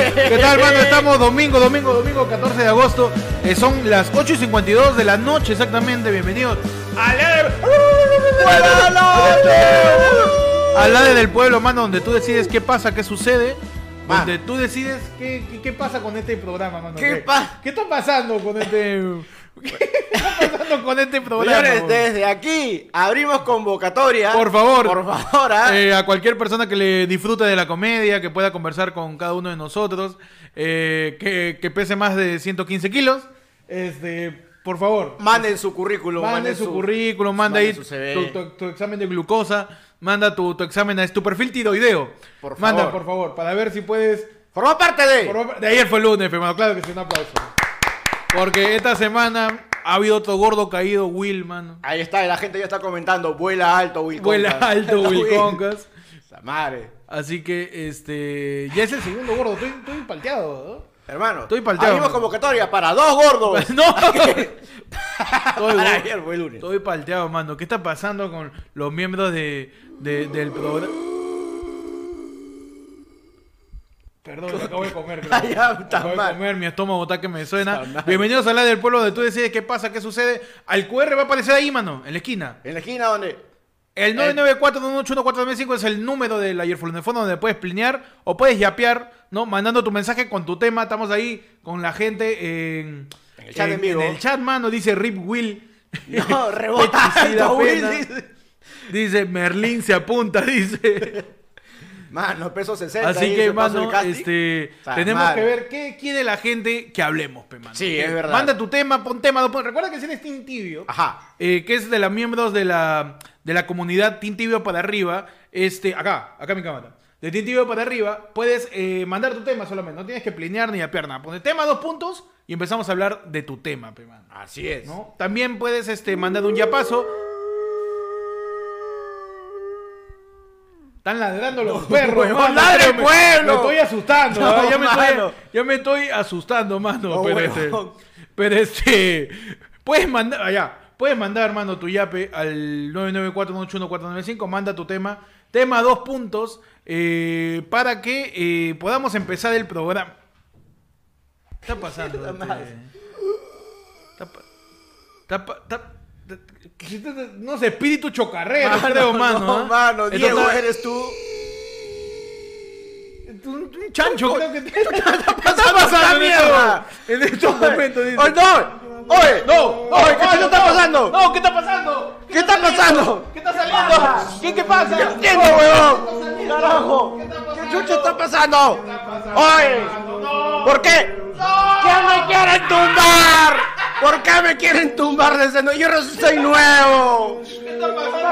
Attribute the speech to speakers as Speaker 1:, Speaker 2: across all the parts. Speaker 1: hermano, estamos domingo, domingo, domingo 14 de agosto. Eh, son las 8 y 52 de la noche exactamente. Bienvenidos al ADE Al ADE del pueblo, mano, donde tú decides qué pasa, qué sucede.
Speaker 2: Man.
Speaker 1: Donde tú decides qué, qué, qué pasa con este programa, mano.
Speaker 2: ¿Qué pa-
Speaker 1: ¿Qué está pasando con este... ¿Qué está pasando con este programa?
Speaker 2: Señores,
Speaker 1: weón?
Speaker 2: desde aquí abrimos convocatoria.
Speaker 1: Por favor.
Speaker 2: Por favor, ah.
Speaker 1: Eh, a cualquier persona que le disfrute de la comedia, que pueda conversar con cada uno de nosotros, eh, que, que pese más de 115 kilos, este, por favor,
Speaker 2: Manden su currículum.
Speaker 1: mande su, currículum, manda
Speaker 2: manden
Speaker 1: ahí
Speaker 2: su
Speaker 1: tu,
Speaker 2: CV.
Speaker 1: tu- tu examen de glucosa, manda tu, tu examen, es tu perfil tiroideo.
Speaker 2: Por
Speaker 1: Manda,
Speaker 2: favor.
Speaker 1: por favor, para ver si puedes...
Speaker 2: Forma parte de.
Speaker 1: por- de ayer fue el lunes, hermano, claro que sí, un aplauso. Porque esta semana ha habido otro gordo caído, Will, mano.
Speaker 2: Ahí está, la gente ya está comentando. Vuela alto, Will.
Speaker 1: Vuela
Speaker 2: Concas".
Speaker 1: alto, Will Concas.
Speaker 2: Esa madre.
Speaker 1: Así que, este, ya es el segundo gordo, estoy, estoy palteado,
Speaker 2: Hermano,
Speaker 1: Estoy palteado.
Speaker 2: abrimos convocatoria para dos gordos.
Speaker 1: ¿no? No,
Speaker 2: para
Speaker 1: gordo.
Speaker 2: ayer fue el lunes.
Speaker 1: estoy palteado, mano. ¿Qué está pasando con los miembros de, de- del programa? Perdón, acabo de comer. creo.
Speaker 2: Ay, ya, puta
Speaker 1: acabo de
Speaker 2: madre.
Speaker 1: comer, mi estómago está que me
Speaker 2: Puta
Speaker 1: suena.
Speaker 2: madre.
Speaker 1: Bienvenidos a la del pueblo donde tú decides qué pasa, qué sucede. Al QR va a aparecer ahí, mano, en la esquina.
Speaker 2: En la esquina donde. Eh,
Speaker 1: El 994-181-435 es el número del ayer Fue el Lunes Fondo donde puedes plinear o puedes yapear, ¿no? Mandando tu mensaje con tu tema. Estamos ahí con la gente en,
Speaker 2: En el chat en vivo.
Speaker 1: el chat, mano. Dice Rip Will.
Speaker 2: No, rebota
Speaker 1: Pesticida
Speaker 2: alto, Will.
Speaker 1: pena.
Speaker 2: dice.
Speaker 1: Dice Merlín se apunta, dice.
Speaker 2: Mano, peso 60.
Speaker 1: Así
Speaker 2: ahí
Speaker 1: que,
Speaker 2: se pasó el
Speaker 1: mano,
Speaker 2: casting.
Speaker 1: este,
Speaker 2: Está
Speaker 1: tenemos
Speaker 2: mal.
Speaker 1: que ver qué quiere la gente que hablemos, pe, mano.
Speaker 2: Sí,
Speaker 1: Que
Speaker 2: es verdad.
Speaker 1: Manda tu tema, pon tema. no pon- Recuerda que si eres Team Tibio,
Speaker 2: Ajá.
Speaker 1: eh, que es de los miembros de la, de la comunidad Team Tibio para arriba, este, acá, acá mi cámara. De Team Tibio para arriba, puedes eh, mandar tu tema solamente. No tienes que plinear ni apiar nada. Pone tema, dos puntos, y empezamos a hablar de tu tema, pe, mano.
Speaker 2: Así es.
Speaker 1: ¿no? También puedes este, mandar un yapazo. Están ladrando los perros.
Speaker 2: huevón,
Speaker 1: mano,
Speaker 2: ladra el
Speaker 1: créeme.
Speaker 2: pueblo.
Speaker 1: Me estoy asustando.
Speaker 2: No,
Speaker 1: ¿ah? ya, me estoy,
Speaker 2: mano.
Speaker 1: ya me estoy asustando, mano.
Speaker 2: No,
Speaker 1: pero, este,
Speaker 2: huevón.
Speaker 1: pero este. Puedes mandar. Allá. Puedes mandar, mano, tu yape al 994-181-495. Manda tu tema. Tema dos puntos. eh, para que eh, podamos empezar el programa. ¿Qué está pasando?
Speaker 2: Mierda,
Speaker 1: este?
Speaker 2: más.
Speaker 1: Está pa- está pa- está- No sé, espíritu chocarrero,
Speaker 2: Mano,
Speaker 1: creo, mano.
Speaker 2: no,
Speaker 1: ¿ah?
Speaker 2: mano,
Speaker 1: Esto
Speaker 2: Diego,
Speaker 1: está-
Speaker 2: eres tú.
Speaker 1: Un, un chancho, creo que te está
Speaker 2: pasando esta
Speaker 1: en estos-
Speaker 2: mierda?
Speaker 1: En estos momentos, dice.
Speaker 2: ¡Oye, no! ¡Oye! ¡No! ¡Oye! ¿Qué
Speaker 1: no,
Speaker 2: chucha está
Speaker 1: no.
Speaker 2: pasando?
Speaker 1: No, ¿qué está pasando?
Speaker 2: ¿Qué está pasando?
Speaker 1: ¿Qué está saliendo? ¿Qué, qué pasa?
Speaker 2: ¿Qué entiendo, huevón? ¡Carajo! ¿Qué chucha está pasando? ¡Oye! ¿Por qué? ¿Qué me quieren tumbar? ¿Por qué me quieren tumbar desde no? Yo no soy nuevo. ¿Qué está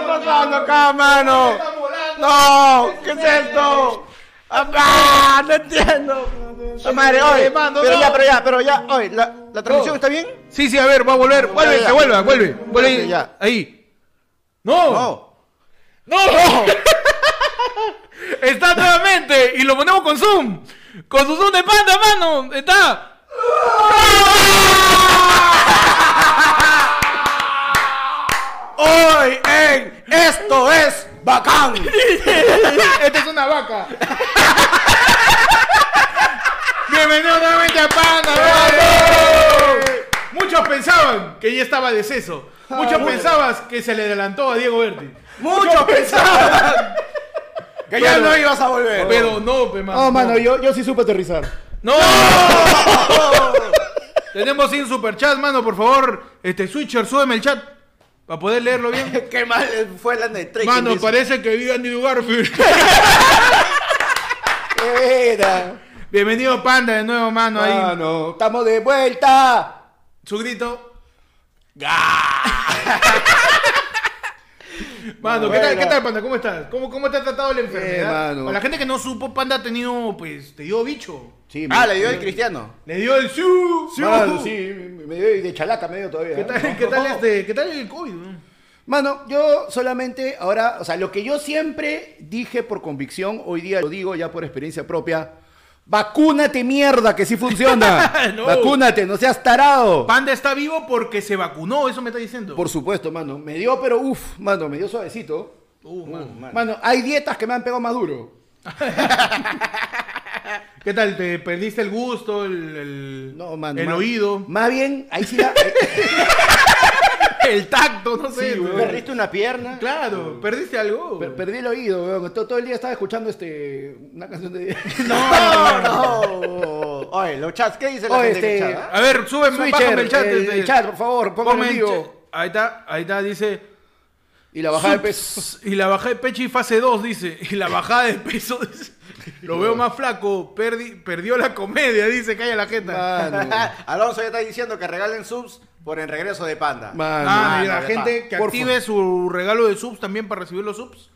Speaker 2: pasando acá, mano? No, ¿qué es esto? ¡Ah! No entiendo. Ah, Madre, oye, pero ya, pero ya, pero ya, oye, ¿la, la transmisión está bien?
Speaker 1: Sí, sí, a ver, va a volver. Vuelve,
Speaker 2: ya.
Speaker 1: que vuelva, vuelve. Vuelve ahí.
Speaker 2: Ya.
Speaker 1: Ahí. No.
Speaker 2: No.
Speaker 1: ¡No! Está nuevamente y lo ponemos con Zoom. Con su Zoom de panda, mano. Está.
Speaker 2: Hoy en Esto es Bacán.
Speaker 1: Esta es una vaca. Bienvenido nuevamente a Panda. ¿no? Muchos pensaban que ya estaba de seso. Muchos pensaban que se le adelantó a Diego Berti.
Speaker 2: Muchos pensaban que ya no ibas a volver.
Speaker 1: Pero no, pe, mano.
Speaker 2: Oh,
Speaker 3: No, mano, yo, yo sí supe aterrizar.
Speaker 1: ¡No! Tenemos sin super chat, mano, por favor. Este switcher, súbeme el chat. Para poder leerlo bien.
Speaker 2: Qué mal fue la de Trek.
Speaker 1: Mano,
Speaker 2: Dice,
Speaker 1: parece que vive Andy Garfield.
Speaker 3: ¿Qué era?
Speaker 1: Bienvenido Panda de nuevo, mano. Ahí.
Speaker 3: Mano, estamos de vuelta.
Speaker 1: Su grito. Mano, ¿qué tal,
Speaker 3: Buena.
Speaker 1: qué tal, Panda? ¿Cómo estás? ¿Cómo, cómo te ha tratado la enfermedad?
Speaker 3: Eh, mano.
Speaker 1: Para la gente que no supo, Panda ha tenido, pues, te dio bicho.
Speaker 3: Sí,
Speaker 2: Ah,
Speaker 3: me-
Speaker 2: le dio el cristiano.
Speaker 1: Le dio el siu.
Speaker 3: Mano, sí, me me dio y de chalaca me dio todavía.
Speaker 1: uh. ¿Qué tal,
Speaker 3: ¿no?
Speaker 1: qué tal este, qué tal el COVID? no?
Speaker 3: Mano, yo solamente ahora, o sea, lo que yo siempre dije por convicción, hoy día lo digo ya por experiencia propia. Vacúnate, mierda, que sí funciona.
Speaker 1: No.
Speaker 3: Vacúnate, no seas tarado.
Speaker 1: Panda está vivo porque se vacunó, eso me está diciendo.
Speaker 3: Por supuesto, mano. Me dio, pero uff, mano, me dio suavecito.
Speaker 1: Uh, mano.
Speaker 3: Mano, hay dietas que me han pegado más duro.
Speaker 1: ¿Qué tal? ¿Te perdiste el gusto, el, el-
Speaker 2: No, mano,
Speaker 1: el
Speaker 2: más-
Speaker 1: oído,
Speaker 2: Más bien, ahí sí eh, la.
Speaker 1: el tacto? No sé.
Speaker 2: ahí-
Speaker 1: weón.
Speaker 2: eh, perdiste una pierna.
Speaker 1: Claro, ¿perdiste algo?
Speaker 2: Per- perdí el oído, weón. Todo, todo el día estaba escuchando este una canción de.
Speaker 4: No, no. Oh. Oye, los chats, ¿qué dice la
Speaker 2: Oye,
Speaker 4: gente en
Speaker 2: este,
Speaker 4: el chat? ah?
Speaker 1: A ver, sube, pues, bájame el chat.
Speaker 2: el,
Speaker 1: este.
Speaker 2: eh, el chat, por favor, póngame
Speaker 1: Ponme
Speaker 2: en
Speaker 1: el
Speaker 2: vivo.
Speaker 1: chat. Ahí está, ahí está, dice...
Speaker 2: Y la bajada de
Speaker 1: Sup,
Speaker 2: peso.
Speaker 1: Y la bajada de pecho y fase 2, dice. Y la bajada de peso, dice. Lo veo más flaco. perdi- perdió la comedia, dice. Calla la jeta.
Speaker 2: Mano,
Speaker 4: ah? Alonso ya está diciendo que regalen subs por el regreso de Panda.
Speaker 2: mano.
Speaker 1: Ah,
Speaker 4: no,
Speaker 1: y la
Speaker 4: no,
Speaker 1: gente
Speaker 4: no,
Speaker 1: que
Speaker 2: por
Speaker 1: active su regalo de subs también para recibir los subs.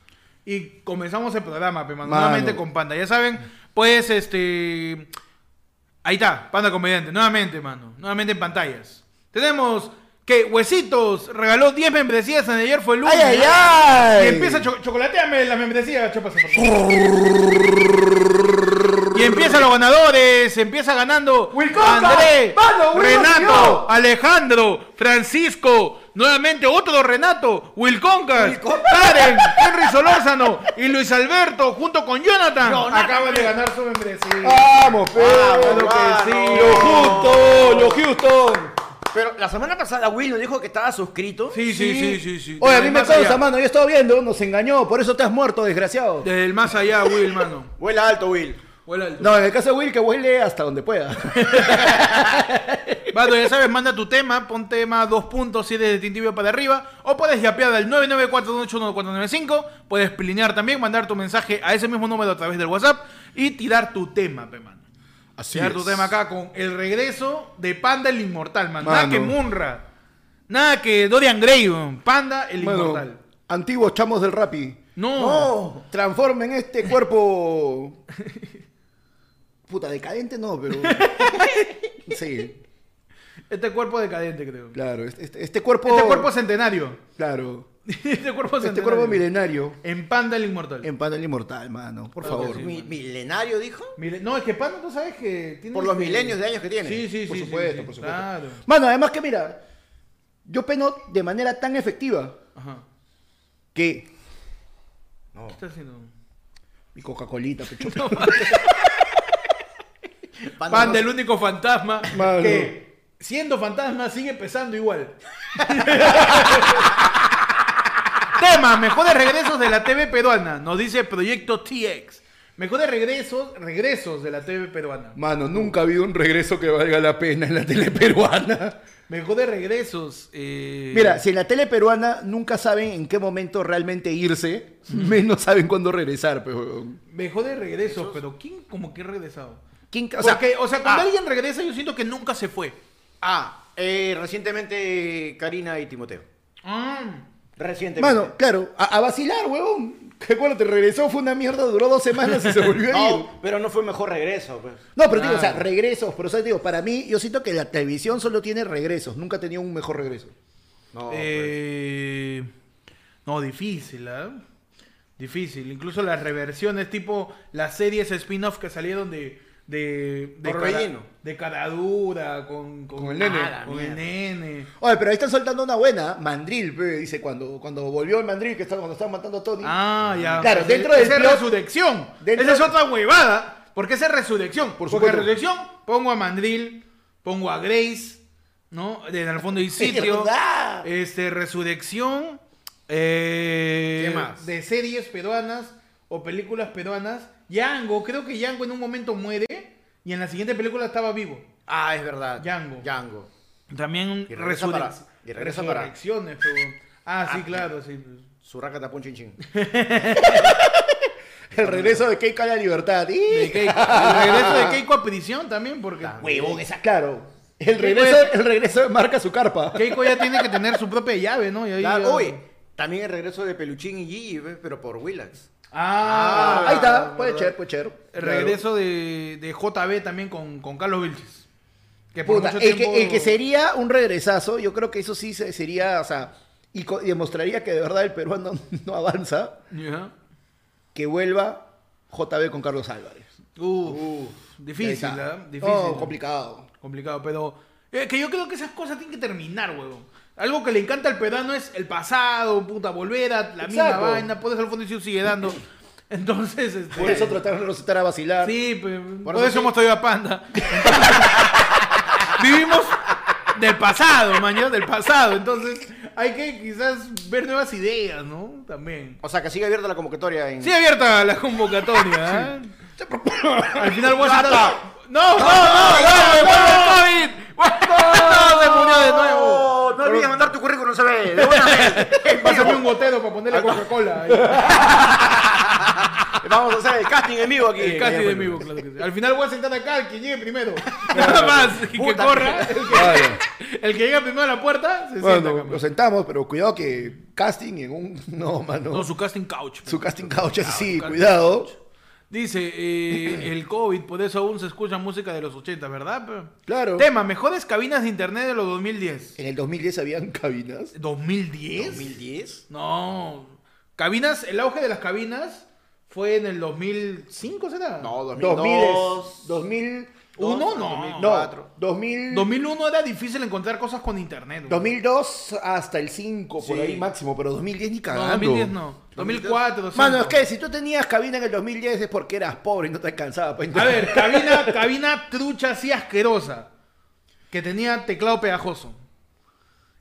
Speaker 1: Y comenzamos el programa, pe, mano,
Speaker 2: Mano.
Speaker 1: nuevamente con Panda. Ya saben, pues este. Ahí está, Panda Comediante. Nuevamente, mano. Nuevamente en pantallas. Tenemos que Huesitos regaló 10 membresías en ayer, fue el lunes.
Speaker 2: ¡Ay, ay, ay!
Speaker 1: Y empieza, cho chocolateame las membresías, chopas. por favor. y empiezan los ganadores, empieza ganando
Speaker 2: Wilcoca,
Speaker 1: André,
Speaker 2: Pablo, Wilcoca
Speaker 1: Renato,
Speaker 2: siguió.
Speaker 1: Alejandro, Francisco, nuevamente otro Renato, Wilconcas,
Speaker 4: Wilconcas.
Speaker 1: Karen, Henry Solórzano y Luis Alberto junto con Jonathan. Ah, Acaban de ganar su membresía.
Speaker 2: Vamos,
Speaker 1: pues.
Speaker 2: pe.
Speaker 4: Vamos,
Speaker 2: lo que sí.
Speaker 4: mano.
Speaker 2: Lo Houston, lo Houston.
Speaker 4: Pero la semana pasada Will nos dijo que estaba suscrito.
Speaker 1: Sí, sí, sí, sí, sí.
Speaker 2: Oye, a
Speaker 1: Del
Speaker 2: mí me
Speaker 1: más allá.
Speaker 2: causa, mano. Yo estaba viendo, nos engañó. Por eso te has muerto, desgraciado.
Speaker 1: Desde el más allá, Will, mano.
Speaker 4: Vuela alto, Will.
Speaker 1: Huele al-
Speaker 2: No, en el caso de Will, que huele hasta donde pueda.
Speaker 1: Vato, ya sabes, manda tu tema, pon tema dos puntos, si eres de Tintibio para arriba, o puedes yapear al 994181495, puedes plinear también, mandar tu mensaje a ese mismo número a través del WhatsApp y tirar tu tema, pe mano.
Speaker 2: Así
Speaker 1: Tirar tu tema acá con el regreso de Panda el Inmortal, man. Nada
Speaker 2: Mano.
Speaker 1: que Munra, nada que Dorian Gray, man. Panda el
Speaker 2: Mano,
Speaker 1: Inmortal.
Speaker 2: antiguos chamos del rapi.
Speaker 1: No.
Speaker 2: transformen este cuerpo. Puta, decadente no, pero. Sí,
Speaker 1: Este cuerpo decadente, creo.
Speaker 2: claro. Este, este- este cuerpo.
Speaker 1: Este cuerpo centenario.
Speaker 2: Claro.
Speaker 1: Este cuerpo centenario.
Speaker 2: Este cuerpo milenario.
Speaker 1: En Panda el Inmortal.
Speaker 2: En panel inmortal, mano. Por
Speaker 1: Claro que
Speaker 2: favor.
Speaker 1: sí.
Speaker 4: Mi- milenario dijo.
Speaker 1: Mile- No, es que Panda tú sabes que tiene
Speaker 4: Por los
Speaker 1: este-
Speaker 4: milenios de años que tiene.
Speaker 1: Sí, sí,
Speaker 2: Por
Speaker 1: sí,
Speaker 2: supuesto,
Speaker 1: sí, sí,
Speaker 2: por supuesto.
Speaker 1: Claro.
Speaker 2: Mano, además que mira, yo peno de manera tan efectiva
Speaker 1: Ajá.
Speaker 2: que.
Speaker 1: ¿Qué está haciendo?
Speaker 2: Mi Coca-Colita, pecho.
Speaker 4: Panda,
Speaker 1: Panda,
Speaker 4: no-
Speaker 1: el único fantasma
Speaker 2: Mano.
Speaker 1: que siendo fantasma sigue pesando igual. Tema, mejores regresos de la TV peruana. Nos dice Proyecto TX. Mejores regresos, regresos de la TV peruana.
Speaker 2: Mano, nunca ha habido un regreso que valga la pena en la tele peruana.
Speaker 1: Mejores regresos. eh,
Speaker 2: Mira, si en la tele peruana nunca saben en qué momento realmente irse, menos saben cuándo regresar, pero.
Speaker 1: Mejores regresos, pero ¿quién como que ha regresado?
Speaker 2: ¿Quién, ca-
Speaker 1: O sea, o sea cuando
Speaker 4: ah.
Speaker 1: alguien regresa yo siento que nunca se fue.
Speaker 4: Ah, eh, recientemente Karina y Timoteo.
Speaker 1: Mm.
Speaker 4: Recientemente.
Speaker 2: Mano, claro, a, a vacilar, huevón. Que cuando te regresó fue una mierda, duró dos semanas y se volvió a ir.
Speaker 4: no, pero no fue mejor regreso. Pues.
Speaker 2: No, pero digo, o sea,
Speaker 1: Claro.
Speaker 2: regresos, pero o sea, digo, para mí, yo siento que la televisión solo tiene regresos, nunca ha tenido un mejor regreso.
Speaker 4: No, pues.
Speaker 1: Eh, no, difícil, ¿ah? Difícil. Incluso las reversiones, tipo las series spin-off que salieron de. De, de,
Speaker 4: Por relleno.
Speaker 1: de caradura, con, con,
Speaker 2: Con el nene.
Speaker 1: Ah, la Con el nene.
Speaker 2: Oye, pero ahí están soltando una buena, Mandril, pe, dice, cuando, cuando volvió el Mandril, que estaba, cuando estaban matando a Tony.
Speaker 1: Ah, ya.
Speaker 2: Claro,
Speaker 1: Ese-
Speaker 2: dentro del
Speaker 1: esa es
Speaker 2: plot-
Speaker 1: resurrección.
Speaker 2: dentro-
Speaker 1: Esa es otra huevada. Porque esa es resurrección.
Speaker 2: Por
Speaker 1: porque
Speaker 2: supuesto.
Speaker 1: resurrección pongo a Mandril, pongo a Grace, ¿no? En el fondo y sitio.
Speaker 2: verdad.
Speaker 1: este, resurrección. eh,
Speaker 4: ¿Qué más?
Speaker 1: De series peruanas o películas peruanas. Yango, creo que Yango en un momento muere y en la siguiente película estaba vivo.
Speaker 4: Ah, es verdad.
Speaker 1: Django.
Speaker 4: Django.
Speaker 1: También
Speaker 4: Y regresa
Speaker 1: resurrec-
Speaker 4: para- y regresa para-
Speaker 1: resurrecciones, pero- Ah, sí, claro, sí.
Speaker 4: Surraca tapón chin chin.
Speaker 2: El regreso de Keiko a la libertad. ¡Ih!
Speaker 1: De Keiko. El regreso de Keiko a prisión también, porque.
Speaker 2: Huevón, esa, claro. El regreso, el regreso de marca su carpa.
Speaker 1: Keiko ya tiene que tener su propia llave, ¿no? Y ahí
Speaker 4: Claro,
Speaker 1: ya-
Speaker 4: oye, también el regreso de Peluchín y Gigi, pues, pero por Willax.
Speaker 1: Ah,
Speaker 2: Ahí está,
Speaker 1: ¿verdad?
Speaker 2: puede ser, puede ser.
Speaker 1: El regreso de, de JB también con, con Carlos Vilches. Que por
Speaker 2: Puta,
Speaker 1: mucho
Speaker 2: el,
Speaker 1: tiempo-
Speaker 2: que, el que sería un regresazo, yo creo que eso sí se- sería, o sea, y, co- y demostraría que de verdad el peruano no avanza,
Speaker 1: Ya.
Speaker 2: que vuelva JB con Carlos Álvarez.
Speaker 1: Uf,
Speaker 2: Ahí
Speaker 1: difícil,
Speaker 2: está.
Speaker 1: ¿verdad? Difícil.
Speaker 2: No, complicado.
Speaker 1: Complicado, pero. eh, que yo creo que esas cosas tienen que terminar, huevón. Algo que le encanta al peruano es el pasado, puta, volver a la misma
Speaker 2: Exacto.
Speaker 1: vaina, pones al fondo y sigue dando. Entonces, este,
Speaker 2: Por eso trataron de recetar a vacilar.
Speaker 1: Sí, pues, por,
Speaker 2: eso
Speaker 1: eso
Speaker 2: sí.
Speaker 1: hemos traído a Panda. Vivimos del pasado, mañana, del pasado. Entonces, hay que quizás ver nuevas ideas, ¿no? También.
Speaker 4: O sea, que sigue abierta la convocatoria en...
Speaker 1: Sí, abierta la convocatoria. ¿ah? Al final voy a
Speaker 4: ¡Basta!
Speaker 1: No, no, no, no, vuelve el COVID. No, se murió de nuevo.
Speaker 4: No, no olvides mandar tu currículum, se ve. De una vez.
Speaker 1: Pásame un gotero para ponerle Coca-Cola. ahí.
Speaker 4: Vamos a hacer el casting en vivo aquí.
Speaker 1: El casting de vivo, claro que sí. Al final voy a sentar acá al que llegue primero. Nada más, y que
Speaker 4: Puta.
Speaker 1: corra. El que, el que llega primero a la puerta, se sienta
Speaker 2: Bueno,
Speaker 1: acá.
Speaker 2: nos sentamos, pero cuidado que casting en un... No, mano.
Speaker 1: No, su casting couch.
Speaker 2: Su casting couch,
Speaker 1: Ah,
Speaker 2: ese sí,
Speaker 1: casting
Speaker 2: cuidado.
Speaker 1: Dice, eh, el COVID, por eso aún se escucha música de los 80, ¿verdad? pe?
Speaker 2: Claro.
Speaker 1: Tema, mejores cabinas de internet de los 2010.
Speaker 2: En el 2010 habían cabinas.
Speaker 1: ¿2010?
Speaker 4: 2010.
Speaker 1: No. Cabinas, el auge de las cabinas fue en el 2005, ¿será?
Speaker 4: No,
Speaker 2: 2002.
Speaker 4: 2002.
Speaker 2: 2000...
Speaker 1: ¿Uno? No.
Speaker 4: 2004.
Speaker 2: No, 2000...
Speaker 1: 2001 era difícil encontrar cosas con internet. güey.
Speaker 2: 2002 hasta el 5, por
Speaker 4: Sí.
Speaker 2: ahí máximo, pero 2010 ni
Speaker 1: No,
Speaker 2: cagando.
Speaker 1: 2010 no. 2004, 2005.
Speaker 2: Mano, es que si tú tenías cabina en el 2010 es porque eras pobre y no te alcanzaba. pues, para
Speaker 1: A ver,
Speaker 2: internet.
Speaker 1: cabina, cabina trucha así asquerosa. Que tenía teclado pegajoso.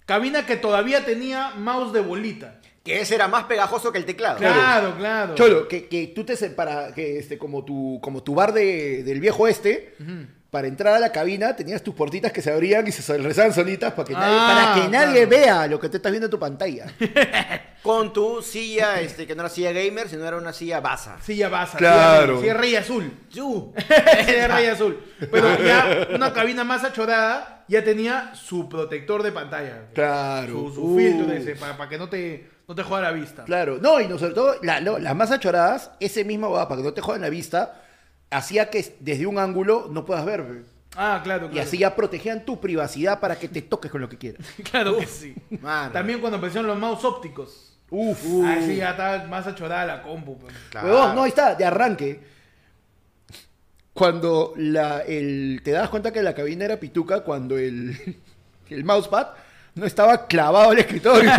Speaker 1: Cabina que todavía tenía mouse de bolita.
Speaker 4: Que ese era más pegajoso que el teclado.
Speaker 1: Claro, claro.
Speaker 2: Cholo, que, que tú te separas, que este, como tu, como tu bar de, del viejo este, para entrar a la cabina tenías tus portitas que se abrían y se regresaban solitas para que nadie,
Speaker 1: Ah,
Speaker 2: para que nadie
Speaker 1: claro.
Speaker 2: vea lo que te estás viendo en tu pantalla.
Speaker 4: Con tu silla, este, que no era silla gamer, sino era una silla basa.
Speaker 1: Silla basa.
Speaker 2: Claro.
Speaker 1: Silla, silla rey azul.
Speaker 4: Yu.
Speaker 1: silla rey azul. Pero ya una cabina más achorada ya tenía su protector de pantalla.
Speaker 2: Claro.
Speaker 1: Su, su
Speaker 2: Uh,
Speaker 1: filtro de ese, para, para que no te, no te joda la vista.
Speaker 2: Claro. No, y no, sobre todo, la- lo- las más achoradas, ese mismo va, para que no te jodan la vista, hacía que desde un ángulo no puedas ver. ve.
Speaker 1: Ah, claro, claro.
Speaker 2: Y así ya protegían tu privacidad para que te toques con lo que quieras.
Speaker 1: Claro que sí.
Speaker 4: Mano.
Speaker 1: También cuando aparecieron los mouse ópticos.
Speaker 2: Uf.
Speaker 1: Ah, sí, ya está más achorada la compu. pues. pe.
Speaker 4: Claro.
Speaker 2: Huevón, no, ahí está, de arranque. Cuando la, el, te das cuenta que la cabina era pituca, cuando el, el mousepad no estaba clavado al escritorio.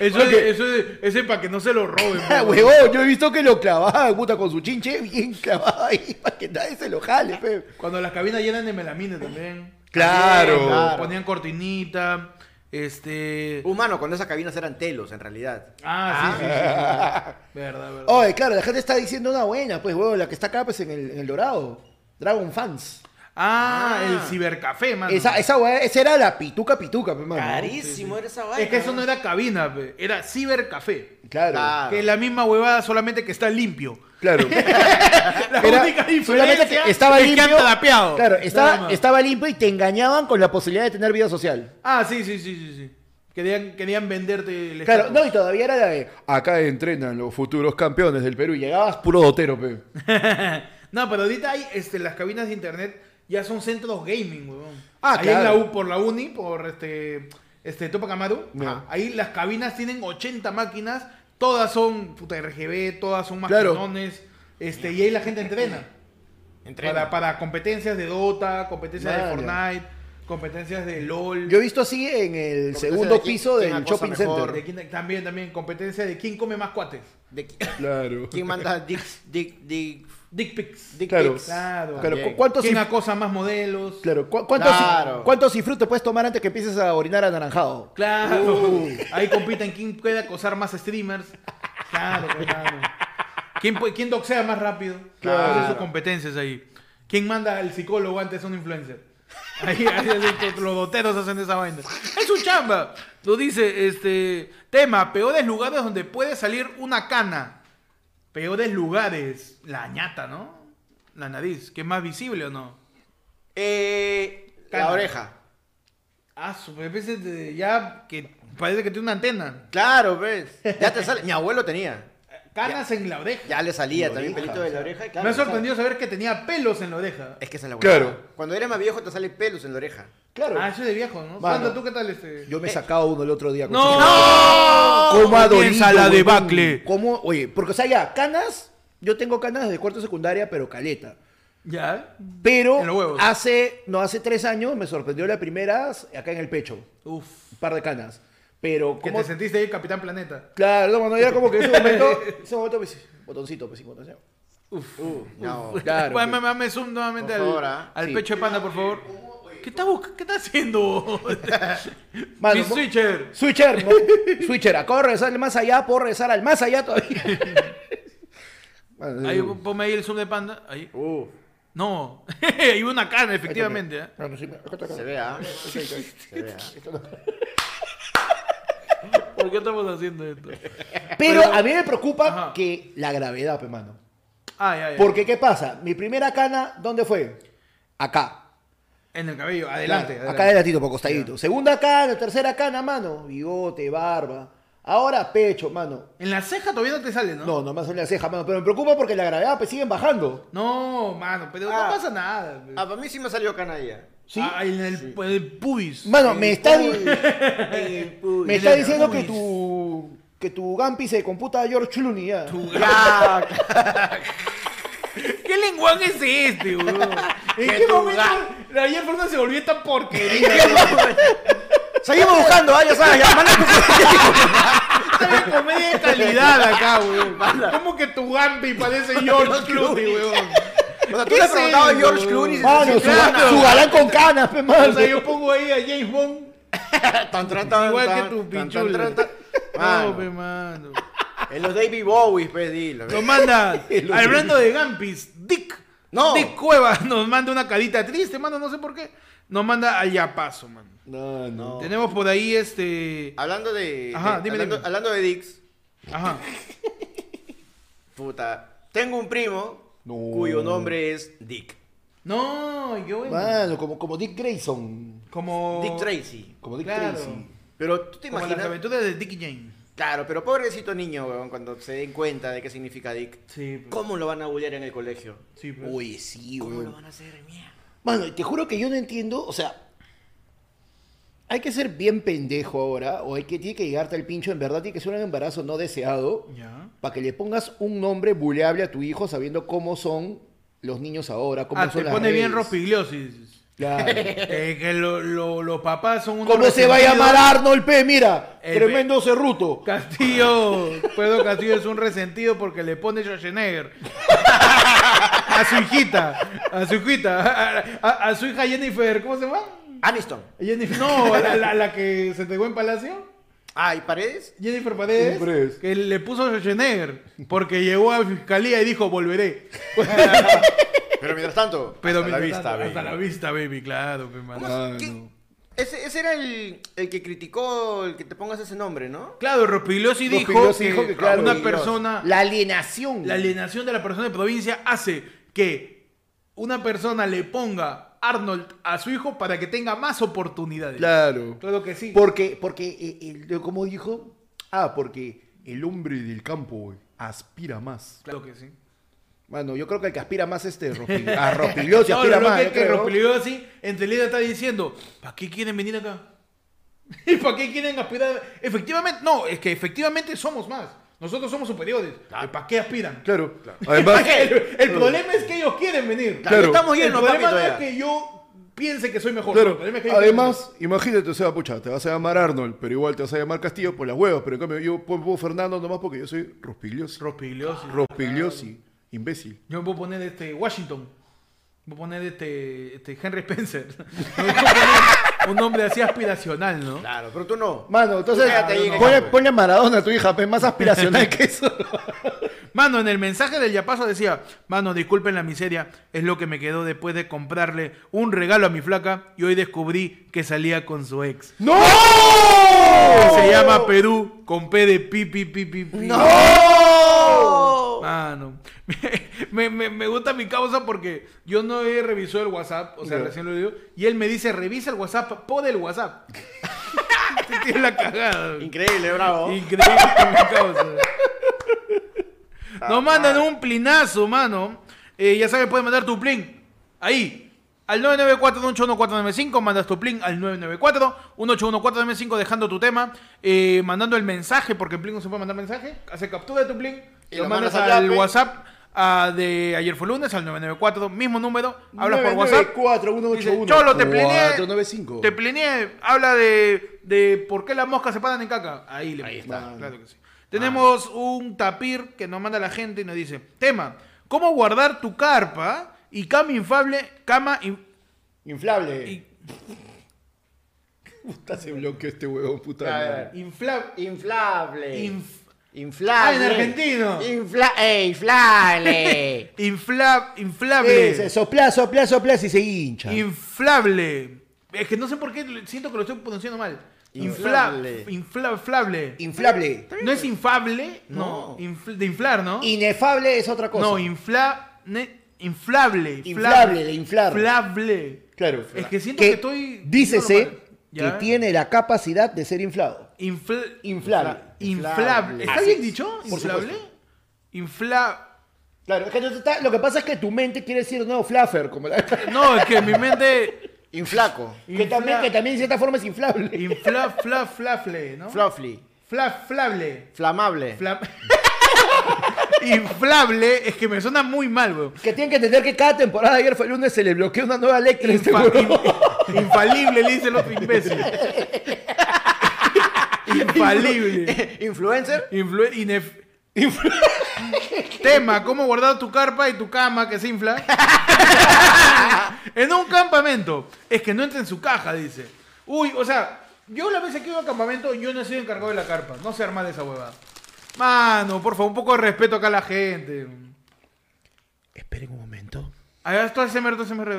Speaker 1: Eso,
Speaker 2: Ok.
Speaker 1: es, eso es, ese para que no se lo roben.
Speaker 2: Ah,
Speaker 1: pe.
Speaker 2: Huevón, yo he visto que lo clavaban, puta, con su chinche bien clavado ahí, para que nadie se lo jale, pe.
Speaker 1: pues. Cuando las cabinas llenan de melamina también.
Speaker 2: Claro.
Speaker 1: También,
Speaker 2: Claro. Uh.
Speaker 1: Ponían cortinita. Este.
Speaker 4: Humano, cuando esas cabinas eran telos, en realidad.
Speaker 1: Ah, sí, sí, sí, sí. Verdad, verdad.
Speaker 2: Oye, claro, la gente está diciendo una buena, pues, huevón, la que está acá, pues, en el, en el Dorado. Dragon Fans.
Speaker 1: Ah,
Speaker 4: Ah.
Speaker 1: el cibercafé, mano.
Speaker 2: Esa, esa, hueá- esa era la pituca pituca, pe, mano.
Speaker 4: Carísimo era esa vaina.
Speaker 1: Es que eso no era cabina, pe, era cibercafé.
Speaker 2: Claro.
Speaker 4: Claro.
Speaker 1: Que es la misma huevada, solamente que está limpio.
Speaker 2: Claro.
Speaker 1: La
Speaker 2: Era
Speaker 1: única
Speaker 2: solamente
Speaker 1: diferencia
Speaker 2: que estaba
Speaker 1: es
Speaker 2: limpio.
Speaker 1: que anda tapeado.
Speaker 2: Claro,
Speaker 1: Nada
Speaker 2: estaba,
Speaker 1: más.
Speaker 2: estaba limpio y te engañaban con la posibilidad de tener vida social.
Speaker 1: Ah, sí, sí, sí, sí. sí. Querían, querían venderte el
Speaker 2: Claro,
Speaker 1: estatus.
Speaker 2: no, y todavía era la de acá entrenan los futuros campeones del Perú y llegabas puro dotero, pe.
Speaker 1: No, pero ahorita hay este, las cabinas de internet ya son centros gaming, weón.
Speaker 2: Ah,
Speaker 1: ahí
Speaker 2: claro.
Speaker 1: en la U, por la uni, por este este Tupac Amaru,
Speaker 2: Ajá.
Speaker 1: ahí las cabinas tienen 80 máquinas, todas son puta RGB, todas son
Speaker 2: Claro.
Speaker 1: maquinones, este y ahí la gente entrena para, para competencias de Dota, competencias
Speaker 2: Vale.
Speaker 1: de Fortnite, competencias de LoL.
Speaker 2: Yo he visto así en el
Speaker 4: Porque
Speaker 2: segundo
Speaker 4: ese de aquí
Speaker 2: piso
Speaker 4: tiene
Speaker 2: del
Speaker 4: una cosa
Speaker 2: shopping
Speaker 4: mejor.
Speaker 1: De
Speaker 2: center.
Speaker 1: quién- también también competencia de quién come más cuates.
Speaker 4: ¿De qui-
Speaker 2: Claro.
Speaker 4: ¿Quién manda dick, dick, dick,
Speaker 1: Dick pics.
Speaker 4: dick
Speaker 2: Claro.
Speaker 4: pics?
Speaker 1: Claro.
Speaker 2: Claro,
Speaker 4: También.
Speaker 2: ¿cu- ¿cuántos,
Speaker 1: ¿Quién
Speaker 2: cif-
Speaker 1: acosa más modelos?
Speaker 2: claro, cu- cuántos cif-
Speaker 4: Claro.
Speaker 2: cuántos cifrus te puedes tomar antes que empieces a orinar anaranjado?
Speaker 1: Claro.
Speaker 4: Uh.
Speaker 1: Ahí compiten quién puede acosar más streamers. Claro, claro. ¿Quién, puede- quién doxea más rápido?
Speaker 4: Claro.
Speaker 1: Esas son sus competencias ahí. ¿Quién manda al psicólogo antes a un influencer? Ahí, ahí, ahí, los doteros hacen esa vaina. Es su chamba. Lo dice, este, tema, peores lugares donde puede salir una cana. Peores lugares. La ñata, ¿no? La nariz, que es más visible o no.
Speaker 4: Eh, la
Speaker 1: Cana.
Speaker 4: oreja.
Speaker 1: Ah, su- a veces eh, ya que parece que tiene una antena.
Speaker 4: Claro, ves. Ya te sale. Mi abuelo tenía.
Speaker 1: Canas en la oreja.
Speaker 4: Ya le salía
Speaker 2: La
Speaker 4: también
Speaker 2: oreja,
Speaker 4: pelito de
Speaker 2: o sea.
Speaker 4: la oreja. y claro,
Speaker 1: Me ha
Speaker 4: te sale.
Speaker 1: sorprendido saber que tenía pelos en la oreja.
Speaker 4: Es que esa es la huevada.
Speaker 2: Claro.
Speaker 4: Cuando eres más viejo te salen pelos en la oreja.
Speaker 2: Claro.
Speaker 1: Ah, eso es de viejo, ¿no?
Speaker 2: Mano.
Speaker 1: Sandra, ¿tú qué tal este?
Speaker 2: Yo me he sacado uno el otro día. con
Speaker 1: ¡No!
Speaker 2: esa- ¿Cómo ha
Speaker 1: Comienza
Speaker 2: dolido,
Speaker 1: la
Speaker 2: huevón?
Speaker 1: debacle.
Speaker 2: ¿Cómo? Oye, porque o sea, ya, canas, yo tengo canas desde cuarto de secundaria, pero caleta.
Speaker 1: ¿Ya? En los
Speaker 2: Pero
Speaker 1: huevos.
Speaker 2: hace, no, hace tres años me sorprendió la primera acá en el pecho.
Speaker 1: Uf.
Speaker 2: Un par de canas. Pero
Speaker 1: Que
Speaker 2: como...
Speaker 1: te sentiste ahí Capitán Planeta.
Speaker 2: Claro, no, mano, era como que en ese momento, en ese momento me dice, Botoncito, pues sí, botoncito. Uf,
Speaker 4: no.
Speaker 2: Uh, claro.
Speaker 1: Pues, mame, mame zoom nuevamente
Speaker 4: Por
Speaker 1: al,
Speaker 4: favor, ah.
Speaker 1: al
Speaker 2: Sí.
Speaker 1: pecho de panda, por favor. ¿Qué está, busca- ¿Qué está haciendo?
Speaker 2: Mano,
Speaker 1: Mi
Speaker 2: mo-
Speaker 1: switcher.
Speaker 2: Switcher, mo- Switcher, acabo de regresar al más allá, puedo regresar al más allá todavía. Bueno,
Speaker 1: Ahí,
Speaker 2: sí.
Speaker 1: ponme ahí el zoom de panda. Ahí.
Speaker 2: Uh,
Speaker 1: No. Hay una cara, efectivamente. ¿eh?
Speaker 2: no, no, sí, acá está, acá
Speaker 4: Se ¿ah?
Speaker 2: está.
Speaker 4: vea. Se ¿ah? vea.
Speaker 1: ¿Por qué estamos haciendo esto?
Speaker 2: Pero a mí me preocupa
Speaker 1: Ajá. Eh.
Speaker 2: que la gravedad, pe mano.
Speaker 1: Ay, ay, ay.
Speaker 2: Porque, ¿qué pasa? Mi primera cana, ¿dónde fue? Acá.
Speaker 1: En el cabello, adelante.
Speaker 2: Claro,
Speaker 1: adelante.
Speaker 2: Acá adelantito, por costadito. Segunda cana, tercera cana, mano. Bigote, barba. Ahora pecho, mano.
Speaker 1: En la ceja todavía no te sale, ¿no?
Speaker 2: No, no me hacen la ceja, mano. Pero me preocupa porque la gravedad, pues siguen bajando.
Speaker 1: No, mano, pero
Speaker 4: Ah.
Speaker 1: no pasa nada.
Speaker 4: Ah, para mí sí me salió canalla.
Speaker 2: ¿Sí?
Speaker 1: Ah, en el, en el pubis.
Speaker 2: Mano, me está, di- me
Speaker 1: Uy,
Speaker 2: está
Speaker 1: la
Speaker 2: diciendo que
Speaker 1: Luis.
Speaker 2: tu, que tu Gampi se computa a George Clooney. ya.
Speaker 1: Tu-
Speaker 4: Ya,
Speaker 1: ¿Qué lenguaje es este, weón? ¿En
Speaker 4: Que
Speaker 1: qué
Speaker 4: tu
Speaker 1: momento
Speaker 4: ga-
Speaker 1: la ayer Fernanda se volvió esta porquería?
Speaker 4: Seguimos buscando, ah, ya sabes, ya manda tu-
Speaker 1: Esta es una comedia de calidad acá, weón. ¿Cómo que tu Gambi parece George Clooney, weón?
Speaker 4: O sea, tú
Speaker 1: ¿Qué
Speaker 4: le
Speaker 1: es
Speaker 4: preguntabas a
Speaker 1: eso,
Speaker 4: George
Speaker 1: weón?
Speaker 4: Clooney. y
Speaker 2: Mano,
Speaker 4: se-
Speaker 2: su,
Speaker 4: se- claro.
Speaker 2: su galán con canas, pe,
Speaker 1: O
Speaker 2: mano.
Speaker 1: sea, yo pongo ahí a James Bond
Speaker 4: Tan, tan, tan,
Speaker 1: igual
Speaker 4: tan,
Speaker 1: que tu
Speaker 4: tan, tan,
Speaker 1: pinchula.
Speaker 4: tan, tan.
Speaker 1: No, pe,
Speaker 4: Mano,
Speaker 1: mano.
Speaker 4: en los David Bowie, pues dilo.
Speaker 1: Nos manda,
Speaker 2: Lo
Speaker 1: hablando de Gampis, Dick.
Speaker 4: No.
Speaker 1: Dick Cueva nos manda una carita triste, mano, no sé por qué. Nos manda a Yapazo, mano.
Speaker 2: No, no.
Speaker 1: Tenemos por ahí este.
Speaker 4: Hablando de.
Speaker 1: Ajá,
Speaker 4: de-
Speaker 1: dime,
Speaker 4: hablando,
Speaker 1: dime.
Speaker 4: hablando de Dix,
Speaker 1: Ajá.
Speaker 4: puta. Tengo un primo
Speaker 2: No.
Speaker 4: cuyo nombre es Dick.
Speaker 1: No, qué bueno.
Speaker 2: Mano, como, como Dick Grayson.
Speaker 1: Como.
Speaker 4: Dick Tracy.
Speaker 2: Como Dick
Speaker 1: Claro.
Speaker 2: Tracy.
Speaker 4: Pero tú te
Speaker 1: Como las
Speaker 4: imaginas.
Speaker 1: aventuras de Dick Jane.
Speaker 4: Claro, pero pobrecito niño, weón, cuando se den cuenta de qué significa Dick.
Speaker 1: Sí,
Speaker 2: pues.
Speaker 4: ¿Cómo lo van a bullear en el colegio?
Speaker 1: sí pues.
Speaker 2: Uy, sí,
Speaker 4: ¿Cómo lo
Speaker 2: weón.
Speaker 4: van a hacer, mierda?
Speaker 2: Mano, y te juro que yo no entiendo, o sea, hay que ser bien pendejo ahora, o hay que, tiene que llegarte al pincho, en verdad tiene que ser un embarazo no deseado,
Speaker 1: Ya.
Speaker 2: para que le pongas un nombre buleable a tu hijo sabiendo cómo son los niños ahora, cómo
Speaker 1: Ah,
Speaker 2: son
Speaker 1: te
Speaker 2: las
Speaker 1: pone bien
Speaker 2: redes.
Speaker 1: rospigliosis.
Speaker 2: Claro.
Speaker 1: Eh, que lo- lo- los papás son unos.
Speaker 2: ¿Cómo se va a
Speaker 1: resentidos.
Speaker 2: llamar Arnold P? Mira,
Speaker 1: El
Speaker 2: tremendo cerruto.
Speaker 1: Castillo, Pedro Castillo es un resentido porque le pone Schwarzenegger a su hijita, a su hijita, a, a- a su hija Jennifer, ¿cómo se llama?
Speaker 4: Aniston.
Speaker 1: Jennifer, no, la, la- la que se entregó en Palacio,
Speaker 4: Ah, ¿y Paredes?
Speaker 1: Jennifer Paredes,
Speaker 2: Siempre es.
Speaker 1: que le puso Schwarzenegger porque llegó a fiscalía y dijo volveré.
Speaker 4: Pero mientras tanto,
Speaker 1: Pero
Speaker 4: hasta la
Speaker 1: mientras
Speaker 4: vista,
Speaker 1: tanto,
Speaker 4: baby.
Speaker 1: hasta la vista, baby, claro, mi hermano.
Speaker 2: Claro.
Speaker 4: ¿Qué? Ese, ese era el, el que criticó el que te pongas ese nombre, ¿no?
Speaker 1: Claro, Rospigliosi dijo,
Speaker 2: Rospigliosi dijo
Speaker 1: que,
Speaker 2: que, claro,
Speaker 1: una
Speaker 4: Dios.
Speaker 1: persona
Speaker 2: La alienación.
Speaker 1: La alienación de la persona de provincia hace que una persona le ponga Arnold a su hijo para que tenga más oportunidades.
Speaker 2: Claro.
Speaker 1: Claro que sí.
Speaker 2: Porque, porque eh, el- ¿cómo dijo? Ah, porque el hombre del campo aspira más.
Speaker 1: Claro que sí.
Speaker 2: Bueno, yo creo que el que aspira más es este Ropi- a Rospigliosi
Speaker 1: No,
Speaker 2: aspira
Speaker 1: lo
Speaker 2: más.
Speaker 1: que,
Speaker 2: yo
Speaker 1: que
Speaker 2: creo.
Speaker 1: Rospigliosi, entre líneas, está diciendo, ¿para qué quieren venir acá? ¿Y para qué quieren aspirar? Efectivamente, no, es que efectivamente somos más. Nosotros somos superiores. ¿Para qué aspiran?
Speaker 2: Claro.
Speaker 1: Además,
Speaker 2: Además,
Speaker 1: el, el problema es que ellos quieren venir.
Speaker 4: Claro. Estamos
Speaker 1: El
Speaker 4: llenos, papi,
Speaker 1: problema no es
Speaker 4: todavía.
Speaker 1: que yo piense que soy mejor. El
Speaker 2: claro.
Speaker 1: problema es que ellos quieren
Speaker 2: Además, imagínate, o sea, pucha, te vas a llamar Arnold, pero igual te vas a llamar Castillo por las huevas, pero en cambio yo pongo Fernando nomás porque yo soy Rospigliosi.
Speaker 1: venir. Rospigliosi.
Speaker 2: Rospigliosi, imbécil.
Speaker 1: Yo voy a poner este Washington. Voy a poner este, este Henry Spencer. Voy a poner un nombre así aspiracional, ¿no?
Speaker 4: Claro, pero tú no.
Speaker 2: Mano, entonces
Speaker 4: Quédate ahí en el
Speaker 2: ponle,
Speaker 4: campo.
Speaker 2: ponle a Maradona a tu hija, es más aspiracional que eso.
Speaker 1: Mano, en el mensaje del Yapazo decía, mano, disculpen la miseria, es lo que me quedó después de comprarle un regalo a mi flaca y hoy descubrí que salía con su ex.
Speaker 2: ¡No!
Speaker 1: Se llama Perú con P de pi, pi, pi, pi, pi.
Speaker 4: ¡No!
Speaker 1: Mano, me, me- me gusta mi causa porque yo no he revisado el WhatsApp, o sea,
Speaker 2: Ya.
Speaker 1: recién lo digo, y él me dice, revisa el WhatsApp, pon el WhatsApp. Te tiene la cagada.
Speaker 4: Increíble, bravo.
Speaker 1: Increíble mi causa. Nos mandan un plinazo, mano. Eh, ya sabes, puedes mandar tu plin. Ahí. Al 994-181-495, mandas tu plin al 994-181-495 dejando tu tema, eh, mandando el mensaje, porque en plin no se puede mandar mensaje, hace captura de tu plin,
Speaker 4: Y
Speaker 1: lo
Speaker 4: lo
Speaker 1: mandas
Speaker 4: mandas
Speaker 1: al
Speaker 4: al Yape.
Speaker 1: WhatsApp ah, de ayer fue lunes, al 994, mismo número, hablas por WhatsApp,
Speaker 2: 994-181.
Speaker 1: Dice, Cholo, te plineé.
Speaker 2: 495.
Speaker 1: Te plineé. Habla de, de por qué las moscas se paran en caca. Ahí le Ahí
Speaker 2: está.
Speaker 1: Claro que sí. Tenemos un tapir que nos manda la gente y nos dice, tema, ¿cómo guardar tu carpa y cama infable, cama in-
Speaker 3: Inflable.
Speaker 1: y-
Speaker 3: Puta, se bloqueó este huevón, puta.
Speaker 2: A ver,
Speaker 3: madre.
Speaker 1: infla-
Speaker 2: Inflable.
Speaker 1: inf-
Speaker 2: inflable.
Speaker 1: Ah, en argentino.
Speaker 2: Infla eh,
Speaker 4: Eh.
Speaker 2: inflable.
Speaker 1: infla-
Speaker 3: Sí,
Speaker 1: inflable?
Speaker 3: se sopla, sopla, sopla y se hincha.
Speaker 1: Inflable. Es que no sé por qué le- siento que lo estoy pronunciando mal. Inflable.
Speaker 2: Inflable.
Speaker 1: Inflable.
Speaker 3: Inflable.
Speaker 1: ¿No es infable? No.
Speaker 2: No.
Speaker 1: Infl- de inflar, ¿no?
Speaker 3: Inefable es otra cosa.
Speaker 1: No, infla, ne- inflable. fla-
Speaker 3: Inflable, de inflar.
Speaker 1: Flable.
Speaker 3: claro.
Speaker 1: Es que siento que estoy-
Speaker 3: Dícese
Speaker 1: normal.
Speaker 3: que
Speaker 1: Ya.
Speaker 3: tiene la capacidad de ser inflado.
Speaker 1: Infl-
Speaker 3: Inflable.
Speaker 1: Inflable. ¿Está
Speaker 2: Así
Speaker 1: bien
Speaker 2: es.
Speaker 1: dicho?
Speaker 3: Por
Speaker 1: ¿Inflable?
Speaker 3: supuesto.
Speaker 1: Infla...
Speaker 3: Claro, es que no te está- lo que pasa es que tu mente quiere decir nuevo fluffer, como la-
Speaker 1: No, es que mi mente...
Speaker 2: Inflaco.
Speaker 3: que, también, que también en cierta forma es inflable.
Speaker 1: Infla, fla, flafle, ¿no?
Speaker 2: Fluffy.
Speaker 1: Fla, flable.
Speaker 2: Flamable.
Speaker 1: Fla- Inflable, es que me suena muy mal, weón.
Speaker 3: Que tienen que entender que cada temporada de ayer fue el lunes se le bloquea una nueva lectura a este
Speaker 1: Infa-
Speaker 3: huevón.
Speaker 1: in- infalible, le dice el otro imbécil. infalible.
Speaker 2: Influencer.
Speaker 1: Influ- inef- Tema, ¿cómo guardar tu carpa y tu cama que se infla? en un campamento. Es que no entra en su caja, dice. Uy, o sea, yo la vez que iba a campamento, yo no he sido encargado de la carpa. No se arma de esa huevada. Mano, por favor, un poco de respeto acá a la gente.
Speaker 5: Esperen un momento.
Speaker 1: A ver, esto es MR, esto es MR.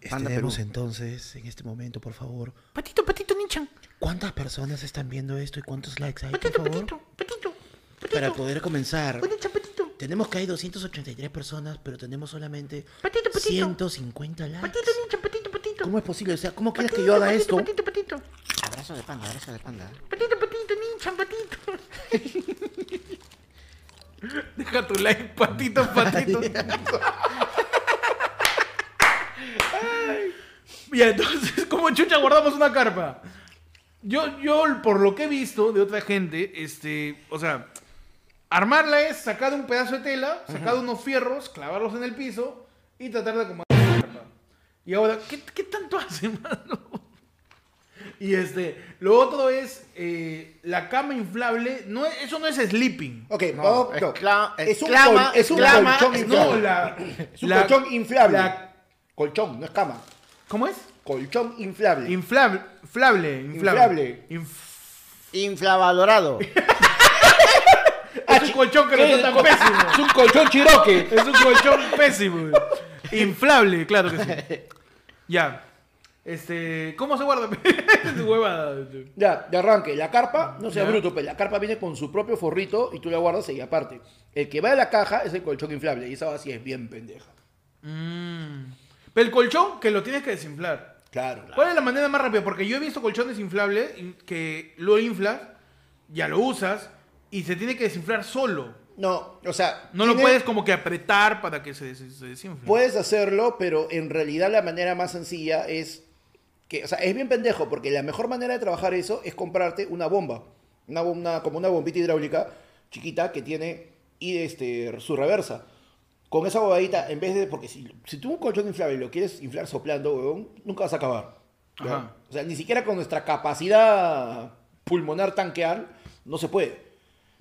Speaker 5: Estaremos entonces en este momento, por favor. Patito, patito, ninchan. ¿Cuántas personas están viendo esto y cuántos likes hay, por favor? Para poder comenzar. Tenemos que hay 283 personas, pero tenemos solamente 150 likes. ¿Cómo es posible? O sea, ¿cómo quieres que yo haga esto?
Speaker 2: Abrazo de panda, abrazo de panda.
Speaker 1: Deja tu like, patito, patito. Y entonces, ¿cómo chucha guardamos una carpa? Yo, yo, por lo que he visto de otra gente, este, o sea, armarla es sacar un pedazo de tela, sacar unos fierros, clavarlos en el piso y tratar de acomodar la carpa. Y ahora, ¿qué, qué tanto hace, mano? Y este, lo otro es eh, la cama inflable, no es- eso no es sleeping.
Speaker 3: Ok,
Speaker 2: No,
Speaker 3: vamos-
Speaker 2: excla-
Speaker 3: es un,
Speaker 2: exclama,
Speaker 3: col- es un
Speaker 2: exclama,
Speaker 3: colchón
Speaker 2: es-
Speaker 1: No,
Speaker 3: inflable.
Speaker 1: la,
Speaker 3: es un
Speaker 1: la-
Speaker 3: colchón inflable.
Speaker 1: la-
Speaker 3: colchón, no es cama.
Speaker 1: ¿Cómo es?
Speaker 3: Colchón inflable.
Speaker 1: Inflable, inflable, inflable.
Speaker 3: Inflable.
Speaker 1: Inf-
Speaker 2: Inflavalorado.
Speaker 1: es un colchón que no está tan pésimo.
Speaker 3: Ah, es un colchón chiroque.
Speaker 1: Es un colchón pésimo. Inflable, claro que sí. Ya. Este, ¿cómo se guarda? Tu huevada.
Speaker 3: Ya, de arranque, la carpa, no sea
Speaker 1: Ya.
Speaker 3: bruto, pues la carpa viene con su propio forrito y tú la guardas ahí aparte. El que va de la caja es el colchón inflable y esa vacía es bien pendeja.
Speaker 1: Mm. Pero el colchón que lo tienes que desinflar.
Speaker 3: Claro, claro.
Speaker 1: ¿Cuál es la manera más rápida? Porque yo he visto colchones inflables in- que lo inflas, ya lo usas y se tiene que desinflar solo.
Speaker 3: No, o sea,
Speaker 1: No lo
Speaker 3: tiene-
Speaker 1: puedes como que apretar para que se, des- se desinfle.
Speaker 3: Puedes hacerlo, pero en realidad la manera más sencilla es que, o sea, es bien pendejo, porque la mejor manera de trabajar eso es comprarte una bomba, una, bom- una- como una bombita hidráulica chiquita que tiene y este, su reversa. Con esa bobadita, en vez de, porque si, si tú un colchón inflable lo quieres inflar soplando, huevón, nunca vas a acabar. ¿ya?
Speaker 1: Ajá.
Speaker 3: O sea, ni siquiera con nuestra capacidad pulmonar tanquear, no se puede.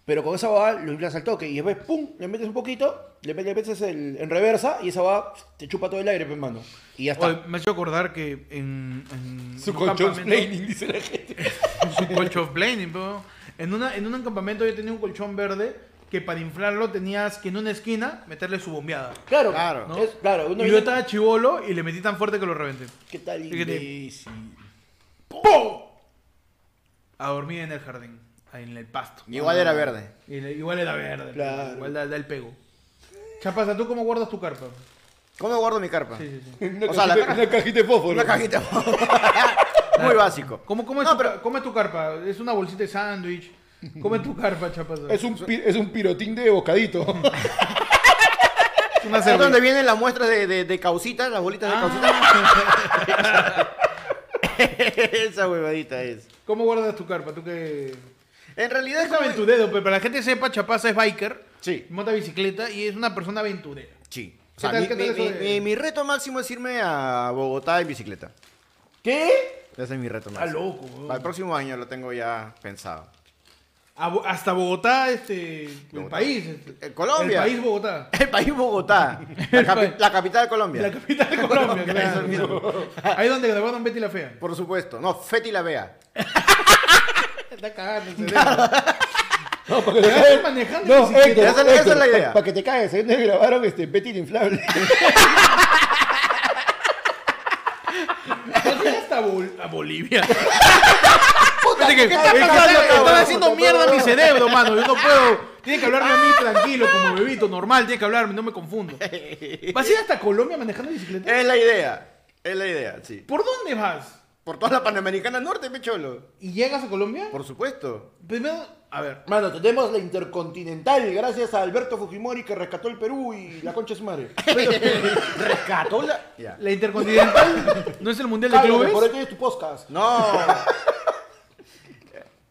Speaker 3: Pero con esa va lo inflas al toque y después, pum, le metes un poquito, le pe- le metes el, en reversa y esa va te chupa todo el aire, pe mano. Y ya está.
Speaker 1: Oye, me ha hecho acordar que en, en
Speaker 3: Su
Speaker 1: un
Speaker 3: colchón
Speaker 1: campamento-
Speaker 3: planning, dice la gente.
Speaker 1: Su colchón planning, pero en, una, en un encampamento yo tenía un colchón verde que para inflarlo tenías que en una esquina meterle su bombeada.
Speaker 3: Claro,
Speaker 2: Claro.
Speaker 1: ¿no?
Speaker 3: Es, claro. Uno
Speaker 1: y yo
Speaker 3: viene-
Speaker 1: estaba chivolo y le metí tan fuerte que lo reventé.
Speaker 3: ¿Qué tal,
Speaker 1: Fíjate.
Speaker 3: imbécil?
Speaker 1: A dormir en el jardín, ahí en el pasto.
Speaker 2: Igual era verde.
Speaker 1: Y le- igual le da verde,
Speaker 3: Claro.
Speaker 1: igual da, da el pego. Chapasa, ¿tú cómo guardas tu carpa?
Speaker 2: ¿Cómo guardo mi carpa?
Speaker 1: Sí, sí, sí.
Speaker 3: Una,
Speaker 2: O sea, la
Speaker 3: cajita,
Speaker 2: caja-
Speaker 3: una cajita de fósforo.
Speaker 2: Una cajita. Muy básico.
Speaker 1: ¿Cómo, cómo es,
Speaker 2: No,
Speaker 1: tu, ca- cómo es tu carpa? ¿Es una bolsita de sándwich? ¿Cómo es tu carpa, Chapasa?
Speaker 3: Es un, pi- es un pirotín de bocadito.
Speaker 1: una
Speaker 2: Es
Speaker 1: cerveza.
Speaker 2: donde vienen las muestras de, de, de causitas, las bolitas de causitas.
Speaker 1: Ah.
Speaker 2: Esa huevadita es.
Speaker 1: ¿Cómo guardas tu carpa? Tú que.
Speaker 2: En realidad es
Speaker 1: Es
Speaker 2: como-
Speaker 1: aventurero, pero pues, para la gente sepa, Chapasa es biker.
Speaker 2: Sí.
Speaker 1: Monta bicicleta y es una persona aventurera.
Speaker 2: Sí. O
Speaker 1: ¿Qué
Speaker 2: sea,
Speaker 1: tal-
Speaker 2: mi,
Speaker 1: qué tal
Speaker 2: mi-
Speaker 1: eso de-
Speaker 2: mi- mi reto máximo es irme a Bogotá en bicicleta.
Speaker 3: ¿Qué?
Speaker 2: Ese es mi reto
Speaker 1: Está
Speaker 2: máximo.
Speaker 1: loco, weón.
Speaker 2: Para el próximo año lo tengo ya pensado.
Speaker 1: a Bo- hasta Bogotá, este, el país. este.
Speaker 4: Eh,
Speaker 1: El
Speaker 4: Colombia.
Speaker 1: país Bogotá.
Speaker 4: El país Bogotá. La, capi-
Speaker 1: país.
Speaker 4: la capital de Colombia.
Speaker 1: La capital de Colombia,
Speaker 4: Colombia,
Speaker 1: claro.
Speaker 4: eso mismo.
Speaker 1: Ahí donde grabaron Betty la Fea.
Speaker 4: Por supuesto. No, Feti la Vea.
Speaker 1: Está cagando el cerebro. No, porque le estás manejando.
Speaker 2: No,
Speaker 1: ni siquiera-
Speaker 4: Esa es la- esa es la idea.
Speaker 2: Para que te cagues, ahí donde grabaron este Betty el inflable.
Speaker 1: ¿Por qué hasta Bol- a Bolivia.
Speaker 4: ¿Qué está
Speaker 1: Es que
Speaker 4: pasando,
Speaker 1: estaba-
Speaker 4: cabrón?
Speaker 1: estaba haciendo mierda mi cerebro, mano. Yo no puedo. Tiene que hablarme a mí tranquilo, como bebito, normal. Tiene que hablarme, no me confundo. ¿Vas a ir hasta Colombia manejando bicicleta?
Speaker 4: Es la idea. Es la idea, sí.
Speaker 1: ¿Por dónde vas?
Speaker 4: Por toda la Panamericana Norte, pecholo.
Speaker 1: ¿Y llegas a Colombia?
Speaker 4: Por supuesto.
Speaker 1: Primero, a ver.
Speaker 2: Mano, tenemos la Intercontinental, gracias a Alberto Fujimori que rescató el Perú y la concha de su madre.
Speaker 4: ¿Rescató la...? Ya.
Speaker 1: La Intercontinental no es el Mundial de
Speaker 2: Cállate, por ahí
Speaker 1: Clubes.
Speaker 2: tienes tu podcast.
Speaker 4: No.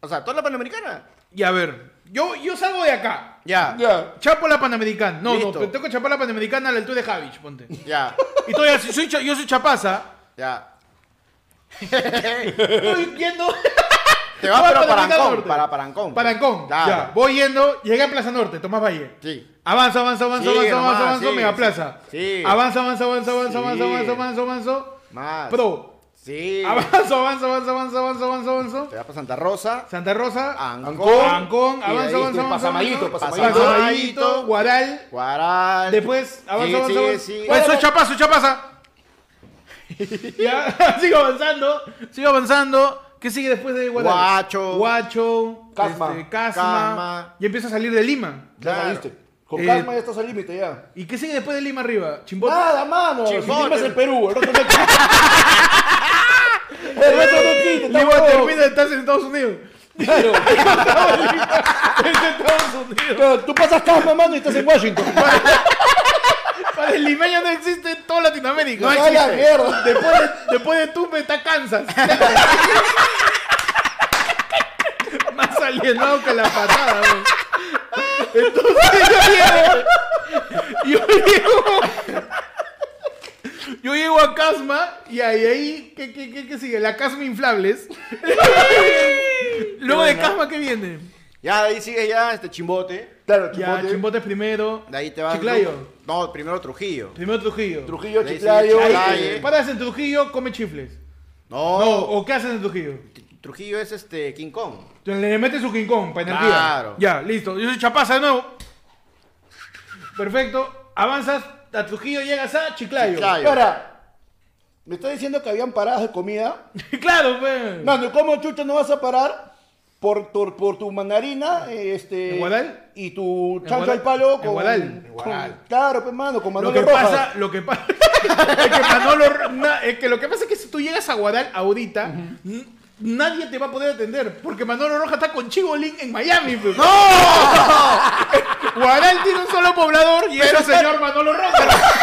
Speaker 4: o sea, toda la Panamericana.
Speaker 1: Y a ver, yo, yo salgo de acá.
Speaker 4: Ya. Ya.
Speaker 2: Ya.
Speaker 1: Chapo la Panamericana. No,
Speaker 4: Listo.
Speaker 1: no, pero tengo que chapar la Panamericana a la altura de Javich, ponte.
Speaker 4: Ya.
Speaker 1: Y todavía, si soy, cha- yo soy chapaza. Estoy yendo.
Speaker 4: Te vas
Speaker 1: Voy
Speaker 4: pero
Speaker 1: a
Speaker 4: para
Speaker 1: Panamericana
Speaker 4: Ancón.
Speaker 1: Norte.
Speaker 4: Para Parancón.
Speaker 1: Parancón.
Speaker 4: Claro.
Speaker 1: Ya, voy yendo. Llegué a Plaza Norte, Tomás Valle.
Speaker 4: Sí.
Speaker 1: Avanzo, avanzo, avanzo,
Speaker 4: Sigue
Speaker 1: avanzo,
Speaker 4: nomás,
Speaker 1: avanzo, avanzo,
Speaker 4: sigue,
Speaker 1: mega plaza.
Speaker 4: sigue. Sigue.
Speaker 1: Avanzo, avanzo, avanzo, avanzo,
Speaker 4: Sigue.
Speaker 1: avanzo, avanzo, avanzo, avanzo.
Speaker 4: Más.
Speaker 1: Pro.
Speaker 4: Sí.
Speaker 1: Avanzo, avanzo, avanzo, avanzo, avanzo, avanzo, avanzo.
Speaker 4: Te vas para Santa Rosa.
Speaker 1: Santa Rosa.
Speaker 4: Ancón.
Speaker 1: Ancón,
Speaker 2: ahí
Speaker 1: avanzo, avanzo,
Speaker 2: este,
Speaker 1: avanzo.
Speaker 2: Pasamayito,
Speaker 1: avanzo.
Speaker 4: Pasamayito.
Speaker 1: Pasamayito, Guaral.
Speaker 4: Guaral.
Speaker 1: Después,
Speaker 4: Sigue,
Speaker 1: avanzo, avanzo,
Speaker 4: sigue,
Speaker 1: avanzo.
Speaker 4: sigue.
Speaker 1: Pues soy chapaza, soy chapaza. ya, sigo avanzando, sigo avanzando. ¿Qué sigue después de Guadalajara?
Speaker 4: Guacho.
Speaker 1: Guacho.
Speaker 2: Casma.
Speaker 1: este, Casma.
Speaker 4: Casma.
Speaker 1: Y empieza a salir de Lima.
Speaker 2: Ya
Speaker 4: Claro.
Speaker 2: saliste. Con
Speaker 1: Eh,
Speaker 2: calma ya estás al límite ya.
Speaker 1: ¿Y qué sigue después de Lima arriba? Chimbote.
Speaker 2: Nada, mano. Si
Speaker 4: Chimbote.
Speaker 2: Lima es el Perú, el resto no existe. El resto no existe. Ah, está
Speaker 1: Lima
Speaker 2: huevón.
Speaker 1: termina, estás en Estados Unidos.
Speaker 2: Claro.
Speaker 1: Es Estados Unidos.
Speaker 2: Claro, Tú pasas calma, mano, y estás en Washington.
Speaker 1: Para el limeño no existe en toda Latinoamérica.
Speaker 2: Vaya mierda.
Speaker 1: Después de, después de Tumbes está Kansas. Más alienado que la patada, weón. Entonces yo llego. Yo llego. Yo llego a Casma y ahí, ahí ¿qué, qué, qué, qué sigue? La Casma Inflables. Luego de Casma, ¿qué viene?
Speaker 4: Ya, de ahí sigue ya este chimbote.
Speaker 2: Claro,
Speaker 1: Ya,
Speaker 2: Chimbote.
Speaker 1: Chimbote primero.
Speaker 4: De ahí te vas.
Speaker 1: Chiclayo.
Speaker 4: No, primero Trujillo.
Speaker 1: Primero Trujillo.
Speaker 2: Trujillo,
Speaker 4: Le dice
Speaker 2: Chiclayo.
Speaker 4: Chiclayo.
Speaker 2: Ahí,
Speaker 1: Ahí,
Speaker 4: eh.
Speaker 1: paras en Trujillo, come chifles.
Speaker 4: No.
Speaker 1: No, ¿o qué haces en Trujillo?
Speaker 4: Trujillo es este King Kong.
Speaker 1: Entonces le metes su King Kong para energía.
Speaker 4: Claro.
Speaker 1: Ya, listo. Yo soy chapaza de nuevo. Perfecto. Avanzas a Trujillo, llegas a Chiclayo.
Speaker 4: Chiclayo.
Speaker 2: Para. ¿Me estás diciendo que habían paradas de comida?
Speaker 1: claro, pues.
Speaker 2: Mano, ¿cómo chucha no vas a parar por tu, por tu mandarina eh, este,
Speaker 1: ¿En Guadal?
Speaker 2: y tu
Speaker 1: ¿En
Speaker 2: chancho
Speaker 1: Guadal?
Speaker 2: al palo
Speaker 1: ¿En
Speaker 2: con,
Speaker 1: Guadal?
Speaker 2: con-
Speaker 1: En Guadal.
Speaker 2: Claro, pues, mano, con
Speaker 1: Lo
Speaker 2: Manolo
Speaker 1: que
Speaker 2: Rojas.
Speaker 1: pasa, lo que pasa es que Manolo Ro- na- es que lo que pasa es que si tú llegas a Guadal ahorita, n- nadie te va a poder atender porque Manolo Rojas está con Chibolín en Miami. pues. Guadal tiene un solo poblador y es el señor Manolo Rojas.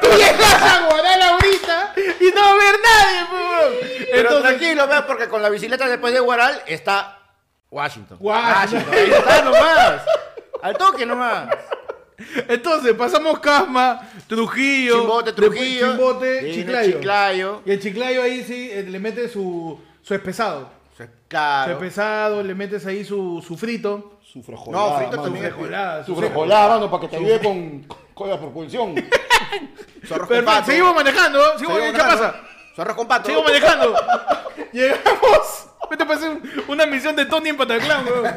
Speaker 1: Tú llegas a Guadal ahorita y no va a haber nadie. pues, weón.
Speaker 4: Pero
Speaker 1: Entonces,
Speaker 4: tranquilo, ve, porque con la bicicleta después de Guaral está Washington.
Speaker 1: Washington.
Speaker 4: Ahí está nomás. Al toque nomás.
Speaker 1: entonces pasamos Casma, Trujillo,
Speaker 4: Chimbote,
Speaker 1: después
Speaker 4: Trujillo.
Speaker 1: Chimbote,
Speaker 4: viene
Speaker 1: Chiclayo.
Speaker 4: Chiclayo.
Speaker 1: Y el Chiclayo ahí sí eh, le mete su, su espesado. Su
Speaker 4: Claro.
Speaker 1: espesado, le metes ahí su, su frito.
Speaker 2: Su frejolada,
Speaker 4: No, frito
Speaker 2: mano.
Speaker 1: Su
Speaker 4: también.
Speaker 1: frijolada,
Speaker 2: Su
Speaker 1: su-
Speaker 2: frejolada, mano, para que te ayude con, con la propulsión.
Speaker 4: Su arroz con
Speaker 1: Perfecto,
Speaker 4: pato.
Speaker 1: seguimos manejando, ¿eh? seguimos, ¿qué pasa?
Speaker 4: Su arroz con pato.
Speaker 1: Sigo manejando. Llegamos. Esto parece un- una misión de Tony en Pataclán, weón.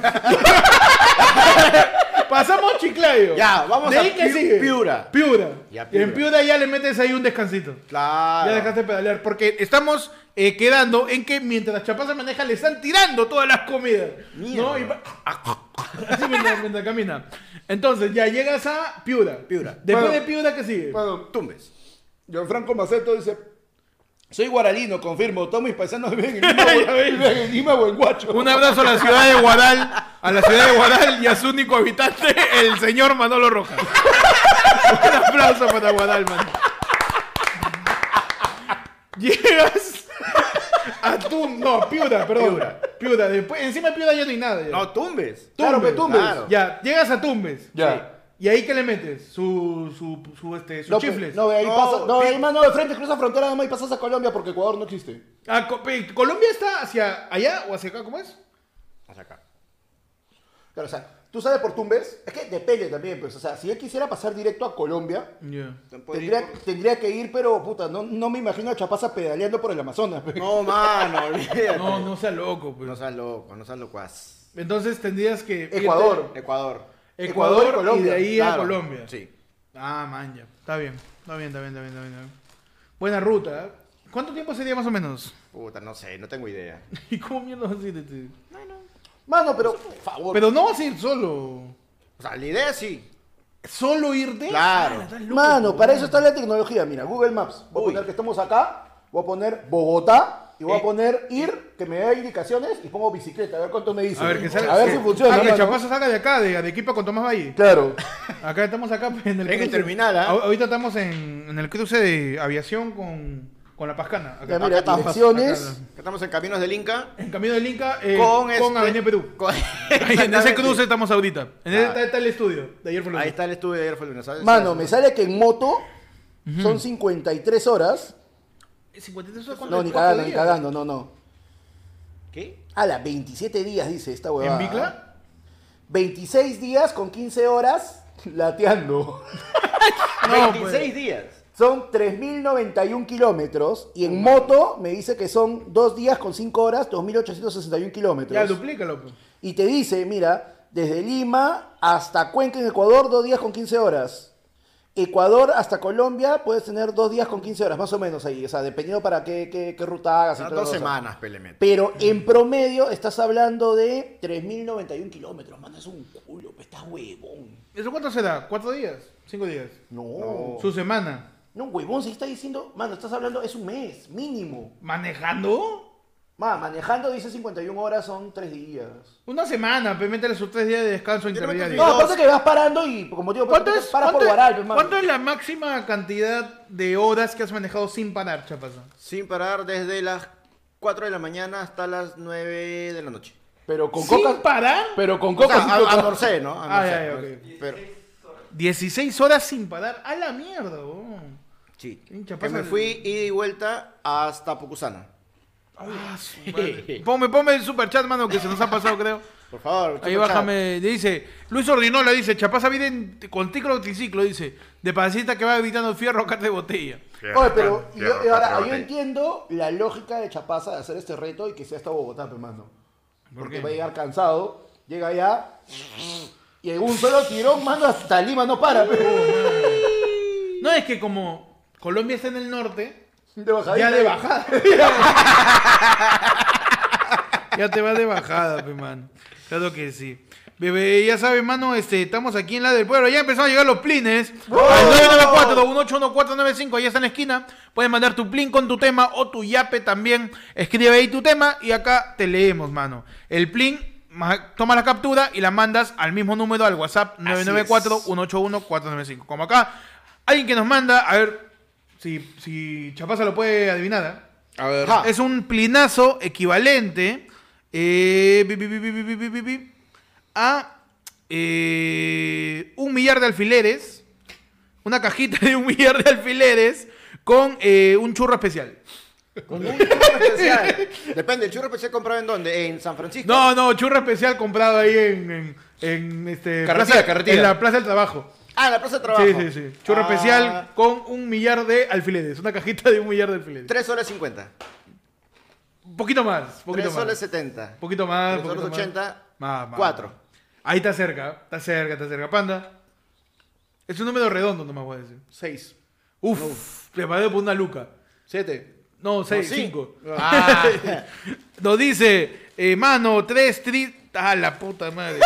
Speaker 1: Pasamos Chiclayo.
Speaker 4: Ya, vamos
Speaker 1: ¿De
Speaker 4: a
Speaker 1: ahí qué
Speaker 4: Pi-
Speaker 1: sigue?
Speaker 4: Piura.
Speaker 1: Piura.
Speaker 4: Ya,
Speaker 1: Y en
Speaker 4: Piura.
Speaker 1: Piura ya le metes ahí un descansito.
Speaker 4: Claro.
Speaker 1: Ya dejaste de pedalear. Porque estamos eh, quedando en que mientras Chapaza maneja le están tirando todas las comidas. ¿No? Y va- Así mientras, mientras camina. Entonces, ya llegas a Piura.
Speaker 4: Piura.
Speaker 1: Después
Speaker 2: Bueno.
Speaker 1: de Piura, ¿qué sigue?
Speaker 4: Bueno, tumbes.
Speaker 2: Gianfranco Maceto dice... Soy guaralino, confirmo. Todos mis paisanos viven en Lima,
Speaker 1: Ya ves.
Speaker 2: viven en Lima o en Guacho.
Speaker 1: Un abrazo a la ciudad de Guadal, a la ciudad de Guadal y a su único habitante, el señor Manolo Rojas. Un aplauso para Guadal, mano. Llegas a tu... No, Piura, perdón. Piura. Después, encima de Piura ya no hay nada. ya.
Speaker 4: No, tumbes.
Speaker 2: Claro, pues, Tumbes.
Speaker 4: Claro.
Speaker 1: Ya, llegas a Tumbes.
Speaker 2: Ya.
Speaker 1: ¿Y ahí qué le metes? Su, su, su, este, sus
Speaker 2: No, pues,
Speaker 1: chifles.
Speaker 2: no, de ahí
Speaker 4: No,
Speaker 2: pasa, no, de ahí,
Speaker 4: pi-
Speaker 2: mano, de frente cruza frontera, nomás y pasas a Colombia porque Ecuador no existe.
Speaker 1: Ah, Co- pe- ¿Colombia está hacia allá o hacia acá? ¿Cómo es?
Speaker 4: Hasta acá.
Speaker 3: Claro, o sea, tú sales por Tumbes, es que depende también, pues, o sea, si él quisiera pasar directo a Colombia,
Speaker 1: Ya.
Speaker 2: Puede ir
Speaker 3: tendría, tendría que ir, pero puta, no, no me imagino a Chapaza pedaleando por el Amazonas. pues. pe.
Speaker 2: No, mano, olvídate.
Speaker 1: No,
Speaker 2: No,
Speaker 1: no sea loco, pues.
Speaker 2: seas loco, no seas locuaz.
Speaker 1: Entonces tendrías que. irte
Speaker 3: Ecuador.
Speaker 2: Ecuador.
Speaker 1: Ecuador,
Speaker 3: Ecuador, Colombia,
Speaker 1: y de ahí a
Speaker 3: claro.
Speaker 1: Colombia.
Speaker 2: Sí.
Speaker 1: Ah, man, ya. Está bien. Está bien, está bien, está bien, está bien, está bien. Buena ruta. ¿eh? ¿Cuánto tiempo sería más o menos?
Speaker 2: Puta, no sé, no tengo idea.
Speaker 1: ¿Y cómo mierda así de ti?
Speaker 3: Mano, pero, por favor.
Speaker 1: Pero no vas a ir solo.
Speaker 2: O sea, la idea sí.
Speaker 1: ¿Solo irte?
Speaker 2: Claro.
Speaker 1: Ah, estás loco,
Speaker 3: Mano,
Speaker 1: po,
Speaker 3: para
Speaker 1: weón.
Speaker 3: eso está la tecnología. Mira, Google Maps. Voy a
Speaker 2: Uy.
Speaker 3: poner que estamos acá, voy a poner Bogotá y voy
Speaker 2: Eh.
Speaker 3: a poner ir, que me da indicaciones y pongo bicicleta, a ver cuánto me dice.
Speaker 1: A ver, que salga,
Speaker 3: A ver
Speaker 1: que-
Speaker 3: si funciona.
Speaker 1: Ah, que
Speaker 3: mano.
Speaker 1: Chapazo salga de acá, de Arequipa con Tomás Valle.
Speaker 3: Claro.
Speaker 1: Acá estamos acá pues, en el
Speaker 2: Hay que
Speaker 1: cruce.
Speaker 2: terminar, ¿ah?
Speaker 1: Ahor- Ahorita estamos en, en el cruce de aviación con, con la Pascana. Acá.
Speaker 3: Ya, mira,
Speaker 2: Acá estamos,
Speaker 3: direcciones.
Speaker 1: acá.
Speaker 2: Estamos en Caminos del Inca.
Speaker 1: En camino del Inca eh, con,
Speaker 2: con, este-
Speaker 1: Avenida Perú.
Speaker 2: con-
Speaker 1: Ahí, en ese
Speaker 2: Exactamente.
Speaker 1: cruce estamos ahorita. En ese
Speaker 2: Ah.
Speaker 1: está, está el estudio de ayer por la
Speaker 2: Ahí
Speaker 1: noche.
Speaker 2: está el estudio de ayer fue el lunes, ¿sabes?
Speaker 3: Mano, me sale que en moto son 53 horas.
Speaker 1: 53 horas,
Speaker 3: No, ni
Speaker 1: ¿cuánto
Speaker 3: cagando, ni
Speaker 1: días?
Speaker 3: cagando, no, no.
Speaker 2: ¿Qué?
Speaker 3: A las 27 días, dice esta huevada.
Speaker 1: ¿En Bicla?
Speaker 3: 26 días con 15 horas lateando.
Speaker 1: No,
Speaker 2: 26
Speaker 1: pues.
Speaker 2: días.
Speaker 3: Son 3.091 kilómetros y en moto me dice que son 2 días con 5 horas, 2.861
Speaker 1: Ya,
Speaker 3: kilómetros.
Speaker 1: duplícalo. pues.
Speaker 3: Y te dice, mira, desde Lima hasta Cuenca en Ecuador, 2 días con 15 horas. Ecuador hasta Colombia puedes tener 2 días con 15 horas, más o menos ahí. O sea, dependiendo para qué, qué- qué ruta hagas. y
Speaker 1: Ah,
Speaker 2: Son
Speaker 3: toda
Speaker 2: dos
Speaker 3: la cosa.
Speaker 2: semanas, Pelemet.
Speaker 3: Pero en promedio estás hablando de 3.091 kilómetros, mano. Es un culo, pues, estás huevón.
Speaker 1: ¿Eso cuánto será? ¿Cuatro días? ¿Cinco días?
Speaker 3: No.
Speaker 2: No.
Speaker 1: Su semana.
Speaker 3: No, huevón, se está diciendo, mano, estás hablando, es un mes, mínimo.
Speaker 1: ¿Manejando?
Speaker 3: Ma, manejando dice 51 horas son 3 días.
Speaker 1: Una semana, pues métele sus tres días de descanso
Speaker 2: Yo no me
Speaker 1: interdiario.
Speaker 3: No,
Speaker 2: dos.
Speaker 3: aparte que vas parando y como digo,
Speaker 1: ¿Cuánto
Speaker 3: para-
Speaker 1: es,
Speaker 3: paras
Speaker 1: cuánto
Speaker 3: por
Speaker 1: es-
Speaker 3: Guaral, pues, mano.
Speaker 1: cuánto es la máxima cantidad de horas que has manejado sin parar, Chapaza?
Speaker 2: Sin parar desde las 4 de la mañana hasta las 9 de la noche.
Speaker 3: Pero con
Speaker 1: ¿Sin
Speaker 3: coca,
Speaker 1: parar?
Speaker 3: pero con
Speaker 2: O sea,
Speaker 3: coca sin
Speaker 2: a-
Speaker 3: coca.
Speaker 2: almorcé, ¿no? Almorcé.
Speaker 1: Ah, ya, ya,
Speaker 2: Pero,
Speaker 1: 16 horas sin parar. ¡A la mierda, weón!
Speaker 2: sí.
Speaker 1: Hincha,
Speaker 2: Que me
Speaker 1: pásale.
Speaker 2: fui ida y vuelta hasta Pucusana.
Speaker 1: Ah, su madre. Ponme, ponme el superchat, mano, que se nos ha pasado, creo.
Speaker 2: Por favor,
Speaker 1: Ahí
Speaker 2: chico,
Speaker 1: bájame, dice Luis Ordinola, dice, Chapaza viene en- con ticlo o triciclo, dice, de pasita que va evitando fierro acá de botella.
Speaker 3: Oye, pero yo, ahora, yo entiendo la lógica de Chapaza de hacer este reto y que sea hasta Bogotá, pues, mano. Porque
Speaker 1: qué?
Speaker 3: va a llegar cansado, llega allá y en un solo tirón, mano, hasta Lima no para, pero
Speaker 1: No es que como Colombia está en el norte,
Speaker 3: de bajadita.
Speaker 1: ya de bajada. ya te vas de bajada, pe, mano. Claro que sí. Bebé, ya sabes, mano, este, estamos aquí en la del pueblo. Ya empezaron a llegar los plines. Al 994-181-495, ahí está en la esquina. Puedes mandar tu plin con tu tema o tu yape también. Escribe ahí tu tema y acá te leemos, mano. El plin, ma- toma la captura y la mandas al mismo número, al WhatsApp
Speaker 2: Así es.
Speaker 1: 994-181-495. Como acá, alguien que nos manda, a ver si, si Chapaza lo puede adivinar. ¿ah?
Speaker 2: A ver.
Speaker 1: Ah. Es un plinazo equivalente eh, bi, bi, bi, bi, bi, bi, bi, bi, a eh, un millar de alfileres, una cajita de un millar de alfileres con eh, un churro especial.
Speaker 2: Depende, ¿el churro se compraba en dónde? ¿En San Francisco?
Speaker 1: No, no, churro especial comprado ahí en, en, en, este,
Speaker 2: Carretera,
Speaker 1: plaza-
Speaker 2: carretera.
Speaker 1: en la Plaza del Trabajo.
Speaker 2: Ah, en la Plaza de Trabajo.
Speaker 1: Sí, sí, sí. Churro
Speaker 2: Ah,
Speaker 1: especial con un millar de alfileres, una cajita de un millar de alfileres.
Speaker 2: 3 soles 50.
Speaker 1: Un poquito más, poquito
Speaker 2: 3 soles
Speaker 1: más.
Speaker 2: 70.
Speaker 1: Un poquito más.
Speaker 2: Tres
Speaker 1: poquito
Speaker 2: soles
Speaker 1: más.
Speaker 2: 80,
Speaker 1: Más, más.
Speaker 2: cuatro.
Speaker 1: Ahí está cerca, está cerca, está cerca. Panda. Es un número redondo, nomás voy a decir.
Speaker 3: 6,
Speaker 1: Uf, preparado por una luca.
Speaker 3: 7.
Speaker 1: No, seis,
Speaker 2: sí.
Speaker 1: cinco.
Speaker 2: Ah,
Speaker 1: Nos dice, eh, mano, tres, tri... Ah, la puta madre.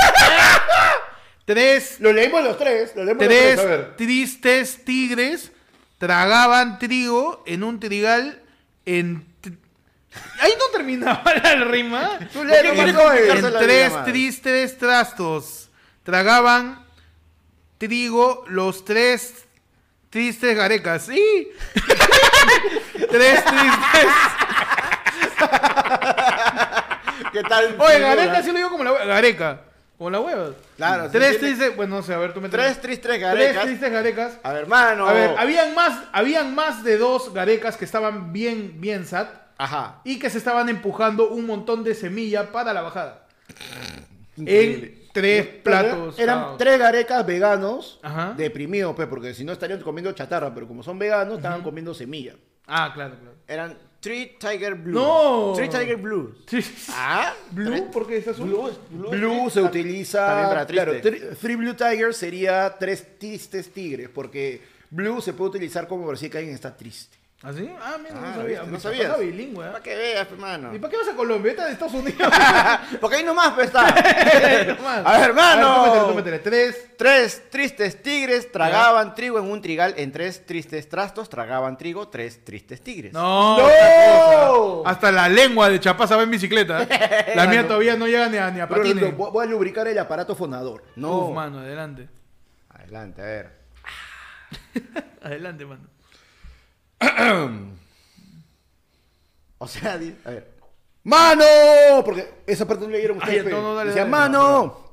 Speaker 1: tres,
Speaker 3: Lo leímos los tres, lo leímos los tres, a ver.
Speaker 1: tres tristes tigres tragaban trigo en un trigal en... tr- Ahí no terminaba la rima.
Speaker 2: Tú lee, no
Speaker 1: en,
Speaker 2: pasó, eh.
Speaker 1: en
Speaker 2: Cárcel la vida,
Speaker 1: tres
Speaker 2: madre.
Speaker 1: tristes trastos tragaban trigo los tres tristes garecas. Sí. tres tristes.
Speaker 2: ¿Qué tal?
Speaker 1: Oye,
Speaker 2: figura?
Speaker 1: gareca sí lo digo como la hue- gareca. Como la hueva.
Speaker 2: Claro, sí
Speaker 1: Tres
Speaker 2: tiene-
Speaker 1: tristes. Bueno, no sé, a ver, tú me
Speaker 2: Tres tristes
Speaker 1: Tres
Speaker 2: garecas.
Speaker 1: tristes garecas.
Speaker 2: A ver, hermano.
Speaker 1: A ver, habían más, habían más de dos garecas que estaban bien, bien sat
Speaker 2: Ajá.
Speaker 1: y que se estaban empujando un montón de semilla para la bajada. en tres platos.
Speaker 3: Eran
Speaker 1: cada uno.
Speaker 3: tres garecas veganos
Speaker 1: Ajá.
Speaker 3: deprimidos, pues, porque si no estarían comiendo chatarra, pero como son veganos, estaban comiendo semilla.
Speaker 1: Ah, claro, claro.
Speaker 2: Eran Three Tiger Blue.
Speaker 1: No.
Speaker 2: Three Tiger Blues.
Speaker 1: Sí.
Speaker 2: Ah.
Speaker 1: ¿Blue? ¿Por qué es azul?
Speaker 3: Blue se utiliza.
Speaker 2: también para
Speaker 3: claro,
Speaker 2: triste.
Speaker 3: tri- Three Blue Tigers sería tres tristes tigres, porque blue se puede utilizar como para decir que alguien está triste.
Speaker 1: ¿Ah, sí? Ah, mira,
Speaker 2: Ah,
Speaker 1: no sabía.
Speaker 2: ¿viste?
Speaker 1: Mi
Speaker 2: No
Speaker 1: papá
Speaker 2: sabías.
Speaker 1: era bilingüe, ¿eh?
Speaker 2: Para que veas, hermano.
Speaker 1: ¿Y para qué vas a Colombia? Vete de Estados Unidos.
Speaker 2: Porque ahí nomás pues, está.
Speaker 1: A
Speaker 2: A ver, hermano.
Speaker 1: tómatela, tómatela. Tres.
Speaker 2: Tres tristes tigres tragaban trigo en un trigal. En tres tristes trastos tragaban trigo tres tristes tigres.
Speaker 1: No,
Speaker 2: ¡No!
Speaker 1: otra cosa.
Speaker 3: Ah,
Speaker 1: Hasta la lengua de Chapaza va en bicicleta. ¿eh? La mía todavía no llega ni a, ni a
Speaker 3: Pero
Speaker 1: patines.
Speaker 3: lo- voy voy a lubricar el aparato fonador.
Speaker 2: No.
Speaker 1: Uf, mano, adelante.
Speaker 2: Adelante, a ver.
Speaker 1: Adelante, mano.
Speaker 2: O sea, di- a ver.
Speaker 3: ¡Mano! Porque esa parte no leyeron
Speaker 1: Ay,
Speaker 3: ustedes.
Speaker 1: el
Speaker 3: pe.
Speaker 1: tono, dale,
Speaker 3: Decía,
Speaker 1: dale.
Speaker 3: ¡Mano!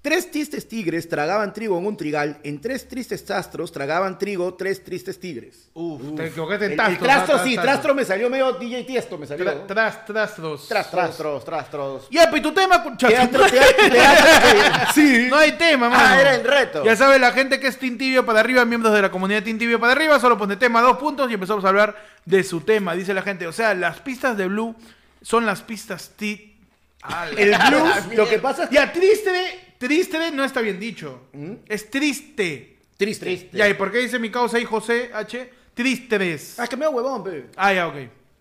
Speaker 3: Tres tristes tigres tragaban trigo en un trigal. En tres tristes trastros tragaban trigo tres tristes tigres.
Speaker 1: Uf, te equivocaste
Speaker 3: El,
Speaker 1: en
Speaker 3: el
Speaker 1: tastro.
Speaker 3: trastro,
Speaker 1: tra-
Speaker 3: sí,
Speaker 1: tra-
Speaker 3: trastro me salió medio DJ Tiesto, me salió.
Speaker 1: Tra- Tras, trastros.
Speaker 3: Tras-
Speaker 2: Trastros, trastros.
Speaker 1: Ya, pues tu tema, cuchacho.
Speaker 3: Teatro, teatro, teatro. Sí.
Speaker 1: No hay tema, mano.
Speaker 2: Ah, era el reto.
Speaker 1: Ya sabe la gente que es Tintibio para arriba, miembros de la comunidad Tintibio para arriba, solo pone tema dos puntos y empezamos a hablar de su tema, dice la gente. O sea, las pistas de Blue son las pistas T.
Speaker 3: El blues, lo que pasa es que.
Speaker 1: Ya, triste, triste no está bien dicho.
Speaker 2: ¿Mm?
Speaker 1: Es triste.
Speaker 3: Triste.
Speaker 2: Triste.
Speaker 1: Ya, ¿y por qué dice mi causa ahí José H? Tristes.
Speaker 3: Ah, que me da huevón, pe.
Speaker 1: Ah, ya, ok.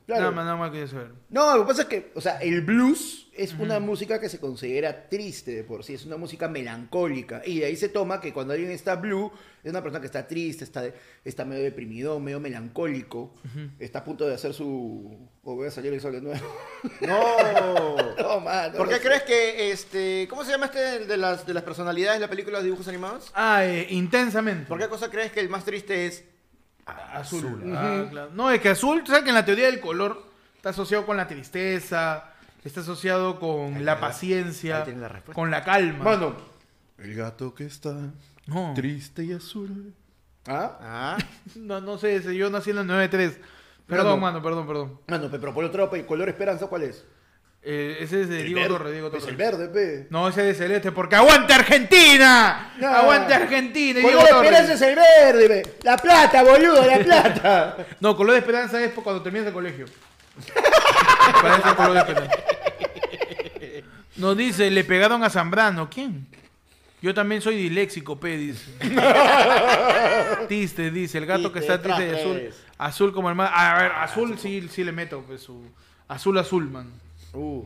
Speaker 3: Claro.
Speaker 1: Nada más, nada más quería saber.
Speaker 3: No, lo que pasa es que, o sea, el blues es una música que se considera triste de por sí, es una música melancólica. Y de ahí se toma que cuando alguien está blue, es una persona que está triste, está, está medio deprimido, medio melancólico, está a punto de hacer su... O voy a salir el sol de nuevo.
Speaker 2: No.
Speaker 3: no, mano.
Speaker 2: ¿Por qué
Speaker 3: no sé.
Speaker 2: crees que este. ¿Cómo se llama este de las, de las personalidades de las películas de dibujos animados?
Speaker 1: Ah, eh, intensamente.
Speaker 2: ¿Por qué cosa crees que el más triste es
Speaker 1: Azul. Ah, claro. No, es que azul, tú sabes que en la teoría del color está asociado con la tristeza, está asociado con la paciencia,
Speaker 2: ahí tiene la respuesta.
Speaker 1: con la calma.
Speaker 3: Mano.
Speaker 6: El gato que está
Speaker 1: no.
Speaker 6: triste y azul.
Speaker 3: ¿Ah?
Speaker 2: Ah,
Speaker 1: no, no sé, ese, yo nací en la 93. Perdón,
Speaker 3: Mano.
Speaker 1: mano, perdón, perdón.
Speaker 3: Mano, pe, pero por otro lado, pe, color esperanza, ¿cuál es?
Speaker 1: Eh, ese es de Diego
Speaker 3: verde.
Speaker 1: Torre, Diego
Speaker 3: Es
Speaker 1: Torre.
Speaker 3: el verde, pe.
Speaker 1: No, ese es de Celeste, porque aguante Argentina.
Speaker 3: No.
Speaker 1: Aguante Argentina. y Diego
Speaker 3: Color
Speaker 1: Torre.
Speaker 3: esperanza es el verde, pe. La plata, boludo, la plata.
Speaker 1: No, color de esperanza es cuando terminas el colegio. Para eso es color de esperanza. Nos dice, le pegaron a Zambrano. ¿Quién? Yo también soy disléxico, P, dice. Triste, dice. El gato que está triste de azul.
Speaker 2: Triste, Ah,
Speaker 1: Azul como el mar. A ver, azul sí, sí le meto. Pues, su... Azul, azul, man.
Speaker 3: Uh,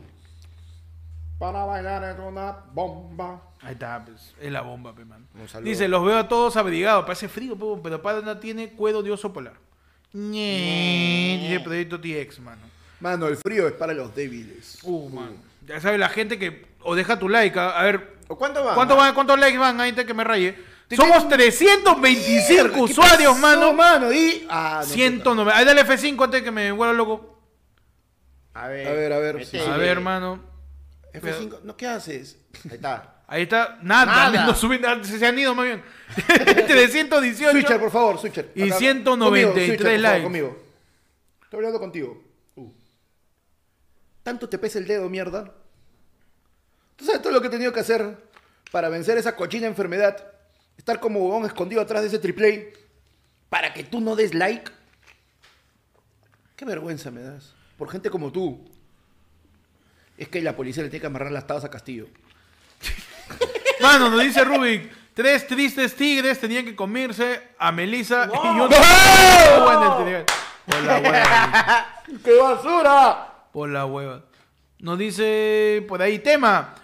Speaker 3: Para bailar es una bomba.
Speaker 1: Ahí está, pues, es la bomba, pe, man.
Speaker 2: Un saludo.
Speaker 1: Dice, los veo a todos abrigados, parece frío, pe, pero Panda tiene cuero de oso polar. Ñe, dice Proyecto TX, mano.
Speaker 3: Mano, el frío es para los débiles.
Speaker 1: Uh, man. Ya sabe la gente que. O deja tu like. A, a ver.
Speaker 2: ¿O cuánto
Speaker 3: Ah,
Speaker 2: va?
Speaker 1: ¿cuánto van- ¿Cuántos likes van? Ahí te que me raye. Somos 325 usuarios, mano.
Speaker 3: mano, y... Ah, no,
Speaker 1: 109. Ahí dale F5 antes que me vuelva loco.
Speaker 2: A ver,
Speaker 3: A ver, a ver,
Speaker 2: mete.
Speaker 3: sí,
Speaker 1: A ver, hermano.
Speaker 3: puta. F5, ¿no qué haces?
Speaker 2: Ahí está.
Speaker 1: Ahí está. Nada.
Speaker 2: Nada.
Speaker 1: No suben, ah, se se han ido más bien. 318.
Speaker 3: Switcher, por favor, Switcher.
Speaker 1: Y
Speaker 3: Acá.
Speaker 1: 193
Speaker 3: Conmigo, Switcher, por favor,
Speaker 1: likes.
Speaker 3: conmigo. Estoy hablando contigo. Uh. Tanto te pesa el dedo, mierda. ¿Tú sabes todo lo que he tenido que hacer para vencer esa cochina enfermedad? Estar como huevón escondido atrás de ese triple A para que tú no des like. Qué vergüenza me das. Por gente como tú. Es que la policía le tiene que amarrar las tabas a Castillo.
Speaker 1: Mano, nos dice Rubik. Tres tristes tigres tenían que comerse a Melissa y yo. Por la hueva.
Speaker 2: ¡Qué basura!
Speaker 1: Por la hueva. Nos dice por ahí tema.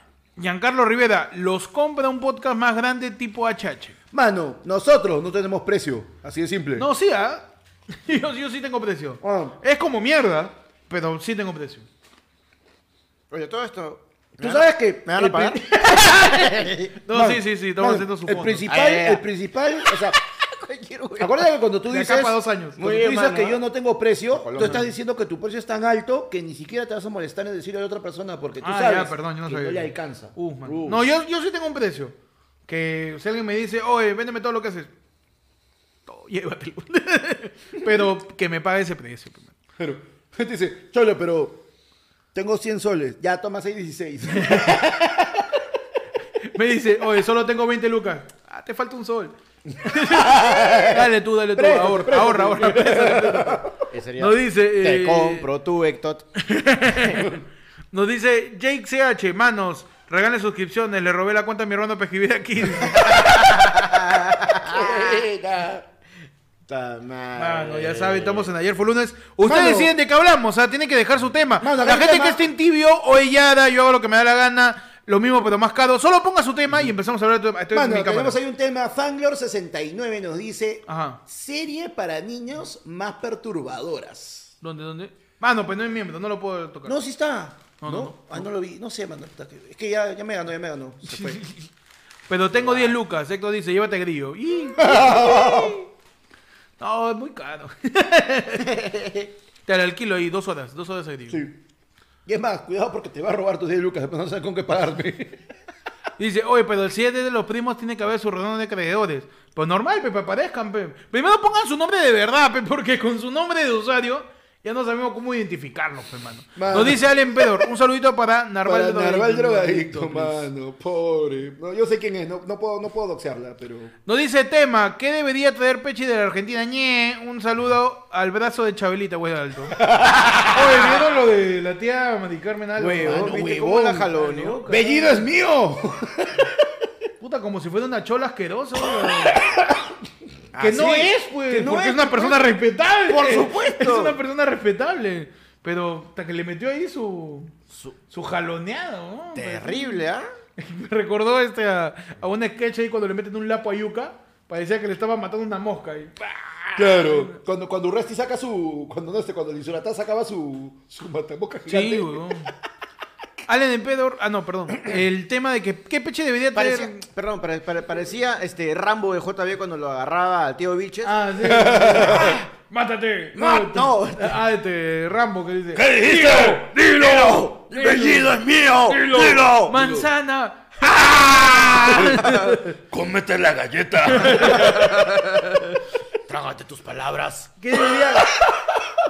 Speaker 1: Giancarlo Rivera, los compra un podcast más grande tipo HH.
Speaker 3: Mano, nosotros no tenemos precio. Así de simple.
Speaker 1: No, sí, ¿ah? Yo, yo sí tengo precio.
Speaker 3: Ah.
Speaker 1: Es como mierda, pero sí tengo precio.
Speaker 2: Oye, todo esto.
Speaker 3: Tú sabes que...
Speaker 2: ¿Me van a
Speaker 3: el
Speaker 2: pagar?
Speaker 3: pri-
Speaker 1: No,
Speaker 3: Mano,
Speaker 1: sí, sí, sí, estamos
Speaker 3: mano,
Speaker 1: haciendo su
Speaker 3: El
Speaker 1: fondo.
Speaker 3: principal,
Speaker 2: Ay, ay, ay.
Speaker 3: el principal, o sea,
Speaker 2: Ah, Cualquier huevo.
Speaker 3: acuérdate que cuando tú
Speaker 1: De
Speaker 3: dices,
Speaker 1: acá para dos años.
Speaker 3: cuando
Speaker 2: Muy
Speaker 3: tú
Speaker 2: bien,
Speaker 3: dices
Speaker 2: mano,
Speaker 3: que
Speaker 2: ¿eh?
Speaker 3: yo no tengo precio, tú estás diciendo que tu precio es tan alto que ni siquiera te vas a molestar en decirle a la otra persona porque Eh, tú
Speaker 1: Ah,
Speaker 3: sabes
Speaker 1: ya, perdón, yo no
Speaker 3: que
Speaker 1: sabía
Speaker 3: no le
Speaker 1: eso.
Speaker 3: alcanza.
Speaker 1: Uh, mano.
Speaker 3: Uh.
Speaker 1: No, yo, yo sí tengo un precio. Que si alguien me dice, oye, véndeme todo lo que haces. Todo, llévatelo. pero que me pague ese precio. pe, mano.
Speaker 3: Pero, te dice, cholo, pero tengo 100 soles, ya toma 616.
Speaker 1: Me dice, oye, solo tengo 20 lucas. Ah, te falta un sol. dale tú, dale tú,
Speaker 3: Préstate,
Speaker 1: ahorra,
Speaker 3: préstate.
Speaker 1: ahora, ahora,
Speaker 2: Ese sería,
Speaker 1: Nos dice.
Speaker 2: Te
Speaker 1: eh,
Speaker 2: compro tu Ectot.
Speaker 1: Nos dice Jake CH, manos, regalen suscripciones, le robé la cuenta a mi hermano para escribir aquí.
Speaker 2: Ah,
Speaker 1: Mano, ya saben, estamos en ayer fue lunes. Ustedes
Speaker 3: Mano.
Speaker 1: deciden de qué hablamos, o sea, tienen que dejar su tema.
Speaker 3: Mano, agarra
Speaker 1: la
Speaker 3: el
Speaker 1: gente
Speaker 3: tema.
Speaker 1: que esté en tibio o ellada, yo hago lo que me da la gana, lo mismo pero más caro. Solo ponga su tema y empezamos a hablar de tu tema. Estoy con
Speaker 3: Mano,
Speaker 1: mi cámara.
Speaker 3: tenemos ahí un tema. Fanglor69 nos dice:
Speaker 1: Ajá.
Speaker 3: Serie para niños más perturbadoras.
Speaker 1: ¿Dónde, dónde? Mano, pues no es miembro, no lo puedo tocar.
Speaker 3: No, sí está.
Speaker 1: No,
Speaker 3: No,
Speaker 1: no, no.
Speaker 3: Ah, no lo vi. No sé, mano. puta que- Es que ya, ya me ganó, ya me ganó. Se fue.
Speaker 1: Pero tengo 10 lucas, Héctor dice, llévate grillo. Y- no, es muy caro. Te lo alquilo ahí, dos horas, dos horas de grillo.
Speaker 3: Sí. Y es más, cuidado porque te va a robar tus 10 lucas. Después no sabes con qué pagarme.
Speaker 1: Dice, oye, pero el 7 de los primos tiene que haber su reunión de creadores. Pues normal, Pepe, aparezcan, pe. Primero pongan su nombre de verdad, pe, porque con su nombre de usuario ya no sabemos cómo identificarlos, pe, mano.
Speaker 3: Mano.
Speaker 1: Nos dice Allen Pedro, un saludito para Narval
Speaker 3: Para Narval drogadicto,
Speaker 1: please.
Speaker 3: mano. Pobre. No, yo sé quién es. No, no puedo, no puedo doxearla, pero.
Speaker 1: Nos dice tema, ¿qué debería traer Pechi de la Argentina? Ñe, un saludo al brazo de Chabelita, güey, alto. Oye, ¿vieron lo de la tía Mari Carmen Alba?
Speaker 3: Huevón,
Speaker 1: mano? ¿Viste
Speaker 3: huevón.
Speaker 1: cómo la jaló, no?
Speaker 3: ¡Bellido es mío! ¿eh?
Speaker 1: Puta, como si fuera una chola asquerosa, güey. Que
Speaker 3: Así
Speaker 1: no es,
Speaker 3: es,
Speaker 1: pues.
Speaker 3: que no
Speaker 1: porque es,
Speaker 3: es,
Speaker 1: una persona respetable.
Speaker 3: Por supuesto.
Speaker 1: Es una persona respetable. Pero hasta que le metió ahí su. Su, jaloneado, ¿no?
Speaker 2: Terrible, ¿ah?
Speaker 1: Me recordó este a, a un sketch ahí cuando le meten un lapo a Yuka. Parecía que le estaba matando una mosca. ahí.
Speaker 3: Claro. Cuando, cuando Urresti saca su. Cuando no este, cuando el Insuratá sacaba su. su mataboca gigante.
Speaker 1: Sí, weón. Allen Empedor. Ah, no, perdón. El tema de que. ¿Qué peche debería tener?
Speaker 2: Parecía, perdón, pare- pare- parecía este Rambo de JB cuando lo agarraba al tío Vilches.
Speaker 1: Ah, sí. ¡Ah! ¡Mátate!
Speaker 2: No, no.
Speaker 1: Ah, este Rambo que dice.
Speaker 2: ¡Dilo! ¡Dilo!
Speaker 1: ¡Bellido
Speaker 2: es mío! ¡Dilo!
Speaker 1: ¡Manzana!
Speaker 6: ¡Cómete la galleta!
Speaker 2: ¡Trágate tus palabras!
Speaker 1: ¿Qué debería-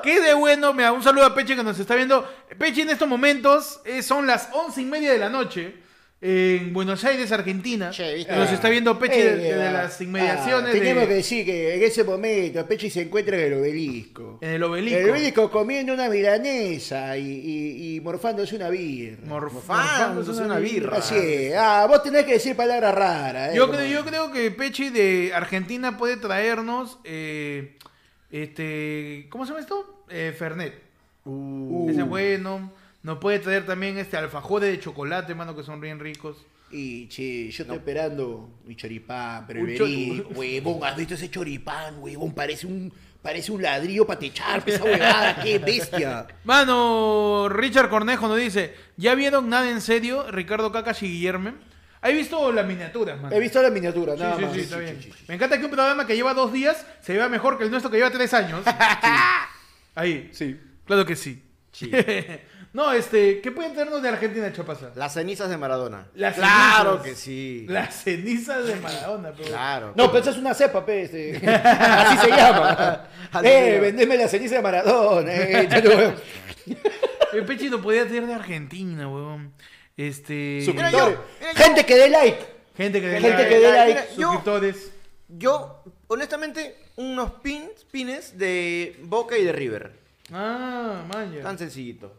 Speaker 1: qué de bueno? Mira, un saludo a Peche que nos está viendo. Peche, en estos momentos eh, son las once y media de la noche. En Buenos Aires, Argentina.
Speaker 2: Che, ¿viste?
Speaker 1: Nos está viendo Peche
Speaker 3: Eh,
Speaker 1: desde
Speaker 3: va.
Speaker 1: las inmediaciones
Speaker 3: Ah, teníamos que
Speaker 1: de,
Speaker 3: decir que en ese momento Pechi se encuentra en el obelisco.
Speaker 1: en el obelisco.
Speaker 3: El obelisco comiendo una milanesa y, y- y morfándose una birra.
Speaker 1: Morf-
Speaker 2: Morfándose una birra.
Speaker 3: Así es. Ah, vos tenés que decir palabras raras. ¿eh?
Speaker 1: Yo
Speaker 3: Como-
Speaker 1: creo, yo creo que Pechi de Argentina puede traernos. eh, este, ¿Cómo se llama esto? Eh, Fernet.
Speaker 3: Uh.
Speaker 1: Ese es bueno. Nos puede traer también este alfajores de chocolate, mano, que son bien ricos.
Speaker 3: Y che, yo estoy esperando mi choripán, pero el
Speaker 1: Un chor-
Speaker 3: verí, huevón, ¿has visto ese choripán, huevón? Parece un, parece un ladrillo para techar, esa huevada, qué bestia.
Speaker 1: Mano, Richard Cornejo nos dice: ¿Ya vieron nada en serio? Ricardo Cacas y Guillermo. ¿Has visto las miniaturas, mano?
Speaker 3: He visto la miniatura,
Speaker 1: Sí,
Speaker 3: nada
Speaker 1: sí,
Speaker 3: más.
Speaker 1: sí, está bien. Me encanta que un programa que lleva dos días se vea mejor que el nuestro que lleva tres años. Ahí.
Speaker 3: Sí.
Speaker 1: Claro que sí.
Speaker 2: Sí.
Speaker 1: no, este, ¿qué pueden tenernos de Argentina, Chapasa?
Speaker 2: Las cenizas de Maradona.
Speaker 1: Las
Speaker 2: claro
Speaker 1: cenizas.
Speaker 2: que sí.
Speaker 1: Las cenizas de Maradona, pero.
Speaker 2: Claro.
Speaker 3: No, pero esa es una cepa, pe, este. así se llama.
Speaker 2: Así se
Speaker 3: eh,
Speaker 2: llama.
Speaker 3: vendeme la ceniza de Maradona. eh, te lo voy a-
Speaker 1: El Pechi no podía tener de Argentina, weón. Este.
Speaker 2: Mira,
Speaker 3: Suscriptores.
Speaker 2: yo- mira, yo-
Speaker 3: Gente que dé like.
Speaker 1: Gente que dé
Speaker 3: Gente
Speaker 1: like,
Speaker 3: que dé like.
Speaker 2: Mira, yo-
Speaker 1: suscriptores.
Speaker 2: Yo, honestamente, unos pins, pines de Boca y de River.
Speaker 1: Ah, man, ya.
Speaker 2: Tan sencillito.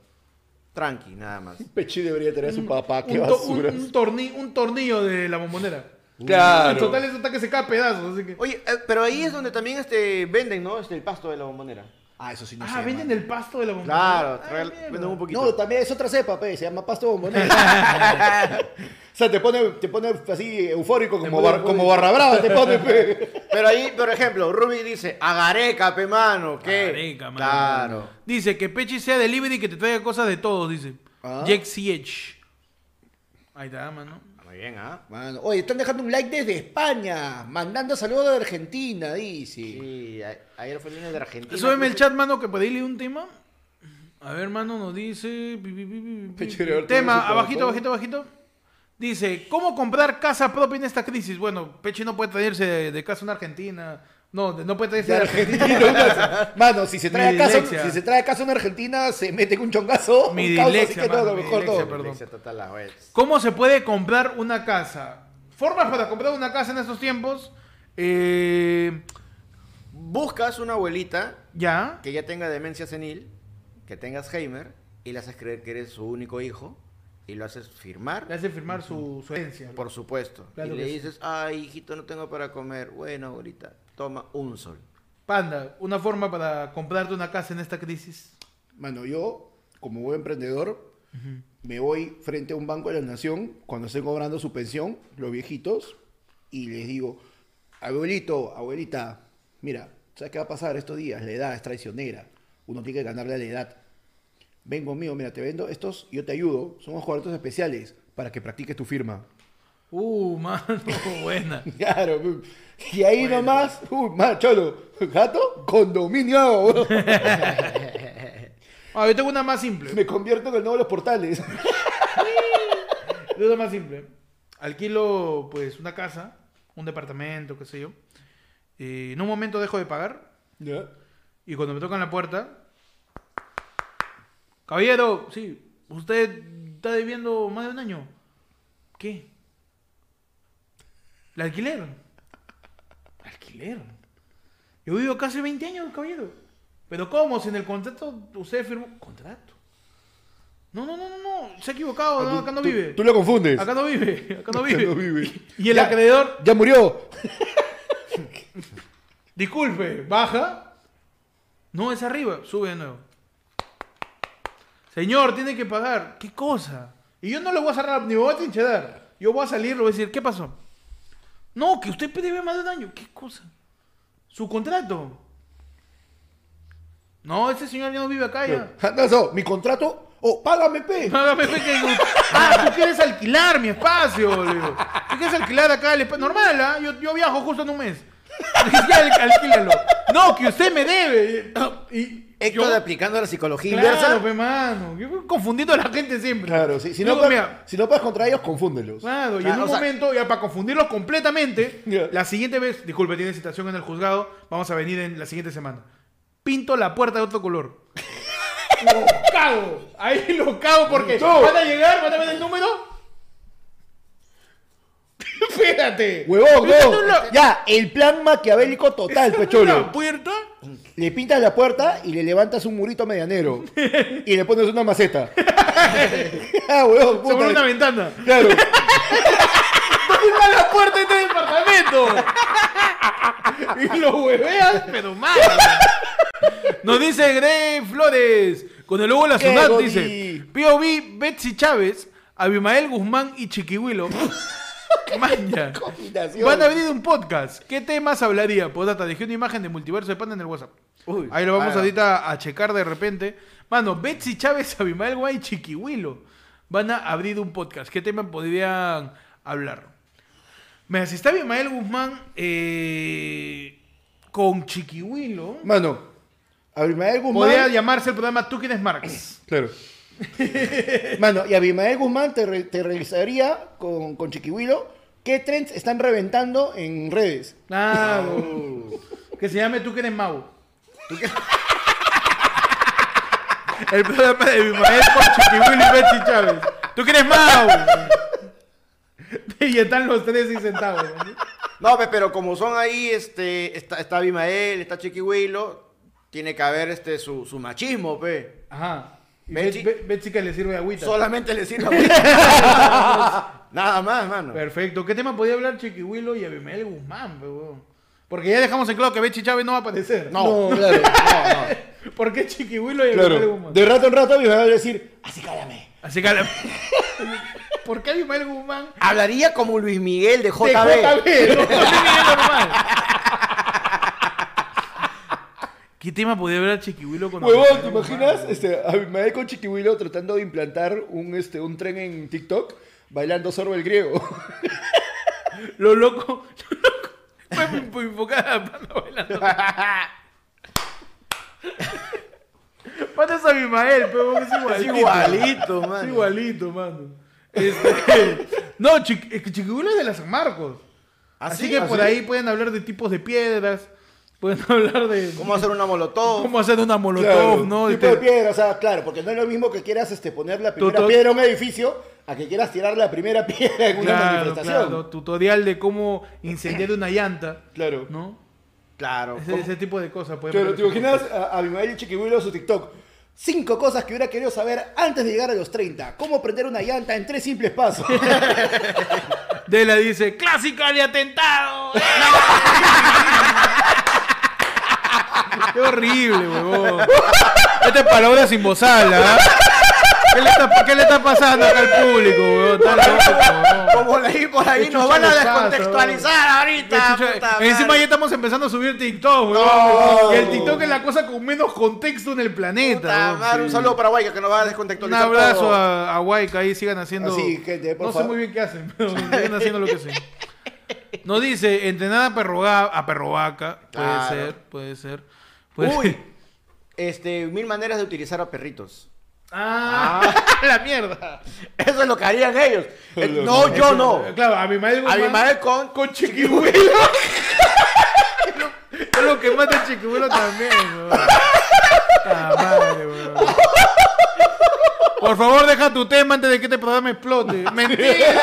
Speaker 2: Tranqui, nada más.
Speaker 3: Pechi debería tener a su papá, qué
Speaker 1: un, to- un-
Speaker 3: basura.
Speaker 1: un torni- un tornillo de la bombonera.
Speaker 3: Claro.
Speaker 1: En total, eso está que se cae a pedazos. Así que...
Speaker 2: Oye, eh, pero ahí es donde también este, venden, ¿no? Este, el pasto de la bombonera.
Speaker 3: Ah, eso sí no
Speaker 1: ah,
Speaker 3: sé,
Speaker 1: venden
Speaker 3: man.
Speaker 1: el pasto de la bombonera.
Speaker 2: Claro,
Speaker 1: Ah,
Speaker 2: trae-
Speaker 1: mierda.
Speaker 2: venden un poquito.
Speaker 3: No, también es otra cepa, pe, se llama pasto bombonera. o sea, te pone, te pone así eufórico como, bar- como barra brava, te pone, pe.
Speaker 2: Pero ahí, por ejemplo, Ruby dice, agareca, pe mano, ¿qué?
Speaker 1: Areca, mano.
Speaker 2: Claro.
Speaker 1: Dice que Pechi sea delivery y que te traiga cosas de todos, dice.
Speaker 3: Ah.
Speaker 1: Jack CH. Ahí está, mano.
Speaker 2: Muy bien, ¿ah?
Speaker 3: Mano, oye, están dejando un like desde España, mandando saludos de Argentina, dice.
Speaker 2: Sí, a- ayer fue el lunes de Argentina.
Speaker 1: Súbeme el chat, mano, que pedirle un tema. A ver, mano, nos dice. pi, pi, pi, pi, pi,
Speaker 3: Pecho,
Speaker 1: pi.
Speaker 3: ahorita
Speaker 1: Tema,
Speaker 3: vamos a
Speaker 1: abajito,
Speaker 3: todo.
Speaker 1: abajito, abajito. Dice, ¿cómo comprar casa propia en esta crisis? Bueno, Peche no puede traerse de, de casa una Argentina No, no puede
Speaker 3: De
Speaker 1: decir
Speaker 3: argentino. una- Mano, si se trae
Speaker 1: Mi
Speaker 3: acaso,
Speaker 1: dislexia.
Speaker 3: si se trae acaso una argentina, se mete con un chongazo,
Speaker 1: Mi
Speaker 3: un causa,
Speaker 1: dislexia,
Speaker 3: así que no,
Speaker 1: mano,
Speaker 3: lo
Speaker 1: mi
Speaker 3: mejor
Speaker 1: dislexia,
Speaker 3: todo.
Speaker 1: perdón.
Speaker 2: Dislexia total la vez.
Speaker 1: ¿Cómo se puede comprar una casa? Formas para comprar una casa en estos tiempos. Eh,
Speaker 2: Buscas una abuelita
Speaker 1: ya.
Speaker 2: que ya tenga demencia senil, que tenga Alzheimer, y le haces creer que eres su único hijo, y lo haces
Speaker 1: Le
Speaker 2: firmar,
Speaker 1: hace firmar su, su herencia.
Speaker 2: por supuesto.
Speaker 1: Claro que
Speaker 2: y le
Speaker 1: sí.
Speaker 2: dices, ay, hijito, no tengo para comer. Bueno, abuelita, toma un sol.
Speaker 1: Panda, una forma para comprarte una casa en esta crisis.
Speaker 3: Mano, yo, como buen emprendedor, me voy frente a un banco de la nación cuando estoy cobrando su pensión, los viejitos, y les digo, abuelito, abuelita, mira, ¿sabes qué va a pasar estos días? La edad es traicionera. Uno tiene que ganarle a la edad. Ven conmigo, mira, te vendo estos, yo te ayudo. Son unos cuartos especiales para que practiques tu firma.
Speaker 1: Uh, mano, buena.
Speaker 3: Claro, pum. y ahí nomás, uh, más cholo, gato, condominio. bro.
Speaker 1: Ah, yo tengo una más simple.
Speaker 3: Me convierto en el nuevo de los portales.
Speaker 1: Yo una más simple. Alquilo, pues, una casa, un departamento, qué sé yo. Eh, en un momento dejo de pagar.
Speaker 3: Ya.
Speaker 1: Y cuando me tocan la puerta. Caballero, sí, usted está debiendo más de un año. ¿Qué? ¿El alquiler? ¿Alquiler? Yo vivo casi 20 años, caballero. ¿Pero cómo? Si en el contrato usted firmó. ¿Contrato? No, no, no, no, no. Se ha equivocado. no, acá no
Speaker 3: Ah, Tú-
Speaker 1: vive.
Speaker 3: Tú lo confundes.
Speaker 1: Acá no vive. Acá no
Speaker 3: Acá
Speaker 1: vive.
Speaker 3: no vive.
Speaker 1: Y el
Speaker 3: Ya.
Speaker 1: acreedor
Speaker 3: Ya murió.
Speaker 1: Disculpe, baja. No, es arriba. Sube de nuevo. Señor, tiene que pagar. ¿Qué cosa? Y yo no le voy a cerrar, ni me voy a trinchedar. Yo voy a salir, le voy a decir, ¿qué pasó? No, que usted debe más de un año. ¿Qué cosa? Su contrato. No, ese señor ya no vive acá ya.
Speaker 3: Ah, No, no, mi contrato. Oh, págame, pe.
Speaker 1: Págame, fe, que- Ah, tú quieres alquilar mi espacio, le digo. Tú quieres alquilar acá el espacio. Normal, ¿ah? Yo, yo viajo justo en un mes. Ya, al- alquílalo. No, que usted me debe. Y
Speaker 2: Héctor aplicando la psicología
Speaker 1: Claro,
Speaker 2: inversa.
Speaker 1: pe, mano. Yo confundiendo a la gente siempre.
Speaker 3: Claro, sí. Si, no,
Speaker 1: Digo,
Speaker 3: pa-
Speaker 1: mira, Ah.
Speaker 3: si no puedes contra ellos, confúndelos.
Speaker 1: Claro, y en
Speaker 2: Claro,
Speaker 1: un
Speaker 2: o sea-
Speaker 1: momento, ya para confundirlos completamente,
Speaker 3: Ya.
Speaker 1: la siguiente vez, disculpe, tiene citación en el juzgado, vamos a venir en la siguiente semana. Pinto la puerta de otro color. lo cago, ahí lo cago porque
Speaker 3: No.
Speaker 1: van a llegar, van a ver el número. Espérate.
Speaker 3: Huevón,
Speaker 1: Pinto
Speaker 3: huevón.
Speaker 1: la-
Speaker 3: Ya, el plan maquiavélico total,
Speaker 1: La
Speaker 3: pecholo.
Speaker 1: puerta.
Speaker 3: Le pintas la puerta y le levantas un murito medianero. y le pones una maceta. ah, huevón,
Speaker 1: Se pone una
Speaker 3: puta.
Speaker 1: ventana.
Speaker 3: Claro.
Speaker 1: Pinta la puerta de este departamento. y lo hueveas, pero mal. Nos dice Grey Flores, con el logo de la
Speaker 3: ¡Qué
Speaker 1: Sunat,
Speaker 3: godi!
Speaker 1: dice POV Betsy Chávez, Abimael Guzmán y Chiquihuilo. Maña.
Speaker 3: Combinación.
Speaker 1: Van a abrir un podcast. ¿Qué temas hablaría? Podata, dejé una imagen de multiverso de panda en el WhatsApp. Ahí lo vamos
Speaker 2: ah.
Speaker 1: ahorita a checar de repente. Mano, Betsy Chávez, Abimael Guay y Chiquihuilo van a abrir un podcast. ¿Qué tema podrían hablar? Mira, si está Abimael Guzmán eh, con Chiquihuilo,
Speaker 3: Mano, Abimael Guzmán.
Speaker 1: podría llamarse el programa Tú quién es Marx.
Speaker 3: Claro. Mano, y Abimael Guzmán te, re- te revisaría con, con Chiquihuilo qué trends están reventando en redes.
Speaker 1: Claro. que se llame Tú quién es Mau. El programa de Abimael con Chiquihuilo y Betsy Chávez. Tú quién es Mau. y están los tres y sentados. ¿no?
Speaker 2: No, pe, pero como son ahí, este, está, está Abimael, está Chiquihuilo, tiene que haber este, su, su machismo, pe.
Speaker 1: Ajá. Y
Speaker 2: Betsy-
Speaker 1: Be- Be- Betsy que le sirve de agüita.
Speaker 2: Solamente le sirve a Nada más, mano.
Speaker 1: Perfecto. ¿Qué tema podía hablar Chiquihuilo y Abimael Guzmán, pe, weón? Porque ya dejamos en claro que Betsy Chávez no va a aparecer.
Speaker 3: No, claro, no, no.
Speaker 1: ¿Por qué Chiquihuilo y Abimael
Speaker 3: Claro.
Speaker 1: Guzmán?
Speaker 3: De rato en rato Abimael va a decir, así cálame.
Speaker 1: Así que... ¿Por qué Abimael Guzmán?
Speaker 2: Hablaría como Luis Miguel de JB.
Speaker 1: De JB, no, no tiene idea normal. ¿Qué tema podía hablar Chiquihuilo con
Speaker 3: Huevón,
Speaker 1: Abimael
Speaker 3: ¿te
Speaker 1: Guzmán?
Speaker 3: imaginas? Este, Abimael con Chiquihuilo tratando de implantar un, este, un tren en TikTok bailando sorbo el griego.
Speaker 1: Lo loco. Lo loco. Fue muy- muy enfocada a Panda bailando. Panda es Abimael, pero es
Speaker 2: Es
Speaker 1: igualito.
Speaker 2: igualito, mano.
Speaker 1: Es igualito, mano. Este, no, Chiqui- es que Chiquihuilo es de la San Marcos.
Speaker 2: ¿Ah,
Speaker 1: Así
Speaker 2: sí?
Speaker 1: que
Speaker 2: ¿Ah,
Speaker 1: por
Speaker 2: sí?
Speaker 1: ahí pueden hablar de tipos de piedras, Pueden hablar de
Speaker 2: ¿Cómo hacer una molotov?
Speaker 1: cómo hacer una molotov,
Speaker 3: Claro,
Speaker 1: ¿no? Y
Speaker 3: tipo
Speaker 1: te-
Speaker 3: de piedra, o sea, claro, porque no es lo mismo que quieras este, poner la primera
Speaker 1: to-
Speaker 3: piedra a un edificio a que quieras tirar la primera piedra en una
Speaker 1: claro,
Speaker 3: manifestación.
Speaker 1: claro, tutorial de cómo incendiar una llanta,
Speaker 3: Claro.
Speaker 1: ¿no?
Speaker 2: Claro.
Speaker 1: Ese,
Speaker 2: ¿cómo?
Speaker 1: ese tipo de cosas. pues, pueden
Speaker 3: Claro,
Speaker 1: ver.
Speaker 3: ¿te imaginas a, a mi madre Chiquibuelo su TikTok? Cinco cosas que hubiera querido saber antes de llegar a los 30. Cómo prender una llanta en tres simples pasos.
Speaker 1: Dela dice, clásica de atentado. ¡Eh! Qué horrible, huevón. Esta es palabra sin bozala. ¿ah? ¿Qué, le está, qué le está pasando acá al público, huevón? Está loco, huevón.
Speaker 2: Como leí por ahí,
Speaker 1: Qué
Speaker 2: nos
Speaker 1: chucha
Speaker 2: van a
Speaker 1: les pasa,
Speaker 2: descontextualizar ahorita.
Speaker 1: Escucha,
Speaker 2: puta
Speaker 1: encima
Speaker 2: madre.
Speaker 1: ya estamos empezando a subir TikTok, huevón.
Speaker 2: No.
Speaker 1: Y el TikTok es la cosa con menos contexto en el planeta.
Speaker 2: Puta
Speaker 1: huevón.
Speaker 2: madre, Un
Speaker 1: Sí.
Speaker 2: saludo para Guayca que nos va a
Speaker 1: Un
Speaker 2: descontextualizar.
Speaker 1: abrazo
Speaker 2: todo.
Speaker 1: a, a Waika, ahí sigan haciendo.
Speaker 3: Así, gente, por
Speaker 1: no sé
Speaker 3: favor.
Speaker 1: muy bien qué hacen, pero siguen haciendo lo que hacen. Nos dice, entrenada a perro, ga- a perro vaca. Puede
Speaker 2: Claro.
Speaker 1: ser, puede ser. puede
Speaker 2: Uy.
Speaker 1: ser.
Speaker 2: Este, mil maneras de utilizar a perritos.
Speaker 1: Ah, la mierda.
Speaker 2: Eso es lo que harían ellos. Eh, no, yo
Speaker 1: Eso,
Speaker 4: Oh.
Speaker 2: no.
Speaker 1: Claro, Abimael
Speaker 2: A mi
Speaker 1: Guzmán
Speaker 2: madre con,
Speaker 1: con Chiquibuelo. es lo que mata a Chiquibuelo también, weón. Ah, madre, weón. Por favor, deja tu tema antes de que este programa explote. ¡Mentira!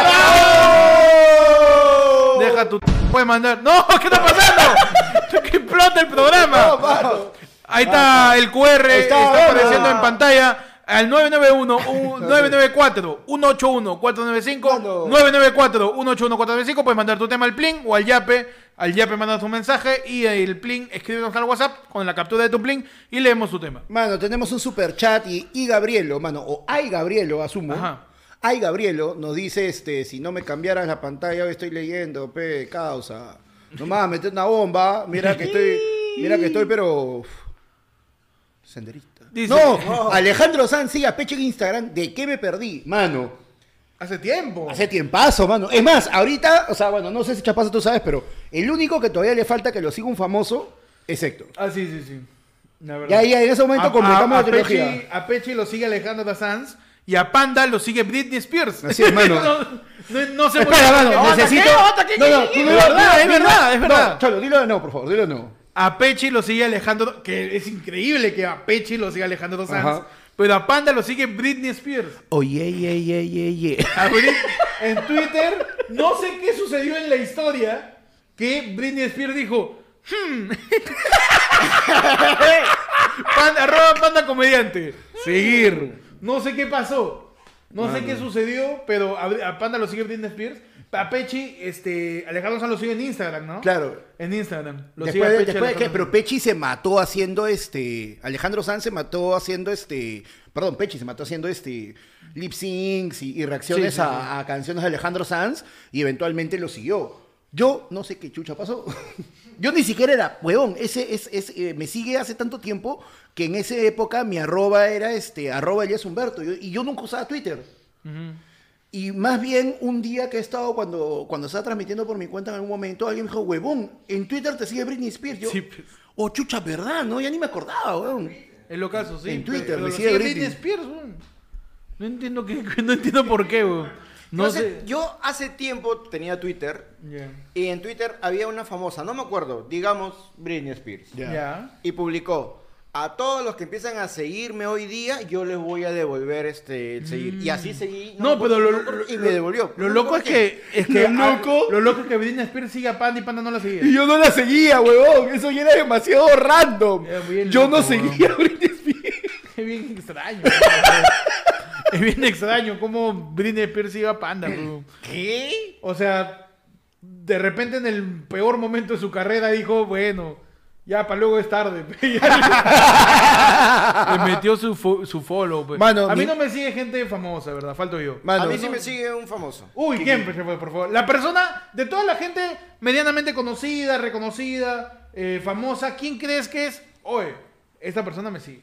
Speaker 1: Deja tu. Puedes mandar. ¡No! ¿Qué está pasando? ¡Que explota el programa! Ahí está el QR, está,
Speaker 3: está, bueno.
Speaker 1: apareciendo en pantalla. Al 991 un- 994 181 495 994 181 495 puedes mandar tu tema al Plin o al Yape. Al Yape mandas tu mensaje y el Plin escríbenos al WhatsApp con la captura de tu Plin y leemos tu tema.
Speaker 3: Mano, tenemos un super chat y, y Gabrielo, mano, o ay Gabrielo, asumo.
Speaker 1: Ajá.
Speaker 3: Ay Gabrielo nos dice, este, si no me cambiaras la pantalla, hoy estoy leyendo, pe, causa. Nomás meter una bomba, mira que estoy, mira que estoy, pero uf, senderista.
Speaker 1: Dice-
Speaker 3: no, Alejandro Sanz sigue a Peche en Instagram, ¿de qué me perdí? Mano,
Speaker 1: Hace tiempo.
Speaker 3: hace tiempazo, mano. Es más, ahorita, o sea, bueno, no sé si chapazo tú sabes, pero el único que todavía le falta que lo siga un famoso es Héctor.
Speaker 1: Ah, sí, sí, sí. La verdad.
Speaker 3: Ya, ya, en ese momento completamos
Speaker 1: a,
Speaker 3: la trilogía.
Speaker 1: Pechi, a Pechi lo sigue Alejandro Sanz y a Panda lo sigue Britney Spears.
Speaker 3: Así es, mano.
Speaker 1: no, no, no sé muy
Speaker 3: Espera,
Speaker 1: bien.
Speaker 3: mano,
Speaker 1: Aguanta,
Speaker 3: necesito.
Speaker 1: ¿qué? Aguanta, ¿qué?
Speaker 3: No, no,
Speaker 1: ¿qué?
Speaker 3: tú
Speaker 1: Es
Speaker 3: no-
Speaker 1: verdad,
Speaker 3: no,
Speaker 1: es
Speaker 3: no,
Speaker 1: verdad, es
Speaker 3: no,
Speaker 1: verdad.
Speaker 3: Cholo, dilo de nuevo, por favor, dilo de nuevo.
Speaker 1: A Pechi lo sigue Alejandro. Que es increíble que a Pechi lo siga Alejandro Sanz.
Speaker 3: Ajá.
Speaker 1: Pero a Panda lo sigue Britney Spears.
Speaker 2: Oye, ye, ye, ye, ye.
Speaker 1: A Brit- en Twitter, no sé qué sucedió en la historia. Que Britney Spears dijo: "Hmm". Panda- arroba panda comediante. Seguir. No sé qué pasó. No sé qué sucedió, pero a, a Panda lo sigue Britney Spears. A Pechi, este, Alejandro Sanz lo sigue en Instagram, ¿no?
Speaker 3: Claro.
Speaker 1: En Instagram. Lo sigue
Speaker 3: Después,
Speaker 1: a
Speaker 3: de-
Speaker 1: Pechi
Speaker 3: después de que,
Speaker 1: Alejandro
Speaker 3: pero Pechi se mató haciendo este. Alejandro Sanz se mató haciendo este. Perdón, Pechi se mató haciendo este. Lip syncs y, y reacciones
Speaker 1: Sí, sí,
Speaker 3: a, a canciones de Alejandro Sanz y eventualmente lo siguió. Yo no sé qué chucha pasó. Yo ni siquiera era huevón. Ese, es, es, eh, me sigue hace tanto tiempo que en esa época mi arroba era este, arroba Elías Humberto. Yo- y yo nunca usaba Twitter. Y más bien un día que he estado cuando, cuando estaba transmitiendo por mi cuenta en algún momento, alguien me dijo, huevón, en Twitter te sigue Britney Spears. Yo,
Speaker 1: Sí, pues.
Speaker 3: oh, chucha, ¿verdad? No, ya ni me acordaba, huevón.
Speaker 1: Es lo caso, sí.
Speaker 3: En
Speaker 1: pero-
Speaker 3: Twitter,
Speaker 1: pero
Speaker 3: me
Speaker 1: lo
Speaker 3: sigue
Speaker 1: sigue
Speaker 3: Britney.
Speaker 1: Britney Spears, weón. No entiendo, qué- no entiendo por qué, weón. No
Speaker 2: yo,
Speaker 1: sé.
Speaker 2: yo hace tiempo tenía Twitter
Speaker 1: Ya.
Speaker 2: y en Twitter había una famosa, no me acuerdo, digamos Britney Spears.
Speaker 3: Ya.
Speaker 1: Ya.
Speaker 2: Y publicó, a todos los que empiezan a seguirme hoy día, yo les voy a devolver este, el seguir. Y así seguí.
Speaker 1: No,
Speaker 2: me
Speaker 1: pero
Speaker 2: acuerdo,
Speaker 1: lo,
Speaker 2: no me acuerdo,
Speaker 1: lo-
Speaker 2: y me devolvió.
Speaker 1: Lo
Speaker 2: No me
Speaker 1: loco es
Speaker 2: acuerdo qué.
Speaker 1: que, es que
Speaker 3: Lo loco-
Speaker 1: lo loco es que Britney Spears sigue a Panda y Panda no la sigue.
Speaker 3: Y yo no la seguía, huevón. Eso ya era demasiado random.
Speaker 1: Era bien
Speaker 3: yo no
Speaker 1: loco,
Speaker 3: seguía a Britney Spears.
Speaker 1: Es bien extraño. weón. es bien extraño cómo Britney Spears sigue a Panda, weón.
Speaker 2: ¿Qué?
Speaker 1: O sea, de repente en el peor momento de su carrera dijo, bueno, ya para luego es tarde. Le metió su, fo- su follow. pues. pe.
Speaker 3: Mano,
Speaker 1: a mí
Speaker 3: mi-
Speaker 1: no me sigue gente famosa, ¿verdad? Falto yo.
Speaker 3: Mano,
Speaker 2: a mí sí
Speaker 3: no-
Speaker 2: me sigue un famoso.
Speaker 1: Uy, ¿quién pues, se fue, por favor? La persona, de toda la gente medianamente conocida, reconocida, eh, famosa, ¿quién crees que es? Oye, esta persona me sigue.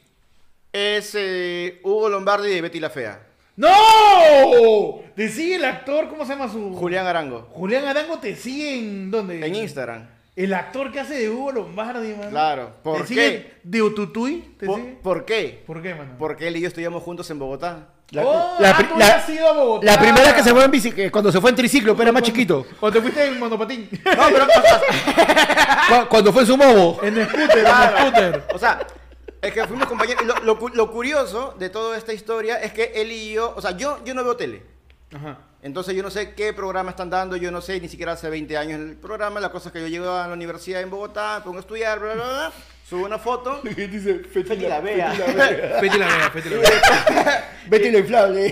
Speaker 2: Es eh, Hugo Lombardi de Betty la Fea.
Speaker 1: ¡No! Te sigue el actor, ¿cómo se llama su...?
Speaker 2: Julián Arango.
Speaker 1: Julián Arango te sigue en... ¿Dónde?
Speaker 2: En Instagram.
Speaker 1: El actor que hace de Hugo Lombardi, mano.
Speaker 2: Claro.
Speaker 1: ¿Te
Speaker 2: ¿Por qué?
Speaker 1: siguen de Ututui? ¿Te
Speaker 2: ¿Por,
Speaker 1: siguen?
Speaker 2: por qué?
Speaker 1: ¿Por qué, mano?
Speaker 2: Porque él y yo estuvimos juntos en Bogotá.
Speaker 3: La,
Speaker 1: Oh,
Speaker 2: la
Speaker 1: ah,
Speaker 2: pri-
Speaker 1: tú
Speaker 2: la-
Speaker 1: ya has ido a Bogotá.
Speaker 2: La primera que se fue en bici- que cuando se fue en triciclo, pero era más chiquito.
Speaker 1: O te fuiste en monopatín.
Speaker 2: No, pero Cu- cuando fue en su mobo.
Speaker 1: en scooter,
Speaker 4: Claro.
Speaker 1: en scooter.
Speaker 4: O sea, es que fuimos compañeros. Y lo, lo cu- lo curioso de toda esta historia es que él y yo, o sea, yo, yo no veo tele.
Speaker 1: Ajá.
Speaker 4: Entonces yo no sé qué programa están dando, yo no sé, ni siquiera hace 20 años el programa. La cosa es que yo llego a la universidad en Bogotá, me pongo a estudiar, bla, bla, bla, subo una foto.
Speaker 3: Dice, Feti
Speaker 4: la vea".
Speaker 1: Feti la vea, Feti la vea.
Speaker 3: Vete lo inflable.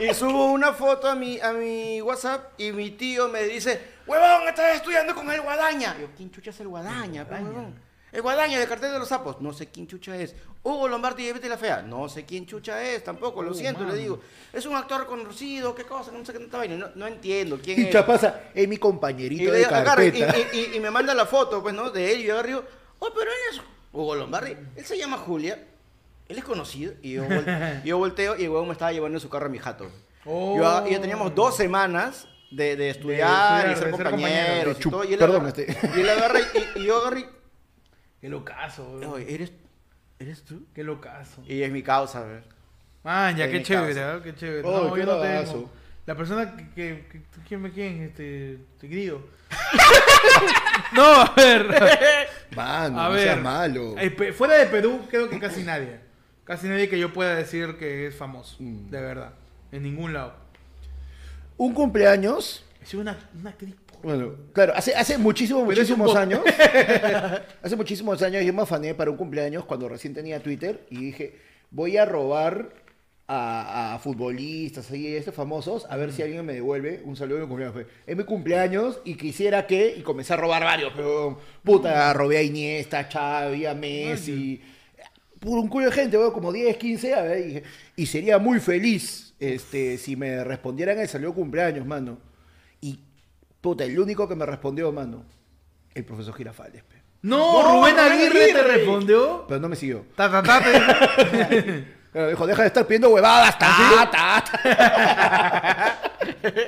Speaker 4: Y subo una foto a mi, a mi WhatsApp y mi tío me dice, huevón, estás estudiando con el Guadaña. Y yo, ¿quién chucha es el Guadaña? pe, huevón? El Guadaña de Cartel de los Sapos. No sé quién chucha es. Hugo Lombardi de Vete la Fea. No sé quién chucha es tampoco, lo siento, le digo. Es un actor conocido, qué cosa, no sé qué tanta vaina. No, no entiendo quién
Speaker 3: Y
Speaker 4: es.
Speaker 3: pasa, es mi
Speaker 4: Y,
Speaker 3: compañerito
Speaker 4: le
Speaker 3: de
Speaker 4: digo, agarra, y-
Speaker 3: carpeta.
Speaker 4: y- y- y me manda la foto, pues, ¿no? De él y yo arriba. Oh, pero él es Hugo Lombardi. Él se llama Julia. Él es conocido. Y yo, vol- yo volteo y el huevón me estaba llevando en su carro a mi jato.
Speaker 1: Oh.
Speaker 4: Yo, y ya teníamos dos semanas de, de
Speaker 1: estudiar,
Speaker 4: estudiar y ser
Speaker 1: de ser
Speaker 4: compañeros.
Speaker 1: compañeros.
Speaker 4: y
Speaker 3: Chup-
Speaker 4: todo, y él
Speaker 3: perdón,
Speaker 4: agarra-
Speaker 3: este.
Speaker 4: Y él agarra y, y yo agarré.
Speaker 1: Qué locazo,
Speaker 4: y,
Speaker 1: bro.
Speaker 4: "Oye, ¿eres, ¿Eres tú?
Speaker 1: Qué locazo.
Speaker 2: Eh,
Speaker 4: Y es mi causa, ¿ver?
Speaker 1: Man, ya
Speaker 4: Sí,
Speaker 1: qué
Speaker 4: mi
Speaker 1: chévere,
Speaker 4: causa.
Speaker 1: ¿ah? qué chévere.
Speaker 3: Oh,
Speaker 1: no,
Speaker 3: qué
Speaker 1: yo no
Speaker 3: bravazo.
Speaker 1: tengo. La persona que, que, que- ¿quién me quién? Este, te grillo. no, a ver.
Speaker 3: Mano,
Speaker 1: A
Speaker 3: no
Speaker 1: ver.
Speaker 3: seas malo.
Speaker 1: Eh, pe- fuera de Perú, creo que casi nadie. Casi nadie que yo pueda decir que es famoso.
Speaker 3: Mm.
Speaker 1: De verdad. En ningún lado.
Speaker 3: Un cumpleaños.
Speaker 1: Es una, una actriz. po-
Speaker 3: Bueno, claro, hace, hace muchísimos,
Speaker 1: Pero es un
Speaker 3: muchísimos
Speaker 1: bot.
Speaker 3: años. hace muchísimos años yo me afané para un cumpleaños cuando recién tenía Twitter y dije, voy a robar a, a futbolistas y estos famosos a ver si alguien me devuelve un saludo de cumpleaños. Fue, Es mi cumpleaños y quisiera que, y comencé a robar varios, pero puta, robé a Iniesta, a Xavi, a Messi. Por un culo de gente, weón, como 10, 15, a ver, y, dije, y sería muy feliz este, si me respondieran el saludo de cumpleaños, mano. Y puta, el único que me respondió, mano, el profesor Girafales. pe.
Speaker 1: No, Rubén Aguirre, te respondió.
Speaker 3: Pero no me siguió.
Speaker 1: Ta, ta, ta, te-
Speaker 3: Pero dijo, deja de estar pidiendo huevadas. ta, ta, ta".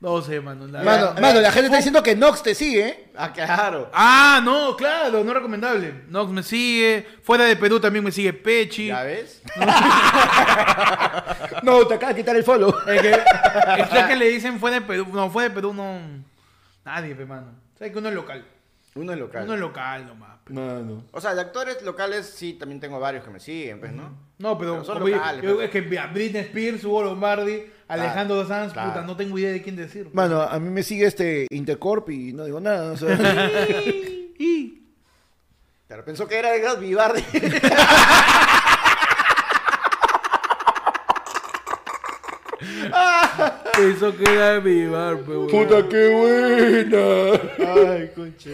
Speaker 1: No sé, mano. la
Speaker 3: Mano,
Speaker 1: verdad.
Speaker 3: mano, la gente está diciendo que Nox te sigue. ¿eh?
Speaker 4: Ah, claro.
Speaker 1: Ah, no, claro, no recomendable. Nox me sigue. Fuera de Perú también me sigue Pechi.
Speaker 4: ¿Ya ves?
Speaker 3: No, te acabas de quitar el follow.
Speaker 1: Es que, es la que le dicen fue de Perú. No, fue de Perú, no. Nadie, pe, mano. Sabes que uno es local.
Speaker 4: Uno es local.
Speaker 1: Uno es local nomás. pe.
Speaker 3: Mano.
Speaker 4: O sea, de actores locales sí, también tengo varios que me siguen, pues, ¿no?
Speaker 1: No, pero,
Speaker 4: Pero son
Speaker 1: como yo-
Speaker 4: locales, pues.
Speaker 1: yo-
Speaker 4: pe.
Speaker 1: es que mira, Britney Spears, Hugo Lombardi, Alejandro Sanz,
Speaker 4: claro.
Speaker 1: puta, no tengo idea de quién decir. pe.
Speaker 3: Mano, a mí me sigue este Intercorp y no digo nada. o sea,
Speaker 1: Y-
Speaker 4: Pero pensó que era Edgar Vivardi.
Speaker 1: Pensó que era mi bar, pe, weón.
Speaker 3: qué buena.
Speaker 4: Ay, concha.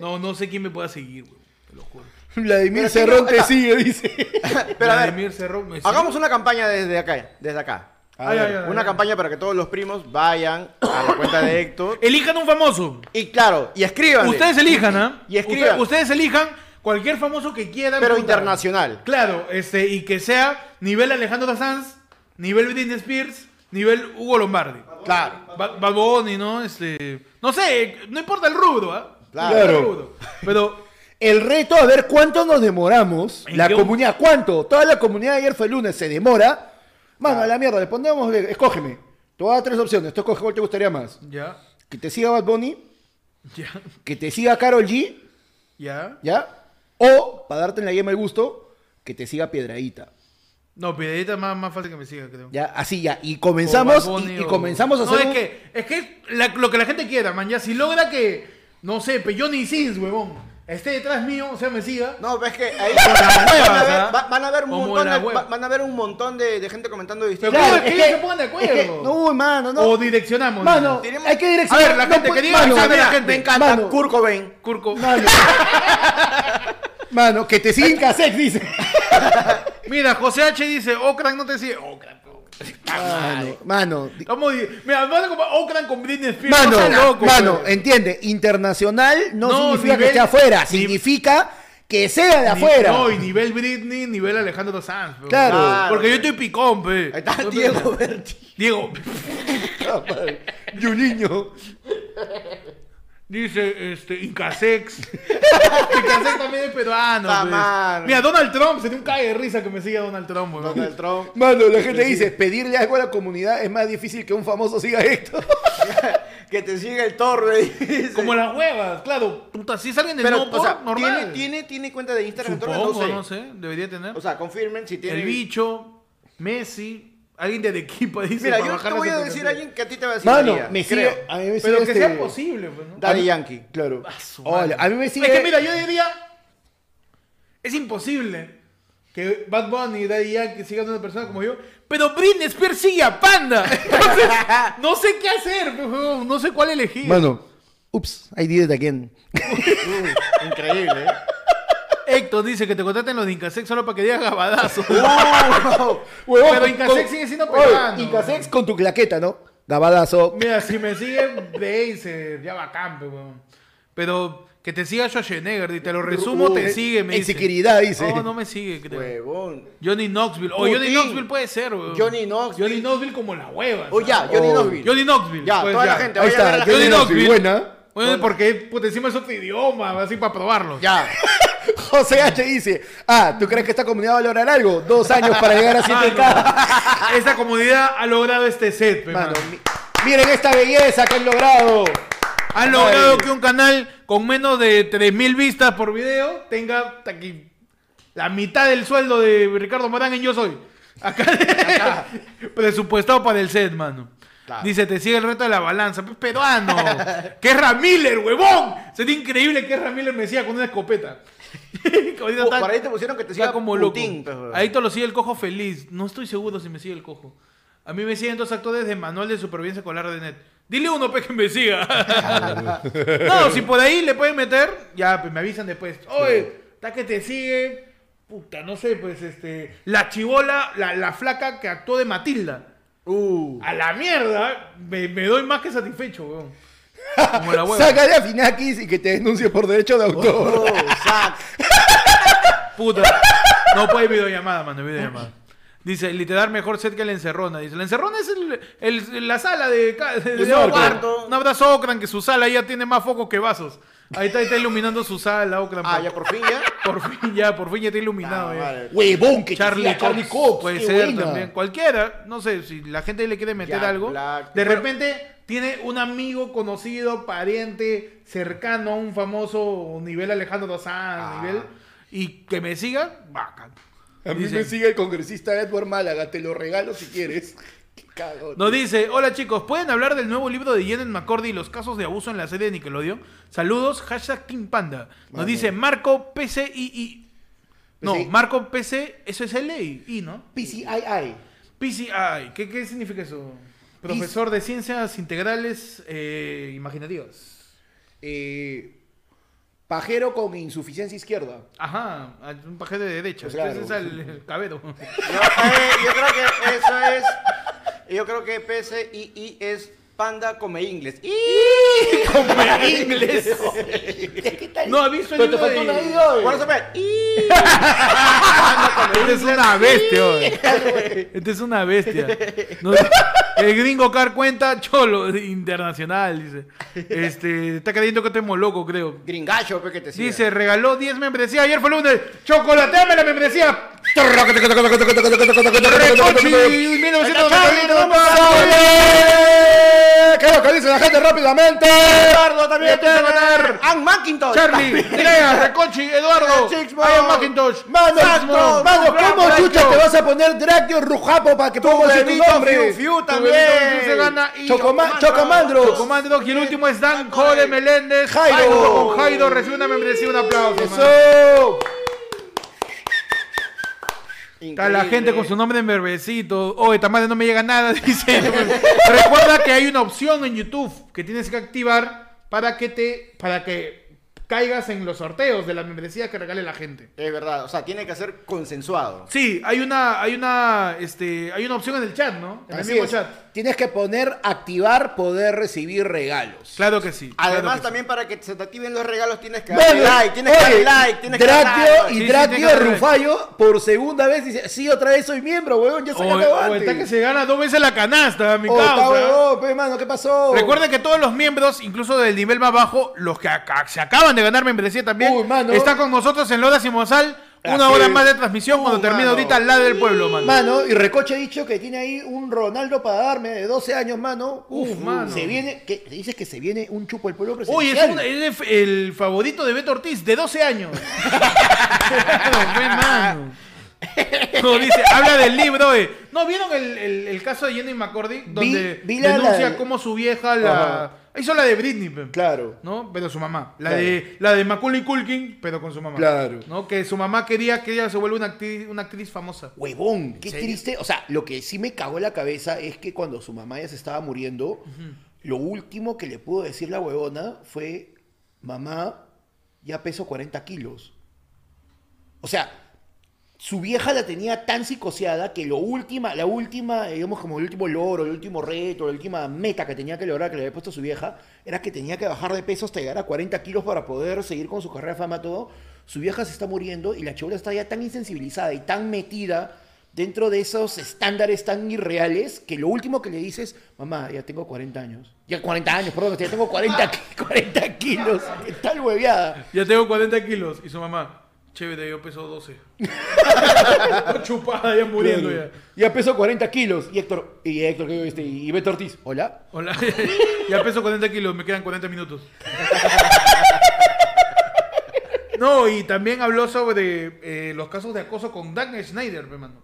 Speaker 1: No, no sé quién me pueda seguir, weón. Te lo juro.
Speaker 3: Vladimir Cerrón te sigue, dice.
Speaker 4: Pero a ver,
Speaker 1: Vladimir Cerrón me sigue.
Speaker 4: hagamos una campaña desde acá, desde acá.
Speaker 1: Ay, ay, ay,
Speaker 4: Una
Speaker 1: ay.
Speaker 4: campaña para que todos los primos vayan a la cuenta de Héctor.
Speaker 1: Elijan un famoso.
Speaker 4: Y claro, y escriban.
Speaker 1: Ustedes elijan, ¿ah?
Speaker 4: Y escriban.
Speaker 1: Usted- Ustedes elijan cualquier famoso que quieran.
Speaker 4: Pero
Speaker 1: puta.
Speaker 4: internacional.
Speaker 1: Claro, este, y que sea nivel Alejandro Sanz, nivel Britney Spears, nivel Hugo Lombardi.
Speaker 4: Claro.
Speaker 1: Ba- Bad Bunny, ¿no? Este, no sé, no importa el rubro, ¿ah?
Speaker 4: Claro.
Speaker 1: No importa el rubro. Pero
Speaker 3: El reto, a ver cuánto nos demoramos.
Speaker 1: ¿En
Speaker 3: La
Speaker 1: qué-
Speaker 3: comunidad, ¿cuánto? Toda la comunidad ayer fue el lunes, se demora. Mano, a la mierda, le ponemos, escógeme. Te voy a dar tres opciones. Tú escoge cuál te gustaría más.
Speaker 1: ya,
Speaker 3: Que te siga Bad Bunny,
Speaker 1: ya,
Speaker 3: que te siga Carol G,
Speaker 1: ya.
Speaker 3: ¿ya? O, para darte en la yema el gusto, que te siga Piedradita.
Speaker 1: No, Piedadita es más, más fácil que me siga, creo.
Speaker 3: Ya, así ya. Y comenzamos,
Speaker 1: O Bad
Speaker 3: y,
Speaker 1: Bunny
Speaker 3: y
Speaker 1: o-
Speaker 3: comenzamos a hacer...
Speaker 1: No, es
Speaker 3: un-
Speaker 1: que, es que la- lo que la gente quiera, man. Ya, si logra que, no sé, pe Johnny Sins, huevón, esté detrás mío, o sea, me siga.
Speaker 4: No, ves que ahí
Speaker 1: huevas,
Speaker 4: van, a
Speaker 1: ¿ah?
Speaker 4: ver, va- van a ver un
Speaker 1: Como
Speaker 4: montón,
Speaker 1: la
Speaker 4: de,
Speaker 1: hueva.
Speaker 4: va- van a ver un montón de, de gente comentando distintos.
Speaker 1: Pero
Speaker 3: Claro,
Speaker 1: ¿cómo es que ellos se pongan de acuerdo?
Speaker 3: es que- no, mano, no.
Speaker 1: O direccionamos.
Speaker 3: Mano,
Speaker 4: Tenemos-
Speaker 3: hay que direccionar.
Speaker 1: A ver, la
Speaker 3: no
Speaker 1: gente,
Speaker 3: pu-
Speaker 1: que diga,
Speaker 3: mano,
Speaker 1: ¿sabe la
Speaker 3: mira,
Speaker 1: gente?
Speaker 3: Me encanta.
Speaker 4: Mano.
Speaker 3: Mano,
Speaker 4: Kurt Cobain.
Speaker 1: Curco.
Speaker 3: mano. Mano, que te siguen cassette, dice.
Speaker 1: Mira, José H dice, Okran no te sigue. Okran. po.
Speaker 3: Mano, mano. di-
Speaker 1: Estamos di- Mira, mano como Okran con Britney Spears.
Speaker 3: Mano,
Speaker 1: no seas loco, pues.
Speaker 3: mano,
Speaker 1: pe.
Speaker 3: entiende, internacional no,
Speaker 1: No,
Speaker 3: significa
Speaker 1: nivel-
Speaker 3: que esté afuera,
Speaker 1: ni-
Speaker 3: significa que sea de
Speaker 1: Ni-
Speaker 3: afuera.
Speaker 1: No, y nivel Britney, nivel Alejandro Sanz. pe.
Speaker 3: Claro. Ah,
Speaker 4: Claro,
Speaker 1: Porque
Speaker 4: pe.
Speaker 1: yo estoy picón, pe.
Speaker 4: Ahí está
Speaker 1: Yo, pe,
Speaker 4: Diego Berti.
Speaker 1: Diego.
Speaker 3: y un niño.
Speaker 1: Dice, este, Incasex. Incasex también es peruano.
Speaker 4: Ah,
Speaker 1: pues.
Speaker 4: mano.
Speaker 1: Mira, Donald Trump, sería un cague de risa que me siga Donald Trump, weón.
Speaker 4: Donald Trump.
Speaker 3: Mano, la gente dice, pedirle algo a la comunidad es más difícil que un famoso siga esto.
Speaker 4: que te siga el torre. dice.
Speaker 1: Como las huevas, claro. Puta, si es alguien de
Speaker 4: Pero,
Speaker 1: no
Speaker 4: o
Speaker 1: por,
Speaker 4: sea, ¿tiene,
Speaker 1: normal.
Speaker 4: tiene, tiene cuenta de Instagram el torre?
Speaker 1: Supongo,
Speaker 4: no sé.
Speaker 1: no sé, debería tener.
Speaker 4: O sea, confirmen si tiene.
Speaker 1: el bicho, Messi, alguien de Arequipa dice.
Speaker 4: Mira,
Speaker 1: para
Speaker 4: yo
Speaker 1: bajar
Speaker 4: te
Speaker 1: la
Speaker 4: voy a decir
Speaker 1: expectativa.
Speaker 4: a alguien que a ti te va a decir.
Speaker 3: Mano,
Speaker 4: María,
Speaker 3: me
Speaker 4: creo.
Speaker 3: sigue. A mí me sigue.
Speaker 1: Pero que
Speaker 3: este-
Speaker 1: sea posible, pues, ¿no?
Speaker 4: Daddy Yankee.
Speaker 3: Claro.
Speaker 1: Ah, su
Speaker 3: Hola,
Speaker 1: madre.
Speaker 3: a mí me sigue.
Speaker 1: Es que mira, yo diría. Es imposible que Bad Bunny y Daddy Yankee sigan a una persona como yo. Pero Britney Spears sigue a Panda. Entonces, no sé qué hacer, pues, huevón, no sé cuál elegir.
Speaker 3: Mano, ups, I did it again.
Speaker 4: Increíble, ¿eh?
Speaker 1: Héctor dice que te contraten los de Incasex solo para que digas gabadazo.
Speaker 3: Huevón,
Speaker 1: Pero
Speaker 3: con-
Speaker 1: Incasex
Speaker 3: con-
Speaker 1: sigue siendo
Speaker 3: Oye,
Speaker 1: peruano.
Speaker 3: Incasex con tu claqueta, ¿no? Gabadazo.
Speaker 1: Mira, si me siguen Blazer, ya bacán, pues, weón. Pero que te siga Schwarzenegger, y te lo resumo, te sigue, me
Speaker 3: En
Speaker 1: dice.
Speaker 3: seguridad, dice.
Speaker 1: No, no me sigue, creo.
Speaker 4: Huevón.
Speaker 1: Johnny Knoxville. O
Speaker 4: Putin.
Speaker 1: Johnny Knoxville puede ser, weón.
Speaker 4: Johnny Knoxville.
Speaker 1: Johnny Knoxville como la hueva.
Speaker 4: O
Speaker 1: ¿sabes?
Speaker 4: ya, Johnny
Speaker 3: Oh.
Speaker 4: Knoxville.
Speaker 1: Johnny Knoxville.
Speaker 4: Ya,
Speaker 1: pues,
Speaker 4: toda la gente.
Speaker 3: Ahí
Speaker 4: vaya a ver
Speaker 3: está,
Speaker 4: a la
Speaker 3: Johnny
Speaker 4: gente.
Speaker 3: Knoxville, buena.
Speaker 1: Bueno, porque puta, encima es otro idioma, así para probarlo.
Speaker 4: Ya.
Speaker 3: José H dice, ah, ¿tú crees que esta comunidad va a lograr algo? Dos años para llegar
Speaker 1: Ah,
Speaker 3: a 7K.
Speaker 1: Esta comunidad ha logrado este set, pe,
Speaker 3: Mano,
Speaker 1: mano.
Speaker 3: mi- miren esta belleza que han logrado.
Speaker 1: Han logrado que un canal con menos de 3.000 vistas por video tenga taqui- la mitad del sueldo de Ricardo Morán en Yo Soy. Acá, presupuestado para el set, mano.
Speaker 4: Claro.
Speaker 1: Dice, te sigue el reto de la balanza. Pues peruano. que Ramiller, huevón. Sería increíble que Ramiller me siga con una escopeta. Que ahorita
Speaker 4: Oh,
Speaker 1: está-
Speaker 4: Por ahí te pusieron que te
Speaker 1: Está
Speaker 4: siga
Speaker 1: como
Speaker 4: Putin, pues,
Speaker 1: loco.
Speaker 4: huevón.
Speaker 1: Ahí te lo sigue el cojo feliz. No estoy seguro si me sigue el cojo. A mí me siguen dos actores de Manual de Supervivencia Escolar de Net. Dile uno, pues, que me siga. no, si por ahí le pueden meter, ya, pues, me avisan después. Oye, está que te sigue. Puta, no sé, pues, este... La chivola, la, la flaca que actuó de Matilda.
Speaker 4: Uh.
Speaker 1: A la mierda, me, me doy más que satisfecho, weón. Como la hueva.
Speaker 3: Sácale a Finakis y que te denuncie por derecho de autor.
Speaker 4: Oh, sac.
Speaker 1: Puta. No puede videollamada, mano, videollamada. Dice, literal, mejor set que la encerrona. Dice, la encerrona es el- el- la sala de, ca- de- de
Speaker 4: Socran.
Speaker 1: Ockran. Un abrazo a Ockran, que su sala ya tiene más focos que vasos. Ahí está, ahí está iluminando su sala, Ockran.
Speaker 4: Ah, ya por fin ya.
Speaker 1: Por fin, ya, por fin ya está iluminado.
Speaker 4: Ah,
Speaker 1: ya.
Speaker 4: vale.
Speaker 3: Huevón, que
Speaker 1: Charlie
Speaker 3: Charlie,
Speaker 1: Cox,
Speaker 3: Charlie Cox.
Speaker 1: puede
Speaker 3: qué
Speaker 1: ser
Speaker 3: buena.
Speaker 1: también. Cualquiera, no sé, si la gente le quiere meter
Speaker 4: Jack
Speaker 1: algo.
Speaker 4: Black.
Speaker 1: De
Speaker 4: Pero-
Speaker 1: repente tiene un amigo conocido, pariente, cercano a un famoso nivel Alejandro Sanz,
Speaker 3: Ah.
Speaker 1: nivel. Y que me siga, bacán.
Speaker 3: A mí
Speaker 1: Dice-
Speaker 3: me sigue el congresista Edward Málaga, te lo regalo si quieres. Qué cagón.
Speaker 1: Nos dice, hola chicos, ¿pueden hablar del nuevo libro de Jenen McCordy y los casos de abuso en la serie de Nickelodeon? Saludos, hashtag Team Panda. Nos dice Marco PCII. No,
Speaker 3: PCI.
Speaker 1: Marco PC, eso es L y I, ¿no?
Speaker 3: PCII.
Speaker 1: PCI, ¿qué, qué significa eso? Profesor de Ciencias Integrales eh, Imaginativas.
Speaker 3: Eh, pajero con insuficiencia izquierda.
Speaker 1: Ajá, un paquete de derecha.
Speaker 3: Pues claro.
Speaker 1: Ese es el, el cabero.
Speaker 4: No, eh, yo creo que eso es. Yo creo que PCII es panda come inglés. ¡Y!
Speaker 1: inglés.
Speaker 3: ¿Qué tal?
Speaker 1: No, ha visto el
Speaker 3: Pero te
Speaker 1: libro
Speaker 3: faltó una I,
Speaker 1: de...
Speaker 3: oye.
Speaker 4: Por eso, pues, ¡y!
Speaker 1: Este es una bestia, oye. Este es una bestia. No, el gringo car cuenta cholo internacional, dice. Este, está creyendo que estemos locos, creo.
Speaker 4: Gringacho, pues que te siga.
Speaker 1: Dice, regaló 10 membresías ayer fue lunes. Chocolateame la membresía. Recochi 1992.
Speaker 3: ¿Qué es lo que dice la gente rápidamente?
Speaker 4: Eduardo también
Speaker 1: Te va a ganar.
Speaker 4: Ann McIntosh.
Speaker 1: Charlie, Negas, Recochi, Eduardo, Ian McIntosh,
Speaker 3: Mano,
Speaker 1: Saxmo,
Speaker 3: mano, ¿cómo
Speaker 1: Franco,
Speaker 3: chucha te vas a poner Dragio Rujapo para que ponga así tu
Speaker 4: bebito
Speaker 3: nombre?
Speaker 4: Fiu Fiu
Speaker 1: Tu
Speaker 4: también.
Speaker 1: bebito Se gana y
Speaker 3: Chocoma- Chocomandros.
Speaker 1: Chocomandros. Y el último es Dan Core Meléndez.
Speaker 3: Jairo.
Speaker 1: Con Jairo recibe una membresía, un aplauso. mano.
Speaker 3: Eso.
Speaker 1: Está la gente con su nombre en verbecito. Oh, esta madre no me llega nada. Dice. Recuerda que hay una opción en YouTube que tienes que activar para que te. para que caigas en los sorteos de las membresías que regale la gente.
Speaker 4: Es verdad, o sea, tiene que ser consensuado.
Speaker 1: Sí, hay una, hay una, este, hay una opción en el chat, ¿no? En el
Speaker 3: Así
Speaker 1: mismo
Speaker 3: es.
Speaker 1: chat.
Speaker 3: Tienes que poner activar poder recibir regalos.
Speaker 1: Claro que sí. claro
Speaker 4: Además,
Speaker 1: que sí.
Speaker 4: también para que se te activen los regalos tienes que
Speaker 3: Bueno,
Speaker 4: darle like, tienes que darle
Speaker 3: oye,
Speaker 4: like, tienes que darle
Speaker 3: Dracchio
Speaker 4: like.
Speaker 1: Sí,
Speaker 3: y
Speaker 1: sí,
Speaker 3: Dracchio
Speaker 1: tiene que darle.
Speaker 3: Rufallo por segunda vez dice, sí, otra vez soy miembro, weón, ya se
Speaker 1: O,
Speaker 3: acabó
Speaker 1: o el
Speaker 3: antes.
Speaker 1: taque se gana dos veces la canasta, mi
Speaker 3: Oh, está
Speaker 1: causa.
Speaker 3: huevón, pe, mano, ¿qué pasó?
Speaker 1: Recuerden que todos los miembros, incluso del nivel más bajo, los que aca- se acaban de ganar membresía también,
Speaker 3: Uy, mano.
Speaker 1: está con nosotros en Loras y Mozal. Una
Speaker 3: Así
Speaker 1: hora
Speaker 3: es.
Speaker 1: más de transmisión cuando
Speaker 4: Uh,
Speaker 1: termina
Speaker 4: mano.
Speaker 1: ahorita la del pueblo, mano.
Speaker 3: Mano, y Recoche ha dicho que tiene ahí un Ronaldo para darme de 12 años, mano.
Speaker 1: Uf, mano.
Speaker 3: Se viene, que dices que se viene un chupo del pueblo
Speaker 1: Uy, es,
Speaker 3: presidencial.
Speaker 1: un- es el- el favorito de Beto Ortiz, de 12 años. Claro, pues, mano. Como dice, habla del libro. eh. ¿No vieron el, el- el caso de Jenny McCordy? Donde
Speaker 3: vi la-
Speaker 1: denuncia
Speaker 3: la-
Speaker 1: cómo su vieja la.
Speaker 3: Ajá.
Speaker 1: Hizo la de Britney, pe.
Speaker 3: Claro.
Speaker 1: ¿no? Pero su mamá. La
Speaker 3: Claro.
Speaker 1: de la de Macaulay Culkin, pero con su mamá.
Speaker 3: Claro.
Speaker 1: ¿No? Que su mamá quería que ella se vuelva una actriz, una actriz famosa.
Speaker 3: Huevón, qué triste. O sea, lo que sí me cagó en la cabeza es que cuando su mamá ya se estaba muriendo, lo último que le pudo decir la huevona fue, mamá, ya peso 40 kilos. O sea, su vieja la tenía tan psicoseada que lo última, la última, digamos como el último logro, el último reto, la última meta que tenía que lograr que le había puesto su vieja, era que tenía que bajar de peso hasta llegar a 40 kilos para poder seguir con su carrera de fama, todo. Su vieja se está muriendo y la chabola está ya tan insensibilizada y tan metida dentro de esos estándares tan irreales que lo último que le dices, mamá, ya tengo 40 años. Ya 40 años, perdón, ya tengo 40, ki- 40 kilos. ¿Qué tal hueveada?
Speaker 1: Ya tengo 40 kilos. Y su mamá, chévere, yo peso 12. Chupada, ya muriendo ya.
Speaker 3: Ya peso 40 kilos. Y Héctor, y Héctor, que este, y Beto Ortiz, hola.
Speaker 1: Hola. ya peso 40 kilos, me quedan 40 minutos. No, y también habló sobre eh, los casos de acoso con Dan Schneider, hermano.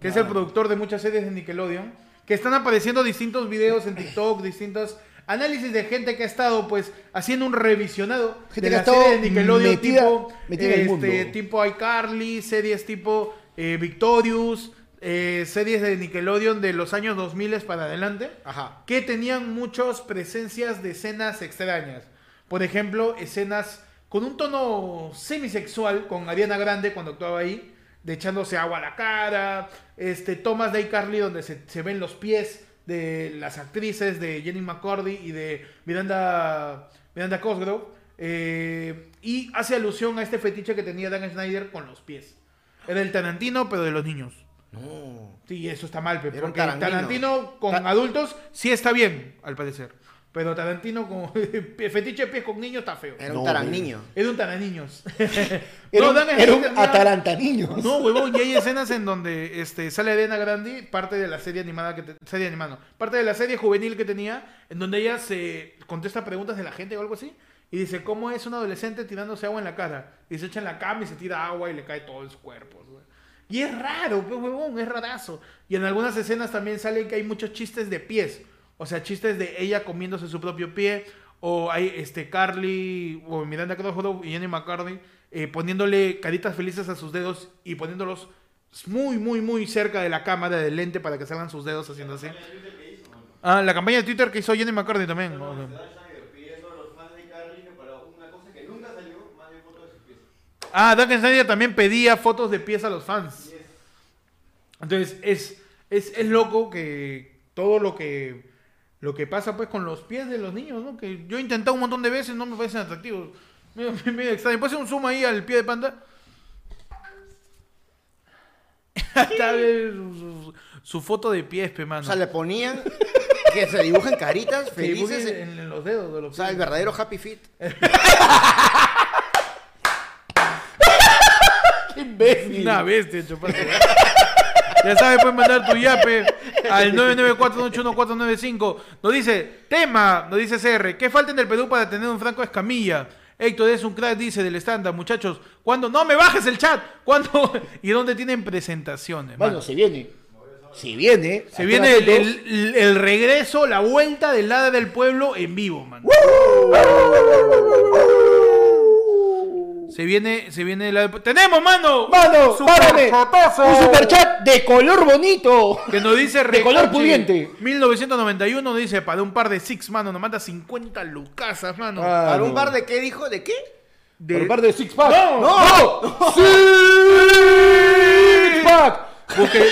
Speaker 1: Que es el
Speaker 3: Ah.
Speaker 1: productor de muchas series de Nickelodeon. Que están apareciendo distintos videos en TikTok, distintos análisis de gente que ha estado, pues, haciendo un revisionado de
Speaker 3: Gente que ha
Speaker 1: la
Speaker 3: estado
Speaker 1: serie de Nickelodeon
Speaker 3: metida-
Speaker 1: tipo,
Speaker 3: metida en el
Speaker 1: este,
Speaker 3: mundo.
Speaker 1: tipo iCarly, series tipo eh, Victorious, eh, series de Nickelodeon de los años 2000 para adelante,
Speaker 4: Ajá.
Speaker 1: que tenían muchas presencias de escenas extrañas. Por ejemplo, escenas con un tono semisexual con Ariana Grande cuando actuaba ahí, de echándose agua a la cara, este, tomas de iCarly donde se, se ven los pies de las actrices de Jenny McCordy y de Miranda, Miranda Cosgrove, eh, y hace alusión a este fetiche que tenía Dan Schneider con los pies. Era el Tarantino, pero de los niños.
Speaker 4: No.
Speaker 1: Sí, eso está mal, pe,
Speaker 4: Era un
Speaker 1: porque Tarantino,
Speaker 4: Tarantino.
Speaker 1: con
Speaker 3: Ta-
Speaker 1: adultos sí está bien, al parecer. Pero Tarantino con fetiche de pies con niños está feo.
Speaker 4: Era
Speaker 3: No,
Speaker 4: un taraniño.
Speaker 1: Es de un taraniños.
Speaker 3: Era
Speaker 1: No,
Speaker 3: un,
Speaker 1: Dan
Speaker 3: era un
Speaker 1: Schneider tenía-
Speaker 3: atarantaniño.
Speaker 1: No, huevón, y hay escenas en donde este, sale Elena Grandi, parte de la serie animada que te- serie animada, no, parte de la serie juvenil que tenía, en donde ella se contesta preguntas de la gente o algo así, y dice cómo es un adolescente tirándose agua en la cara. Y se echa en la cama y se tira agua y le cae todo en su cuerpo. güey. Y es raro, pues, huevón, es rarazo. Y en algunas escenas también sale que hay muchos chistes de pies. O sea, chistes de ella comiéndose su propio pie. O hay este Carly o Miranda Cosgrove y Jenny McCarthy eh, poniéndole caritas felices a sus dedos y poniéndolos muy, muy, muy cerca de la cámara del lente para que salgan sus dedos haciendo así. Ah, la campaña de Twitter que hizo Jenny McCarthy también. Ok. Ah, Dark Snyder también pedía fotos de pies a los fans. Entonces, es, es, es loco que todo lo que lo que pasa pues con los pies de los niños, ¿no? Que yo he intentado un montón de veces, no me parecen atractivos. Medio, medio extraño. ¿Puedes hacer un zoom ahí al pie de panda? Hasta ver su, su- su foto de pies, pe, mano.
Speaker 4: O sea, le ponían que se dibujen caritas
Speaker 1: Que dibujes
Speaker 4: felices. en-
Speaker 1: en, en los dedos de los
Speaker 4: O sea, el
Speaker 1: pies.
Speaker 4: verdadero Happy Fit.
Speaker 3: ¡Qué imbécil!
Speaker 1: Una bestia, chupate. ¿eh? ya sabes, puedes mandar tu yape al 994-981-495. Nos dice, tema, nos dice CR, ¿qué falta en el Perú para tener un Franco Escamilla? Héctor es un crack, dice del estándar, muchachos. ¿Cuándo? ¡No me bajes el chat! ¿Cuándo? ¿Y dónde tienen presentaciones?
Speaker 3: Mano,
Speaker 1: mano?
Speaker 3: se viene. Se viene.
Speaker 1: Se viene el, el- el regreso, la vuelta del Hada del Pueblo en vivo, man. Se viene, se viene la... ¡Tenemos, mano!
Speaker 3: ¡Mano,
Speaker 1: Super
Speaker 3: párame!
Speaker 1: chotazo.
Speaker 3: ¡Un superchat de color bonito!
Speaker 1: Que nos dice
Speaker 3: De color
Speaker 1: Recochi,
Speaker 3: pudiente.
Speaker 1: 1991 dice, para un par de six, mano, nos manda 50 lucasas, mano.
Speaker 3: Ah,
Speaker 4: ¿Para
Speaker 3: no.
Speaker 4: un par de qué dijo? ¿De qué?
Speaker 1: De-
Speaker 3: Por par de six pack.
Speaker 1: ¡No!
Speaker 3: ¡No! ¡Six pack!
Speaker 1: Busque-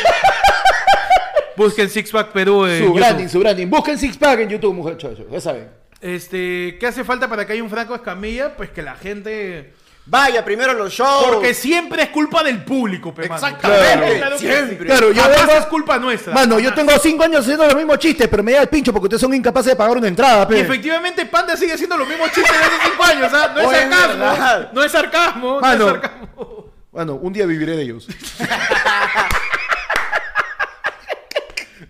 Speaker 1: Busquen Six Pack Perú en
Speaker 3: Su
Speaker 1: YouTube.
Speaker 3: branding, su branding. Busquen Six Pack en YouTube, muchachos. Ya saben.
Speaker 1: Este, ¿qué hace falta para que haya un Franco Escamilla? Pues que la gente.
Speaker 4: Vaya primero los shows.
Speaker 1: Porque siempre es culpa del público, pe, mano.
Speaker 4: Exactamente,
Speaker 1: Claro que sí.
Speaker 4: siempre.
Speaker 3: Claro, yo
Speaker 1: Jamás
Speaker 3: vengo-
Speaker 1: es culpa nuestra.
Speaker 3: Mano, yo tengo cinco años haciendo los mismos chistes, pero me da el pincho porque ustedes son incapaces de pagar una entrada,
Speaker 1: Y
Speaker 3: pe.
Speaker 1: efectivamente Panda sigue haciendo los mismos chistes de hace 5 años, ¿ah? No es
Speaker 4: Oye,
Speaker 1: sarcasmo.
Speaker 4: verdad.
Speaker 1: No es sarcasmo.
Speaker 3: Mano.
Speaker 1: No es sarcasmo.
Speaker 3: Mano, un día viviré de ellos.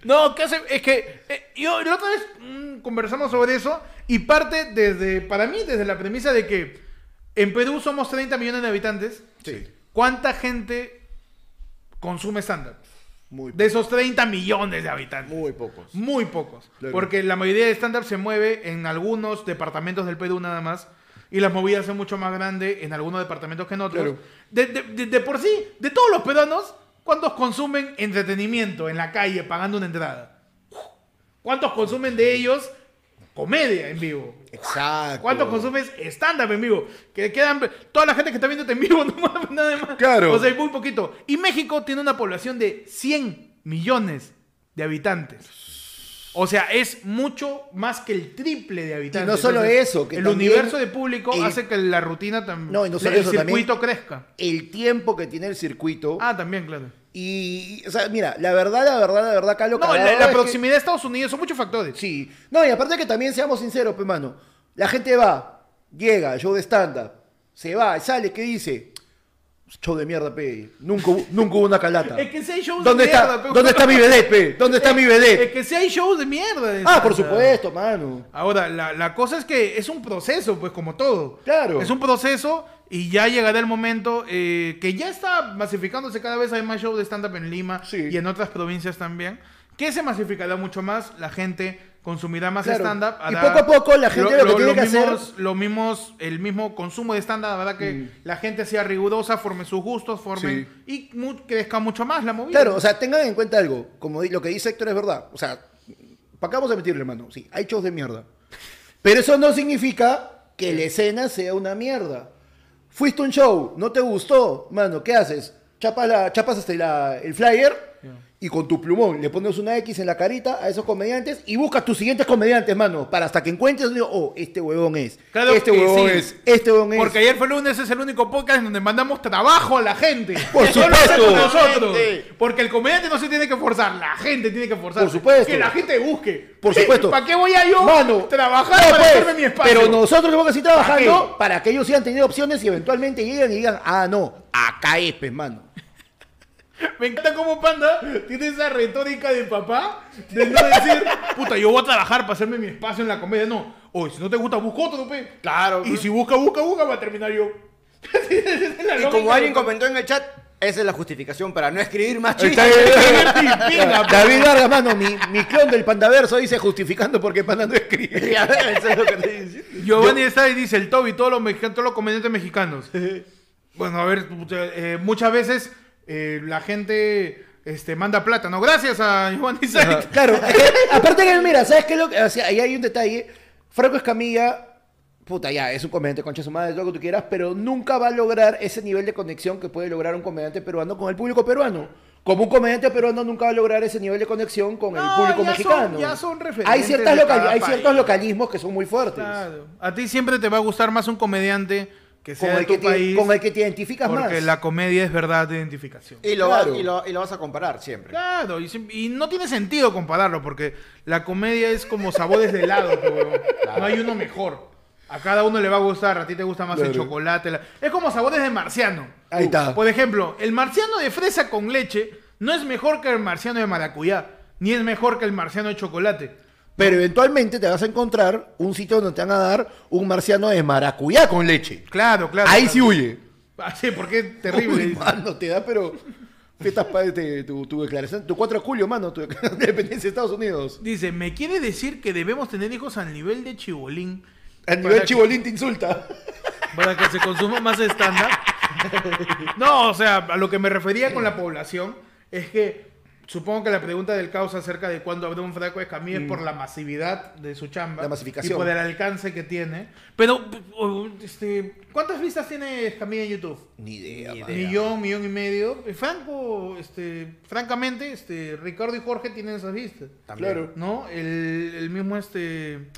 Speaker 1: No, ¿qué hace? Es que eh, yo la otra vez mm, conversamos sobre eso y parte desde, para mí, desde la premisa de que en Perú somos 30 millones de habitantes.
Speaker 3: Sí.
Speaker 1: ¿Cuánta gente consume stand-up?
Speaker 3: Muy,
Speaker 1: De esos 30 millones de habitantes.
Speaker 3: muy pocos.
Speaker 1: Muy pocos.
Speaker 3: Claro.
Speaker 1: Porque la mayoría de stand-up se mueve en algunos departamentos del Perú nada más. Y las movidas son mucho más grandes en algunos departamentos que en otros.
Speaker 3: Claro.
Speaker 1: De, de- de- de por sí, de todos los peruanos, ¿cuántos consumen entretenimiento en la calle pagando una entrada? ¿Cuántos consumen de ellos comedia en vivo?
Speaker 3: Exacto.
Speaker 1: ¿Cuántos consumes stand-up en vivo? Que quedan. Toda la gente que está viéndote en vivo, no mames, nada más.
Speaker 3: Claro.
Speaker 1: O sea, hay muy poquito. Y México tiene una población de 100 millones de habitantes. O sea, es mucho más que el triple de habitantes.
Speaker 3: Y no solo
Speaker 1: Entonces,
Speaker 3: eso, que
Speaker 1: el
Speaker 3: también
Speaker 1: universo de público
Speaker 3: el-
Speaker 1: hace que la rutina también.
Speaker 3: No, y no solo
Speaker 1: el
Speaker 3: eso, también-
Speaker 1: circuito crezca.
Speaker 3: El tiempo que tiene el circuito.
Speaker 1: Ah, también, claro.
Speaker 3: Y, o sea, mira, la verdad, la verdad, la verdad, Carlos.
Speaker 1: No, la, la proximidad de Estados Unidos son muchos factores.
Speaker 3: Sí. No, y aparte que también seamos sinceros, pues, mano. La gente va, llega al show de stand-up, se va, sale, ¿qué dice? Show de mierda, pe. Nunca, hubo- nunca hubo una calata.
Speaker 1: Es que si hay shows
Speaker 3: ¿Dónde
Speaker 1: de
Speaker 3: está,
Speaker 1: mierda, pe.
Speaker 3: ¿Dónde está mi vedette, pe? ¿Dónde está mi vedette?
Speaker 1: Es que si hay shows de mierda. de
Speaker 3: Ah, por
Speaker 1: stand-up.
Speaker 3: supuesto, mano.
Speaker 1: Ahora, la, la cosa es que es un proceso, pues como todo.
Speaker 3: Claro.
Speaker 1: Es un proceso y ya llegará el momento eh, que ya está masificándose cada vez hay más shows de stand-up en Lima
Speaker 3: Sí.
Speaker 1: y en otras provincias también. Que se masificará mucho más, la gente consumirá más
Speaker 3: Claro.
Speaker 1: stand-up.
Speaker 3: Y
Speaker 1: hará-
Speaker 3: poco a poco la gente lo que tiene que hacer- Mm.
Speaker 1: mismos- lo mismos- el mismo consumo de stand-up, la verdad que la gente sea rigurosa, forme sus gustos, forme y mu- crezca mucho más la movida.
Speaker 3: Claro, o sea, tengan en cuenta algo. Como di- lo que dice Héctor es verdad. O sea, para acá vamos a mentirle, hermano. Sí, hay shows de mierda. Pero eso no significa que la escena sea una mierda. Fuiste a un show, no te gustó, mano, ¿qué haces? Chapas, la, chapas hasta la- el flyer y con tu plumón le pones una X en la carita a esos comediantes y buscas tus siguientes comediantes, mano, para hasta que encuentres, digo, oh, este huevón es,
Speaker 1: Claro
Speaker 3: este
Speaker 1: que
Speaker 3: huevón
Speaker 1: sí.
Speaker 3: es, este huevón es.
Speaker 1: Porque ayer fue lunes, es el único podcast en donde mandamos trabajo a la gente.
Speaker 3: Por
Speaker 1: Eso lo hacemos
Speaker 3: supuesto.
Speaker 1: nosotros.
Speaker 4: Gente.
Speaker 1: Porque el comediante no se tiene que forzar, la gente tiene que forzar.
Speaker 3: Por supuesto.
Speaker 1: Que la gente busque.
Speaker 3: Por supuesto.
Speaker 1: ¿Para qué voy a yo
Speaker 3: Mano,
Speaker 1: trabajar
Speaker 3: no,
Speaker 1: para
Speaker 3: pues,
Speaker 1: hacerme mi espacio?
Speaker 3: Pero nosotros tenemos que seguir trabajando
Speaker 1: ¿Para
Speaker 3: ¿Para, que ellos sigan teniendo opciones y eventualmente lleguen y digan, ah, no, acá es, pues, mano.
Speaker 1: Me encanta cómo Panda tiene esa retórica de papá de no decir, puta, yo voy a trabajar para hacerme mi espacio en la comedia. No, oye, si no te gusta, busca otro, pe.
Speaker 4: Claro.
Speaker 1: Y si busca, busca, busca, va a terminar yo.
Speaker 4: Y como alguien comentó en el chat, esa es la justificación para no escribir más
Speaker 3: Está
Speaker 4: chistes.
Speaker 3: bien. David
Speaker 1: pues.
Speaker 3: Vargas, mano, mi, mi clon del pandaverso dice justificando porque Panda no escribe.
Speaker 4: Ya ves, eso es lo que te diciendo.
Speaker 1: Giovanni está y dice, el Toby, todos los mexicanos, todos los comediantes mexicanos. bueno, a ver, puta, eh, muchas veces eh, la gente este, manda plata, ¿no? Gracias a Giovanni Sainz.
Speaker 3: Claro, es que, aparte que, mira, ¿sabes qué? es Lo, que- o sea, ahí hay un detalle. Franco Escamilla, puta, ya, es un comediante concha su madre, todo lo que tú quieras, pero nunca va a lograr ese nivel de conexión que puede lograr un comediante peruano con el público peruano. Como un comediante peruano nunca va a lograr ese nivel de conexión con el
Speaker 1: No,
Speaker 3: público
Speaker 1: ya son-
Speaker 3: mexicano.
Speaker 1: ya son referentes
Speaker 3: Hay, ciertas
Speaker 1: de
Speaker 3: local-
Speaker 1: cada
Speaker 3: hay
Speaker 1: país.
Speaker 3: ciertos localismos que son muy fuertes.
Speaker 1: Claro. A ti siempre te va a gustar más un comediante que
Speaker 3: Con
Speaker 1: sea de
Speaker 3: el,
Speaker 1: tu
Speaker 3: que te,
Speaker 1: país.
Speaker 3: con el que te identificas más.
Speaker 1: porque la comedia es verdad de identificación.
Speaker 4: Y lo,
Speaker 3: Claro.
Speaker 4: va- y, lo, y lo vas a comparar siempre.
Speaker 1: Claro, y, sim- y no tiene sentido compararlo porque la comedia es como sabores de helado, pues, huevón. no hay uno mejor. A cada uno le va a gustar, a ti te gusta más el chocolate. la- Es como sabores de marciano.
Speaker 3: Ahí está.
Speaker 1: Por ejemplo, el marciano de fresa con leche no es mejor que el marciano de maracuyá, ni es mejor que el marciano de chocolate.
Speaker 3: Pero eventualmente te vas a encontrar un sitio donde te van a dar un marciano de maracuyá con leche.
Speaker 1: Claro, claro.
Speaker 3: Ahí
Speaker 1: claro.
Speaker 3: sí huye.
Speaker 1: Ah, sí, porque es terrible.
Speaker 3: Uy, mano, te da, pero. Fiestas pa- te- tu, tu declaración, tu 4 de julio, mano, tu declaración de dependencia de Estados Unidos.
Speaker 1: Dice, ¿me quiere decir que debemos tener hijos al nivel de chibolín?
Speaker 3: El
Speaker 1: Para
Speaker 3: nivel
Speaker 1: que-
Speaker 3: chibolín te insulta.
Speaker 1: Para que se consuma más estándar. No, o sea, a lo que me refería con la población es que Supongo que la pregunta del caos acerca de cuándo habrá un Franco Escamilla es por la masividad de su chamba.
Speaker 3: Mm. La masificación.
Speaker 1: Y por el alcance que tiene. Pero, o- este, ¿cuántas vistas tiene Escamilla en YouTube?
Speaker 3: Ni idea, man.
Speaker 1: Millón, millón y medio. Eh, Franco, este, francamente, este, Ricardo y Jorge tienen esas vistas.
Speaker 3: Claro.
Speaker 1: ¿No? El, el mismo este.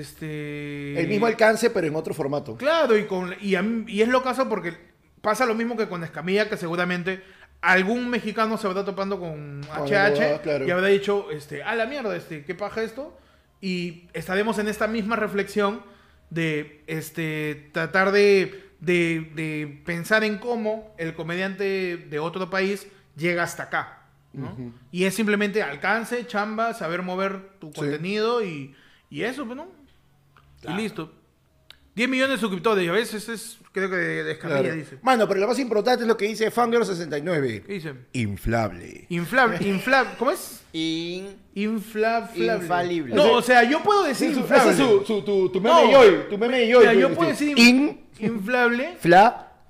Speaker 1: Este.
Speaker 3: El mismo alcance, pero en otro formato.
Speaker 1: Claro, y, con, y, a mí- y es lo caso porque pasa lo mismo que con Escamilla, que seguramente algún mexicano se habrá topando con HH
Speaker 3: huevada, claro.
Speaker 1: y habrá dicho, este, a la mierda, este, ¿qué paja esto? Y estaremos en esta misma reflexión de este, tratar de, de- de pensar en cómo el comediante de otro país llega hasta acá. ¿no? Y es simplemente alcance, chamba, saber mover tu contenido y, y eso, pues, ¿no? Y listo. 10 millones de suscriptores, y a veces es, creo que de, de Escamilla,
Speaker 3: Claro.
Speaker 1: dice.
Speaker 3: Mano, pero lo más importante es lo que dice Fangirl69.
Speaker 1: ¿Qué dice?
Speaker 3: Inflable.
Speaker 1: Inflable, inflable, ¿cómo es?
Speaker 4: In-
Speaker 1: Inflable.
Speaker 4: Infalible.
Speaker 1: No, o sea, yo puedo decir inflable.
Speaker 3: tu, tu
Speaker 1: No.
Speaker 3: Tu meme de
Speaker 1: O sea, yo puedo decir
Speaker 3: Inflable.
Speaker 1: inflable,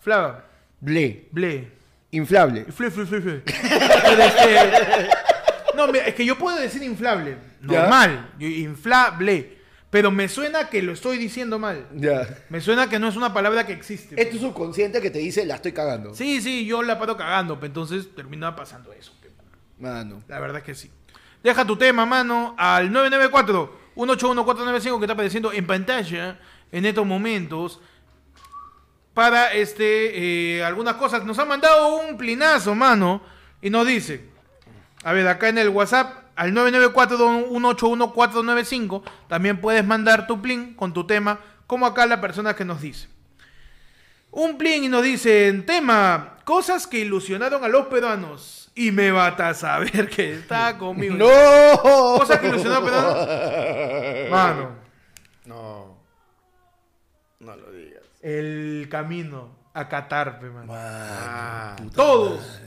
Speaker 1: flava, ble,
Speaker 3: Inflable.
Speaker 1: fle, fle, fle, fle. Pero este, no, mira, es que yo puedo decir inflable,
Speaker 3: Ya.
Speaker 1: normal, yo- inflable, pero me suena que lo estoy diciendo mal.
Speaker 3: Ya.
Speaker 1: Me suena que no es una palabra que existe.
Speaker 3: Es tu subconsciente que te dice, la estoy cagando.
Speaker 1: Sí, sí, yo la paro cagando, pe, entonces termina pasando eso. pe.
Speaker 3: Mano.
Speaker 1: La verdad es que sí. Deja tu tema, mano, al 994-181495 que está apareciendo en pantalla en estos momentos. Para este, eh, algunas cosas. Nos han mandado un plinazo, mano. Y nos dice. A ver, acá en el WhatsApp, al 994-181495, también puedes mandar tu plin con tu tema, como acá la persona que nos dice. Un plin y nos dicen, tema, cosas que ilusionaron a los peruanos. Y me vas a saber que está conmigo.
Speaker 3: ¡No!
Speaker 1: Cosas que ilusionaron a los peruanos. Mano,
Speaker 4: No. No lo digas.
Speaker 1: el camino a Qatar, pe, mano.
Speaker 4: Ah.
Speaker 1: Todos,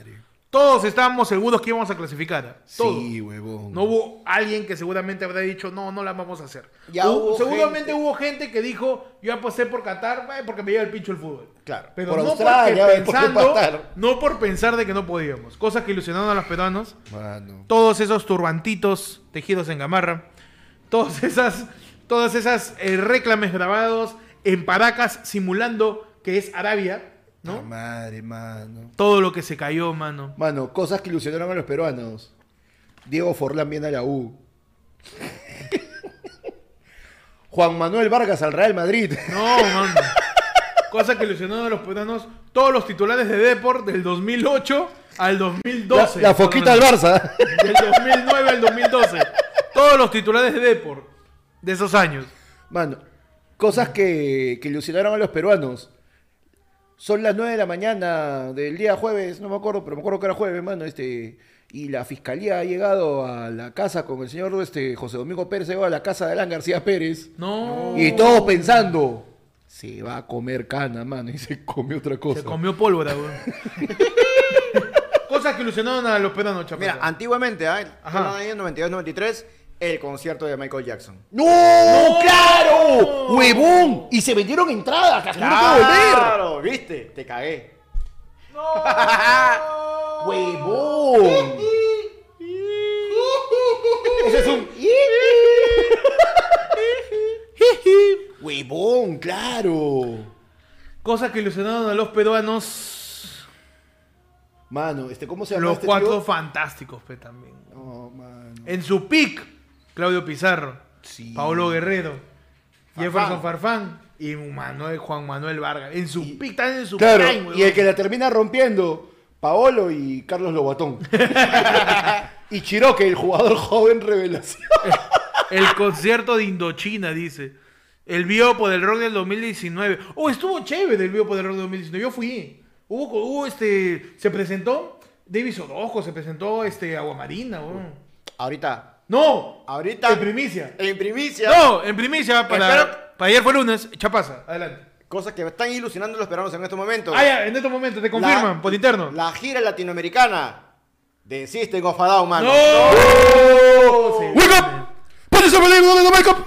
Speaker 1: todos estábamos seguros que íbamos a clasificar. ¿eh? Todos.
Speaker 3: Sí, huevón.
Speaker 1: No hubo alguien que seguramente habrá dicho, no, no la vamos a hacer.
Speaker 4: Ya
Speaker 1: Hubo-
Speaker 4: hubo
Speaker 1: seguramente
Speaker 4: gente.
Speaker 1: hubo gente que dijo, yo aposté por Qatar eh, porque me lleva el pincho el fútbol.
Speaker 4: Claro.
Speaker 1: Pero
Speaker 3: Por
Speaker 1: no
Speaker 3: Australia,
Speaker 1: porque
Speaker 3: eh, ¿por qué
Speaker 1: pensando,
Speaker 3: Qatar?
Speaker 1: no por pensar de que no podíamos. Cosas que ilusionaron a los peruanos.
Speaker 3: Mano.
Speaker 1: Todos esos turbantitos tejidos en gamarra. Todas esas, todas esas eh, reclames grabados en Paracas simulando que es Arabia, ¿no?
Speaker 3: La madre, mano.
Speaker 1: Todo lo que se cayó, mano.
Speaker 3: Mano, cosas que ilusionaron a los peruanos. Diego Forlán viene a la U. Juan Manuel Vargas al Real Madrid.
Speaker 1: No, mano. Cosa que ilusionaron a los peruanos todos los titulares de Deport del 2008 al 2012.
Speaker 3: la, la foquita al
Speaker 1: Perdón,
Speaker 3: Barça.
Speaker 1: Del 2009 al 2012. Todos los titulares de Deport de esos años.
Speaker 3: Mano, cosas que, que ilusionaron a los peruanos. Son las 9 de la mañana del día jueves, no me acuerdo, pero me acuerdo que era jueves, mano, este. Y la fiscalía ha llegado a la casa con el señor este, José Domingo Pérez, llegó a la casa de Alan García Pérez.
Speaker 1: No.
Speaker 3: Y todos pensando, se va a comer cana, mano, y se comió otra cosa.
Speaker 1: Se comió pólvora, weón. Cosas que ilusionaron a los peruanos, chapita.
Speaker 4: Mira, antiguamente, ¿ah?
Speaker 1: Ajá.
Speaker 4: En los años 92, 93, el concierto de Michael Jackson.
Speaker 3: ¡No! ¡Claro! ¡Huevón! Y se vendieron entradas, las tuvieron
Speaker 4: ¡Claro! ¿Viste? Te cagué.
Speaker 3: que volver. ¡Huevón! Ese es un. ¡Huevón! ¡Claro!
Speaker 1: Cosas que ilusionaron a los peruanos.
Speaker 3: Mano, este, ¿cómo se llama
Speaker 1: Los
Speaker 3: este
Speaker 1: cuatro
Speaker 3: tío?
Speaker 1: fantásticos, pe, también.
Speaker 3: No, mano.
Speaker 1: En su pick, Claudio Pizarro,
Speaker 3: Sí.
Speaker 1: Paolo Guerrero, Jefferson Farfán y Manuel, Juan Manuel Vargas. En su pick, están en su
Speaker 3: Claro,
Speaker 1: prime,
Speaker 3: y el
Speaker 1: weón.
Speaker 3: que la termina rompiendo, Paolo y Carlos Lobatón. y Chiroque, el jugador joven revelación.
Speaker 1: El concierto de Indochina, dice. El Biopo del Rock del 2019. Oh, estuvo chévere el Biopo del Rock del 2019. Yo fui. Hubo, co- hubo, este. Se presentó Davis Orozco, se presentó este Aguamarina, weón.
Speaker 4: Ahorita.
Speaker 1: ¡No!
Speaker 4: Ahorita.
Speaker 1: En primicia.
Speaker 4: En primicia.
Speaker 1: No, en primicia para.
Speaker 4: Espero-
Speaker 1: Para ayer fue lunes. Chapasa, adelante.
Speaker 4: Cosas que están ilusionando a los peruanos en estos momentos.
Speaker 1: Ah, ya, en estos momentos, te confirman,
Speaker 4: La-
Speaker 1: por interno.
Speaker 4: La gira latinoamericana de System of a Down, mano.
Speaker 1: ¡No! Se
Speaker 3: ¡Wake up! ¡Put yourself alive, don't let the wake up!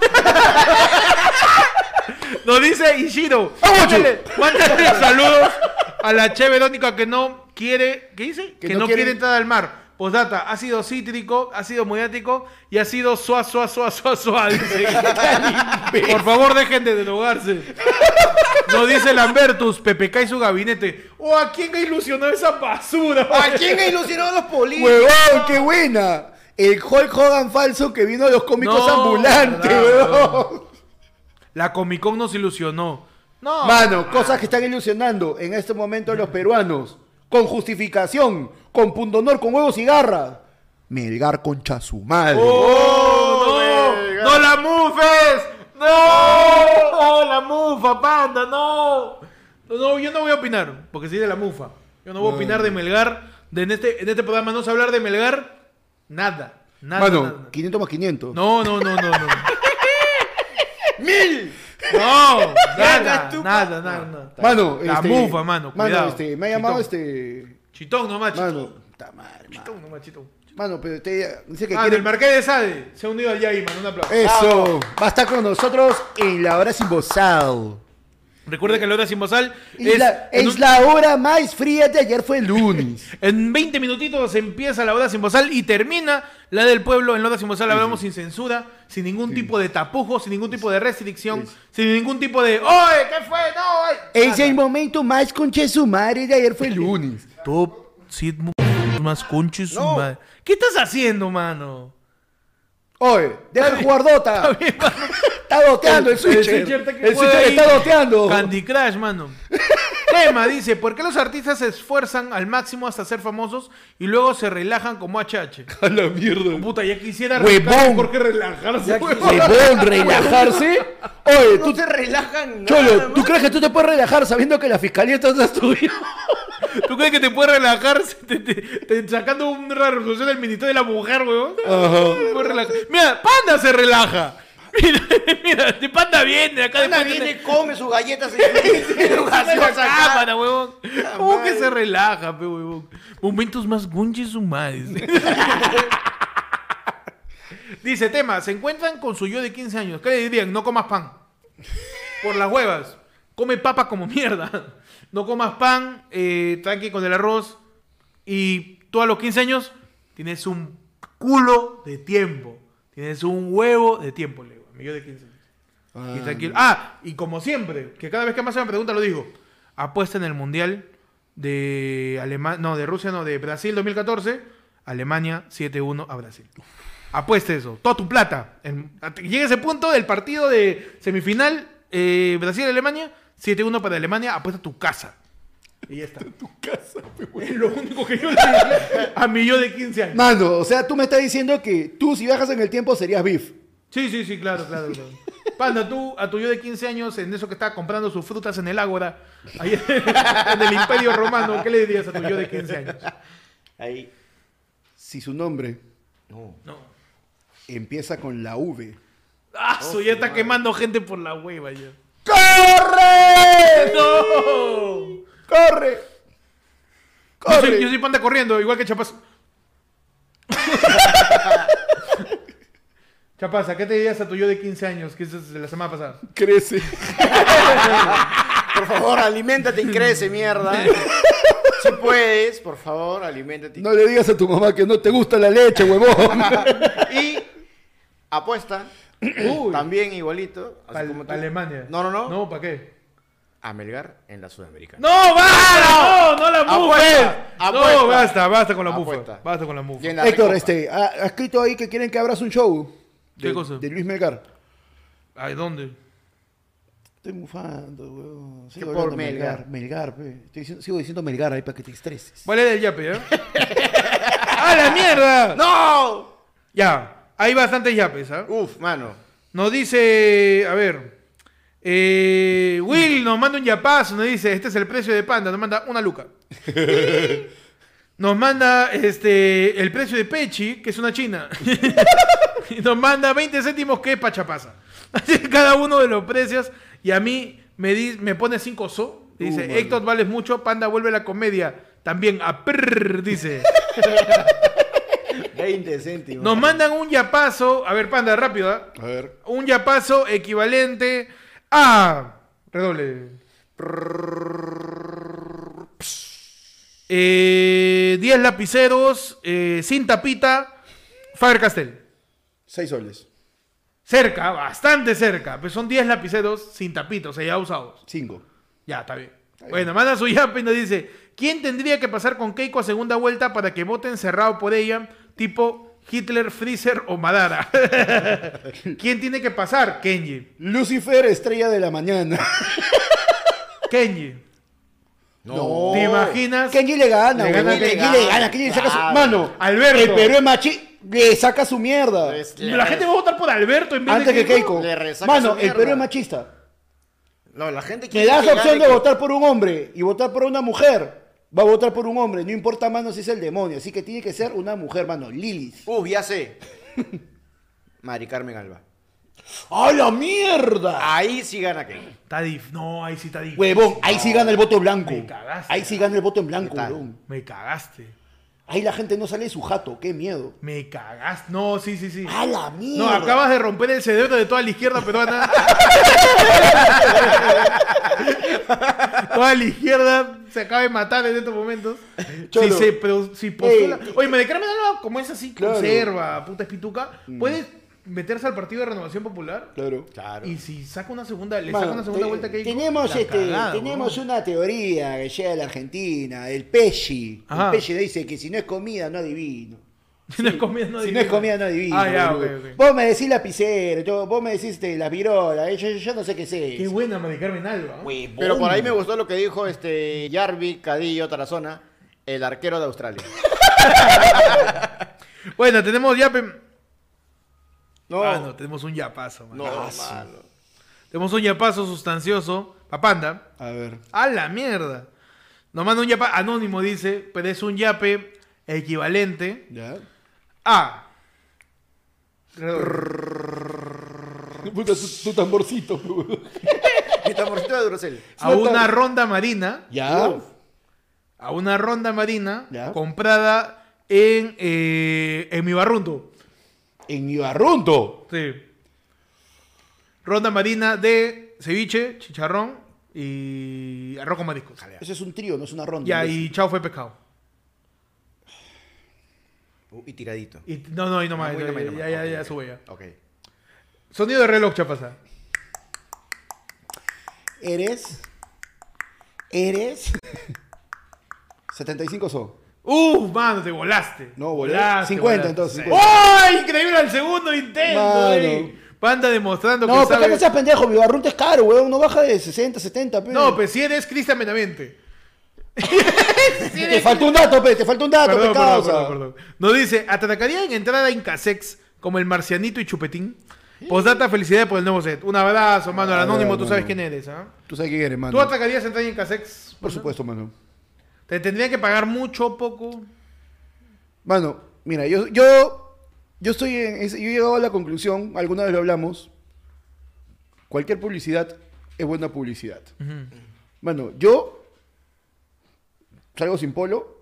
Speaker 1: Nos dice Ishiro.
Speaker 3: ¡Ah, guacho!
Speaker 1: Mándale, mándale saludos a la che Verónica que no quiere. ¿Qué dice? Que,
Speaker 3: no
Speaker 1: no,
Speaker 3: quiere-
Speaker 1: quiere entrar al mar. Postdata, ácido cítrico, ácido muriático y ácido suaz, suaz, suaz, suaz, suaz. dice. Por favor, dejen de drogarse. Nos dice Lambertus, PPK y su gabinete. ¡Oh, a quién ha ilusionado esa basura!
Speaker 4: ¿A quién ha ilusionado los políticos?
Speaker 3: ¡Huevón, qué buena! El Hulk Hogan falso que vino de los cómicos
Speaker 1: No,
Speaker 3: ambulantes,
Speaker 1: verdad,
Speaker 3: huevón.
Speaker 1: La Comic Con nos ilusionó. No.
Speaker 3: Mano, cosas que están ilusionando en este momento a los peruanos. Con justificación, con pundonor, con huevos y garra. Melgar concha su madre.
Speaker 1: ¡Oh, no! ¡No la mufes! ¡No! ¡No la mufa, panda! ¡No! No, no, yo no voy a opinar, porque soy de la mufa. Yo no voy a opinar de Melgar. De en, este, en este programa no se va a hablar de Melgar. Nada. Nada. nada,
Speaker 3: Mano,
Speaker 1: nada.
Speaker 3: 500 más 500.
Speaker 1: No, no, no, no, no.
Speaker 4: ¡Mil!
Speaker 1: No, nada,
Speaker 4: Ganas tú,
Speaker 1: nada, nada, nada.
Speaker 3: Mano,
Speaker 1: la
Speaker 3: este,
Speaker 1: mufa, mano, cuidado.
Speaker 3: este, me ha llamado
Speaker 1: Chitón.
Speaker 3: este.
Speaker 1: Chitón nomás, chitón.
Speaker 3: Mano, puta madre, mano.
Speaker 1: Chitón nomás, chitón.
Speaker 3: Mano, pero te dice que
Speaker 1: Ah,
Speaker 3: quiere-
Speaker 1: del Marqués de Sade. Se ha unido al Yaí, mano, un aplauso.
Speaker 3: Eso. Va a estar con nosotros en la hora sin bozal.
Speaker 1: Recuerda que la hora sin basal
Speaker 3: Es,
Speaker 1: es...
Speaker 3: la,
Speaker 1: en
Speaker 3: es
Speaker 1: un-
Speaker 3: la hora más fría de ayer fue el lunes.
Speaker 1: En 20 minutitos empieza la Oda sin Bozal y termina la del pueblo. En la Oda sin Bozal hablamos sin censura, sin ningún tipo de tapujo, sin ningún tipo de restricción, sin ningún tipo de ¡Oye, qué fue! ¡No! oye".
Speaker 3: es el momento más conche su madre de ayer fue el lunes.
Speaker 1: Top Sid Mu- más conches su madre. ¿Qué estás haciendo, mano?
Speaker 3: Oye, deja de jugar Dota. Está, doteando el, switcher. El
Speaker 1: switcher
Speaker 3: switcher,
Speaker 1: te- que juega
Speaker 3: le
Speaker 1: ahí.
Speaker 3: está doteando.
Speaker 1: Candy Crush, mano. Tema, dice, ¿por qué los artistas se esfuerzan al máximo hasta ser famosos y luego se relajan como HH?
Speaker 3: A la mierda.
Speaker 1: Puta, ya quisiera
Speaker 3: Huevón.
Speaker 1: relajarse, ¿por qué relajarse? huevón?
Speaker 3: Huevón, relajarse. Oye,
Speaker 4: No
Speaker 3: tú,
Speaker 4: se relajan nada,
Speaker 3: Cholo,
Speaker 4: man.
Speaker 3: ¿tú crees que tú te puedes relajar sabiendo que la fiscalía está tras tuyo?
Speaker 1: ¿Tú crees que te puedes relajar te- te- te- sacando una resolución del Ministerio de la Mujer, weón? Te puedes relajar. Mira, Panda se relaja. Mira, mira, este Panda viene acá
Speaker 4: Ana
Speaker 1: después
Speaker 4: viene,
Speaker 1: de
Speaker 4: come sus galletas y su
Speaker 1: la
Speaker 4: gaseosa acá.
Speaker 1: cámara, weón. ¿Cómo que
Speaker 4: madre.
Speaker 1: se relaja, pe, weón? Momentos más gunches su madre. Dice, tema, se encuentran con su yo de 15 años. ¿Qué le dirían? No comas pan. Por las huevas. Come papa como mierda. No comas pan, eh, tranqui con el arroz. Y tú a los 15 años tienes un culo de tiempo. Tienes un huevo de tiempo, le digo. a Mi yo de 15 años. Y tranquilo. Ah, y como siempre, que cada vez que me hacen una pregunta lo digo. Apuesta en el Mundial de Alemania, no, de Rusia, no, de Brasil 2014, Alemania 7-1 a Brasil. Apuesta eso, toda tu plata. En- hasta que llegue ese punto del partido de semifinal eh, Brasil-Alemania, 7-1 para Alemania, apuesta tu casa. Y ya está. tu casa, Es lo único que yo le diría a mi yo de 15 años.
Speaker 3: Mano, o sea, tú me estás diciendo que tú si viajas en el tiempo serías beef.
Speaker 1: Sí, sí, sí, claro, claro. claro. Panda, tú, a tu yo de 15 años, en eso que estaba comprando sus frutas en el Ágora, ahí en el Imperio Romano, ¿qué le dirías a tu yo de 15 años?
Speaker 4: Ahí.
Speaker 3: Si su nombre
Speaker 1: No.
Speaker 3: empieza con la V.
Speaker 1: Ah, su ya está quemando gente por la hueva ya.
Speaker 3: ¡Corre!
Speaker 1: ¡No!
Speaker 3: ¡Corre!
Speaker 1: Yo soy, yo
Speaker 3: ¡Corre!
Speaker 1: soy panda corriendo, igual que Chapazo. Chapaza, ¿qué te dirías a tu yo de 15 años? Que eso es de la semana pasada.
Speaker 3: Crece.
Speaker 4: Por favor, aliméntate y crece, mierda. Si puedes, por favor, aliméntate. y-
Speaker 3: No le digas a tu mamá que no te gusta la leche, huevón.
Speaker 4: Y apuesta. También igualito. así
Speaker 1: Para
Speaker 4: como tú.
Speaker 1: Alemania.
Speaker 4: No, no, no.
Speaker 1: No, ¿para qué?
Speaker 4: A Melgar en la Sudamericana.
Speaker 1: ¡No, basta! ¡No, no la mufes!
Speaker 4: Apuesta,
Speaker 1: No,
Speaker 4: apuesta.
Speaker 1: basta, basta con la mufa.
Speaker 4: Apuesta.
Speaker 1: Basta con la mufa.
Speaker 4: Y en la
Speaker 3: Héctor,
Speaker 4: recopa.
Speaker 3: este, ha, ha escrito ahí que quieren que abras un show.
Speaker 1: ¿Qué
Speaker 3: de,
Speaker 1: cosa?
Speaker 3: De Luis Melgar.
Speaker 1: ¿A dónde?
Speaker 3: Estoy mufando, huevón. Sigo
Speaker 4: Que
Speaker 3: hablando
Speaker 4: por
Speaker 3: Melgar. Melgar, pe. Estoy dici- sigo diciendo Melgar ahí para que te estreses.
Speaker 1: ¿Cuál era el yape, eh? ¡A la mierda!
Speaker 4: ¡No!
Speaker 1: Ya, hay bastantes yapes, ¿ah?
Speaker 4: Uf, mano.
Speaker 1: Nos dice, a ver, eh, Will nos manda un yapazo, nos dice, este es el precio de panda, nos manda una luca. Nos manda este el precio de Pechi, que es una china. y nos manda 20 céntimos, que es pachapasa. Así que cada uno de los precios. Y a mí me, di- me pone 5 so. Dice, Héctor vales mucho, panda vuelve la comedia. También a prrr, dice.
Speaker 4: 20 céntimos.
Speaker 1: Nos mandan un yapazo. A ver, panda, rápido. ¿ah?
Speaker 3: A ver.
Speaker 1: Un yapazo equivalente a. Redoble. eh, 10 lapiceros, eh, sin tapita, Faber Castell.
Speaker 3: Seis soles.
Speaker 1: Cerca, bastante cerca. Pues son 10 lapiceros sin tapita, o sea, ya usados.
Speaker 3: Cinco.
Speaker 1: Ya, está bien. Bueno, manda su yapa y nos dice: ¿Quién tendría que pasar con Keiko a segunda vuelta para que voten cerrado por ella, tipo Hitler, Freezer o Madara? ¿Quién tiene que pasar? Kenji.
Speaker 3: Lucifer, estrella de la mañana.
Speaker 1: Kenji.
Speaker 3: No.
Speaker 1: ¿Te imaginas?
Speaker 3: Oh. Kenji le gana,
Speaker 1: Le
Speaker 3: güey.
Speaker 1: gana
Speaker 3: Kenji le
Speaker 1: Kenji.
Speaker 3: gana. Kenji le saca su...
Speaker 4: Claro.
Speaker 3: Mano,
Speaker 1: Alberto.
Speaker 3: el Perú es machi... Le saca su mierda.
Speaker 4: Es- le-
Speaker 1: La gente va a votar por Alberto en vez
Speaker 3: Antes
Speaker 1: de
Speaker 3: que Keiko.
Speaker 4: Le resaca
Speaker 3: Mano,
Speaker 4: su
Speaker 3: el Perú
Speaker 4: mierda.
Speaker 3: es machista.
Speaker 4: No, la gente
Speaker 3: Me
Speaker 4: quiere
Speaker 3: das
Speaker 4: que
Speaker 3: la opción
Speaker 4: gane
Speaker 3: de
Speaker 4: que-
Speaker 3: votar por un hombre y votar por una mujer. Va a votar por un hombre. No importa, mano, si es el demonio. Así que tiene que ser una mujer, mano. Lilis.
Speaker 4: Uf, ya sé. Mari Carmen Alba.
Speaker 3: ¡A la mierda!
Speaker 4: Ahí sí gana Kenny.
Speaker 1: Está dif- No, ahí sí está dif-
Speaker 3: Huevón, ahí sí gana el voto blanco.
Speaker 1: Me cagaste.
Speaker 3: Ahí sí gana el voto en blanco,
Speaker 4: ¿Qué tal?
Speaker 3: huevón.
Speaker 1: Me cagaste.
Speaker 3: Ahí la gente no sale de su jato. Qué miedo.
Speaker 1: Me cagaste. No, sí, sí, sí.
Speaker 3: ¡A la mierda!
Speaker 1: No, acabas de romper el cerebro de toda la izquierda peruana. toda la izquierda se acaba de matar en estos momentos. Si,
Speaker 3: Cholo.
Speaker 1: se, pro- si postula.
Speaker 3: Ey.
Speaker 1: Oye, María Carmen Alba, como es así,
Speaker 3: Claro. Mm.
Speaker 1: conserva, puta espituca, puede meterse al partido de Renovación Popular.
Speaker 3: Claro.
Speaker 1: Y si saca una segunda, le
Speaker 3: Mano,
Speaker 1: saca una segunda
Speaker 3: te-
Speaker 1: vuelta que hay.
Speaker 3: tenemos
Speaker 1: la
Speaker 3: este,
Speaker 1: cagada,
Speaker 3: tenemos
Speaker 1: weón.
Speaker 3: una teoría que llega de la Argentina, el Pesci.
Speaker 1: Ajá.
Speaker 3: El Pesci dice que si no es comida, no adivino.
Speaker 1: Si no es comida, no
Speaker 3: si no es
Speaker 1: adivina.
Speaker 3: comida, no adivino.
Speaker 1: Ah, ya,
Speaker 3: boludo.
Speaker 1: ok, ok.
Speaker 3: Vos me decís lapicero, yo- vos me decís este, la virola, eh, yo, yo- yo no sé qué es eso.
Speaker 1: Qué buena María Carmen Alba. ¿eh? ¿no?
Speaker 3: Huevón.
Speaker 4: Pero por ahí me gustó lo que dijo este Jarvi Cadillo Tarazona, el arquero de Australia.
Speaker 1: Bueno, tenemos ya. pe-
Speaker 3: Oh.
Speaker 4: No,
Speaker 1: Ah, no, Ah, tenemos un yapazo, man.
Speaker 4: no, mano.
Speaker 1: Tenemos un yapazo sustancioso. Papanda.
Speaker 3: A ver.
Speaker 1: A la mierda. Nos manda un yape anónimo, dice, pero es un yape equivalente
Speaker 3: ¿Ya?
Speaker 1: a.
Speaker 3: Puta, tu, tu tamborcito.
Speaker 4: Mi tamborcito de Duracell.
Speaker 1: A una ronda marina.
Speaker 3: ¿Ya?
Speaker 1: A una ronda marina
Speaker 3: Ya.
Speaker 1: comprada en, eh, en mi barrunto.
Speaker 3: En Ibarrunto.
Speaker 1: Sí. Ronda marina de ceviche, chicharrón y arroz con mariscos.
Speaker 3: Eso es un trío, no es una ronda.
Speaker 1: Ya, y chao fue pescado.
Speaker 4: Uh, y tiradito.
Speaker 1: Y, no, no, y no más.
Speaker 4: Muy
Speaker 1: ya,
Speaker 4: nomás,
Speaker 1: ya, ya,
Speaker 4: nomás.
Speaker 1: ya,
Speaker 4: Ok,
Speaker 1: ya
Speaker 4: ok.
Speaker 1: sube ya.
Speaker 4: Ok.
Speaker 1: Sonido de reloj, chapasa.
Speaker 3: Eres. Eres. 75 son.
Speaker 1: ¡Uh, mano, te volaste!
Speaker 3: No, volé. 50 entonces, 50.
Speaker 1: ¡Oh, increíble el segundo intento!
Speaker 3: Mano.
Speaker 1: ey! Panda demostrando
Speaker 3: No,
Speaker 1: que
Speaker 3: pero
Speaker 1: sabe...
Speaker 3: no seas pendejo, mi barrunto es caro, weón. No baja de 60, 70, pe.
Speaker 1: No, pues si eres Cristian Benavente.
Speaker 3: Te falta un dato, pe. Te falta un dato,
Speaker 1: Perdón,
Speaker 3: pe,
Speaker 1: perdón,
Speaker 3: causa.
Speaker 1: perdón, perdón. Nos dice, ¿atacaría en entrada Incasex como el Marcianito y Chupetín? Postdata, felicidades por el nuevo set. Un abrazo, mano, al
Speaker 3: Ah,
Speaker 1: anónimo, tú
Speaker 3: mano.
Speaker 1: sabes quién eres, ¿ah?
Speaker 3: Tú sabes quién eres, mano.
Speaker 1: ¿Tú atacarías en entrada Incasex?
Speaker 3: Por supuesto, mano.
Speaker 1: ¿Te tendría que pagar mucho o poco?
Speaker 3: Mano, mira, yo, yo, yo estoy en, es- yo he llegado a la conclusión, alguna vez lo hablamos, cualquier publicidad es buena publicidad. Mano, yo salgo sin polo,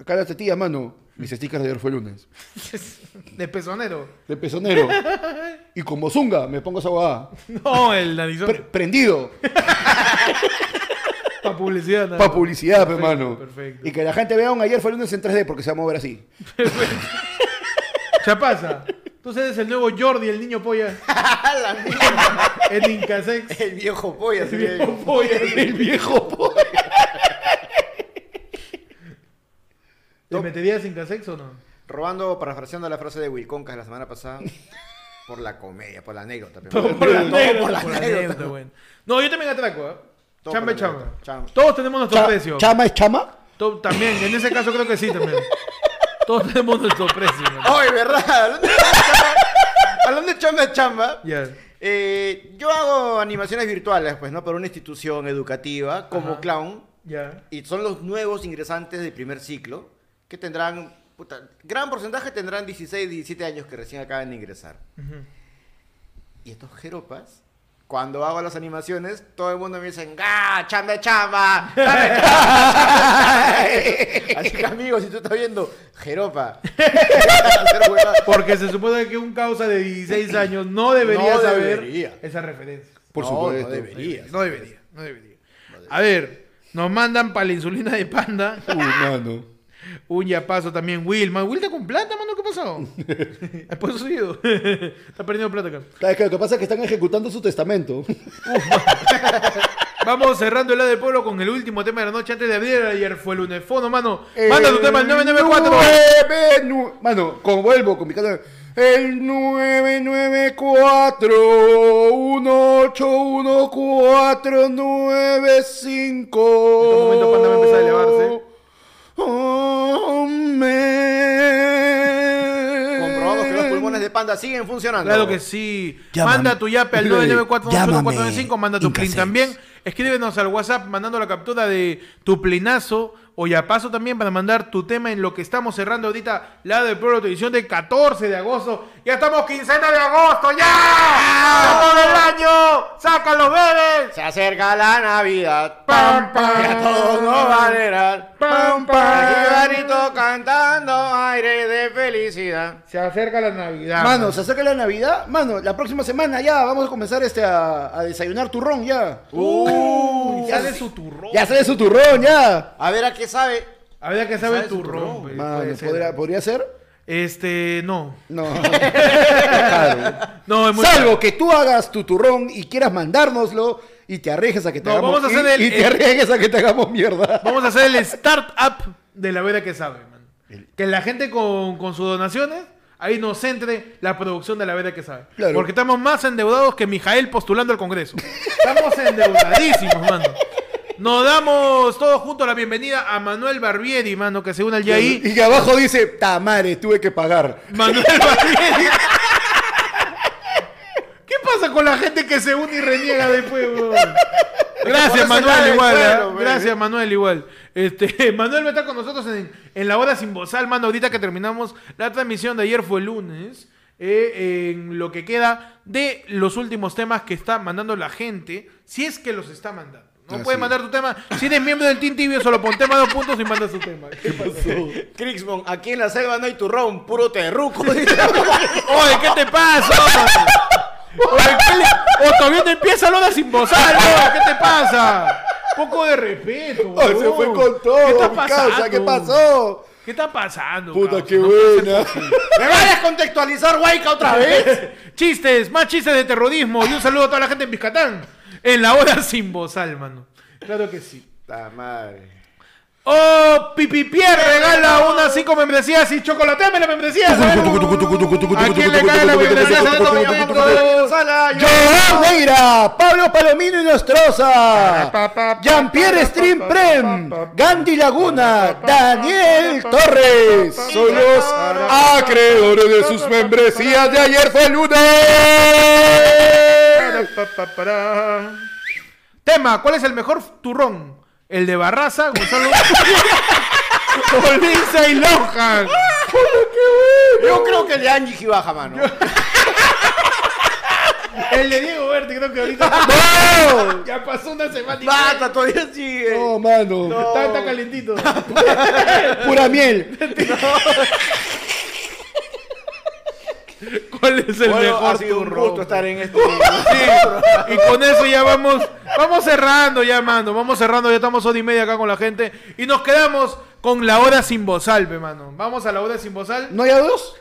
Speaker 3: acá las tetillas, mano, mis stickers de ayer fue lunes,
Speaker 1: ¿De pezonero?
Speaker 3: de pezonero, y como zunga me pongo esa guada,
Speaker 1: No, el narizón.
Speaker 3: prendido,
Speaker 1: Para publicidad. nada
Speaker 3: para
Speaker 1: más.
Speaker 3: publicidad,
Speaker 1: Perfecto,
Speaker 3: hermano.
Speaker 1: Perfecto.
Speaker 3: Y que la gente vea un ayer fue lunes en 3D porque se va a mover así.
Speaker 1: Chapaza, tú eres el nuevo Jordi, el niño polla.
Speaker 4: ¡A la mierda!
Speaker 1: El Incasex.
Speaker 4: El viejo polla.
Speaker 1: El
Speaker 4: sí.
Speaker 1: viejo polla.
Speaker 3: El viejo pollo.
Speaker 1: ¿Te meterías Incasex o no?
Speaker 4: Robando, parafraseando la frase de Will Concas la semana pasada. Por la comedia, por la anécdota. pero-
Speaker 1: Por la anécdota,
Speaker 4: por la
Speaker 1: por la
Speaker 4: anécdota.
Speaker 1: anécdota, bueno. No, yo también atraco, ¿eh?
Speaker 4: Todo
Speaker 1: Chamba y
Speaker 4: por la
Speaker 1: chamba.
Speaker 4: anécdota. Chamba.
Speaker 1: Todos tenemos nuestro
Speaker 3: Cha-
Speaker 1: precio.
Speaker 3: ¿Chama es chama?
Speaker 1: To- también, en ese caso creo que sí también. Todos tenemos nuestro precio. man.
Speaker 4: ¡Ay, verdad! Hablando de chamba, hablando de chamba, chamba,
Speaker 1: Ya.
Speaker 4: eh, yo hago animaciones virtuales, pues, ¿no? Para una institución educativa, como
Speaker 1: Ajá.
Speaker 4: clown.
Speaker 1: Ya.
Speaker 4: Y son los nuevos ingresantes del primer ciclo, que tendrán, puta, gran porcentaje tendrán 16, 17 años que recién acaban de ingresar.
Speaker 1: Ujú.
Speaker 4: Y estos jeropas, cuando hago las animaciones, todo el mundo me dice, ¡Ah, chamba, chamba! chamba, chamba". Así que, amigos, si tú estás viendo, jeropa. Hacer hueva.
Speaker 1: Porque se supone que un causa de 16 años no debería
Speaker 4: No
Speaker 1: saber
Speaker 4: debería.
Speaker 1: esa referencia.
Speaker 3: Por
Speaker 4: No,
Speaker 3: supuesto.
Speaker 4: No debería.
Speaker 1: No debería, no debería. A ver, Nos mandan para la insulina de panda.
Speaker 2: mano.
Speaker 1: Un yapazo también, Wilma. Will está con plata, mano, ¿qué ha pasado? Después subido. está perdiendo plata acá.
Speaker 3: Claro, que lo que pasa es que están ejecutando su testamento.
Speaker 1: Vamos cerrando el lado del pueblo con el último tema de la noche antes de abrir el ayer fue el lunes. Fono, mano.
Speaker 3: Eh,
Speaker 1: Manda tu tema al 994.
Speaker 2: 994. Mano, con- vuelvo con mi canal. El
Speaker 1: En estos momentos Panda
Speaker 2: 994-181495.
Speaker 1: va a empezar a elevarse.
Speaker 2: Amén.
Speaker 4: Comprobamos que los pulmones de panda siguen funcionando.
Speaker 1: Claro que sí.
Speaker 5: Llámame.
Speaker 1: Manda tu yape al
Speaker 5: Llámame,
Speaker 1: 994 Manda tu plin
Speaker 5: Incasex.
Speaker 1: también. Escríbenos al WhatsApp mandando la captura de tu plinazo o yapazo también para mandar tu tema en lo que estamos cerrando ahorita. Lado del pueblo, tu edición de 14 de agosto. ¡Ya estamos quincena de agosto! ¡Ya! ¡Todo el
Speaker 3: Ah.
Speaker 1: año! ¡Sácalo, bebés!
Speaker 4: Se acerca la Navidad.
Speaker 1: ¡Pam, pam!
Speaker 4: Ya todos nos valerán.
Speaker 1: ¡Pam,
Speaker 4: Aquí
Speaker 1: pam!
Speaker 4: Barito cantando aire de felicidad.
Speaker 1: Se acerca la Navidad.
Speaker 3: Mano, se acerca la Navidad. Mano, la próxima semana ya vamos a comenzar este a, a desayunar turrón ya.
Speaker 1: Uy, sale
Speaker 3: sí.
Speaker 1: su turrón.
Speaker 3: Ya sale su turrón ya.
Speaker 4: A ver a qué sabe.
Speaker 1: A ver, ¿a qué sabe el
Speaker 4: Sale su turrón,
Speaker 1: turrón? pues?
Speaker 3: Mano,
Speaker 1: Puede ser.
Speaker 3: ¿podría, podría ser?
Speaker 1: Este, no.
Speaker 3: No. Claro.
Speaker 1: No, es muy
Speaker 3: Salvo que tú hagas tu turrón y quieras mandárnoslo y te arriesgues a que te
Speaker 1: No,
Speaker 3: hagamos
Speaker 1: vamos a hacer
Speaker 3: y-
Speaker 1: el-
Speaker 3: y te
Speaker 1: el-
Speaker 3: arriesgues a que te hagamos mierda.
Speaker 1: Vamos a hacer el startup de la vera que sabe, man. Que la gente con, con sus donaciones, ahí nos entre la producción de la vera que sabe.
Speaker 3: Claro.
Speaker 1: Porque estamos más endeudados que Mijael postulando al Congreso. Estamos endeudadísimos, mano. Nos damos todos juntos la bienvenida a Manuel Barbieri, mano, que se une al
Speaker 3: Y
Speaker 1: Yaí.
Speaker 3: que abajo dice, tamare, tuve que pagar.
Speaker 1: Manuel Barbieri. ¿Qué pasa con la gente que se une y reniega después, weón? Gracias, Manuel, igual. ¿eh? Gracias, Manuel, igual. Este, Manuel va a estar con nosotros en, en la hora sin bozal, mano. Ahorita que terminamos la transmisión de ayer fue el lunes. eh, en lo que queda de los últimos temas que está mandando la gente, si es que los está mandando. No puede mandar tu tema. Si eres miembro del Team Tibio, solo pon tema dos puntos y manda su tema. ¿Qué pasó?
Speaker 4: Crixmon, aquí en la selva no hay turrón, puro terruco.
Speaker 1: Oye, ¿qué te pasa? Oye, ¿qué le- O todavía te empieza la hora sin bozar, oye, ¿qué te pasa? Poco de respeto.
Speaker 3: Oh, se
Speaker 1: huevón.
Speaker 3: fue con
Speaker 1: ¿Qué
Speaker 3: todo,
Speaker 1: está
Speaker 3: mi causa, ¿qué
Speaker 1: pasando?
Speaker 3: pasó?
Speaker 1: ¿Qué está pasando?
Speaker 3: Puta,
Speaker 1: causa?
Speaker 3: qué
Speaker 1: No puede ser
Speaker 3: buena.
Speaker 4: ¿Me vas a descontextualizar, Waika, otra vez?
Speaker 1: Chistes, más chistes de terrorismo. Y un saludo a toda la gente en Vizcatán. En la hora sin bozal, mano. Claro que sí.
Speaker 4: Ta madre.
Speaker 1: Oh, Pipipier regala unas 5 membresías y chocolateme la membresía. ¿sabes? ¿A quién le cae la membresía? en estos momentos?
Speaker 4: Sala, yo-
Speaker 3: Joao Neira, Pablo Palomino y Nostroza, Jean-Pierre Stream Prem, Gandhi Laguna, Daniel Torres.
Speaker 2: Son los
Speaker 1: Ah,
Speaker 2: acreedores de sus membresías de ayer fue el lunes.
Speaker 1: Tema, ¿cuál es el mejor turrón? ¿El de Barraza, Gonzalo? ¿O Lince y Lohan?
Speaker 4: Yo creo que el de Angie Gibaja, mano.
Speaker 1: El de Diego Verde, creo que ahorita... Ya pasó una semana y...
Speaker 4: Bata, todavía sigue.
Speaker 3: No, mano,
Speaker 1: Está, está calentito.
Speaker 3: pura miel.
Speaker 1: ¿Cuál es el
Speaker 4: Bueno,
Speaker 1: mejor
Speaker 4: ha sido un
Speaker 1: turrón?
Speaker 4: gusto estar en este.
Speaker 1: Sí, y con eso ya vamos, vamos cerrando ya, mano. Vamos cerrando, ya estamos hora y media acá con la gente. Y nos quedamos con la hora sin bozal, pe, mano. Vamos a la hora sin bozal.
Speaker 3: ¿No hay a dos?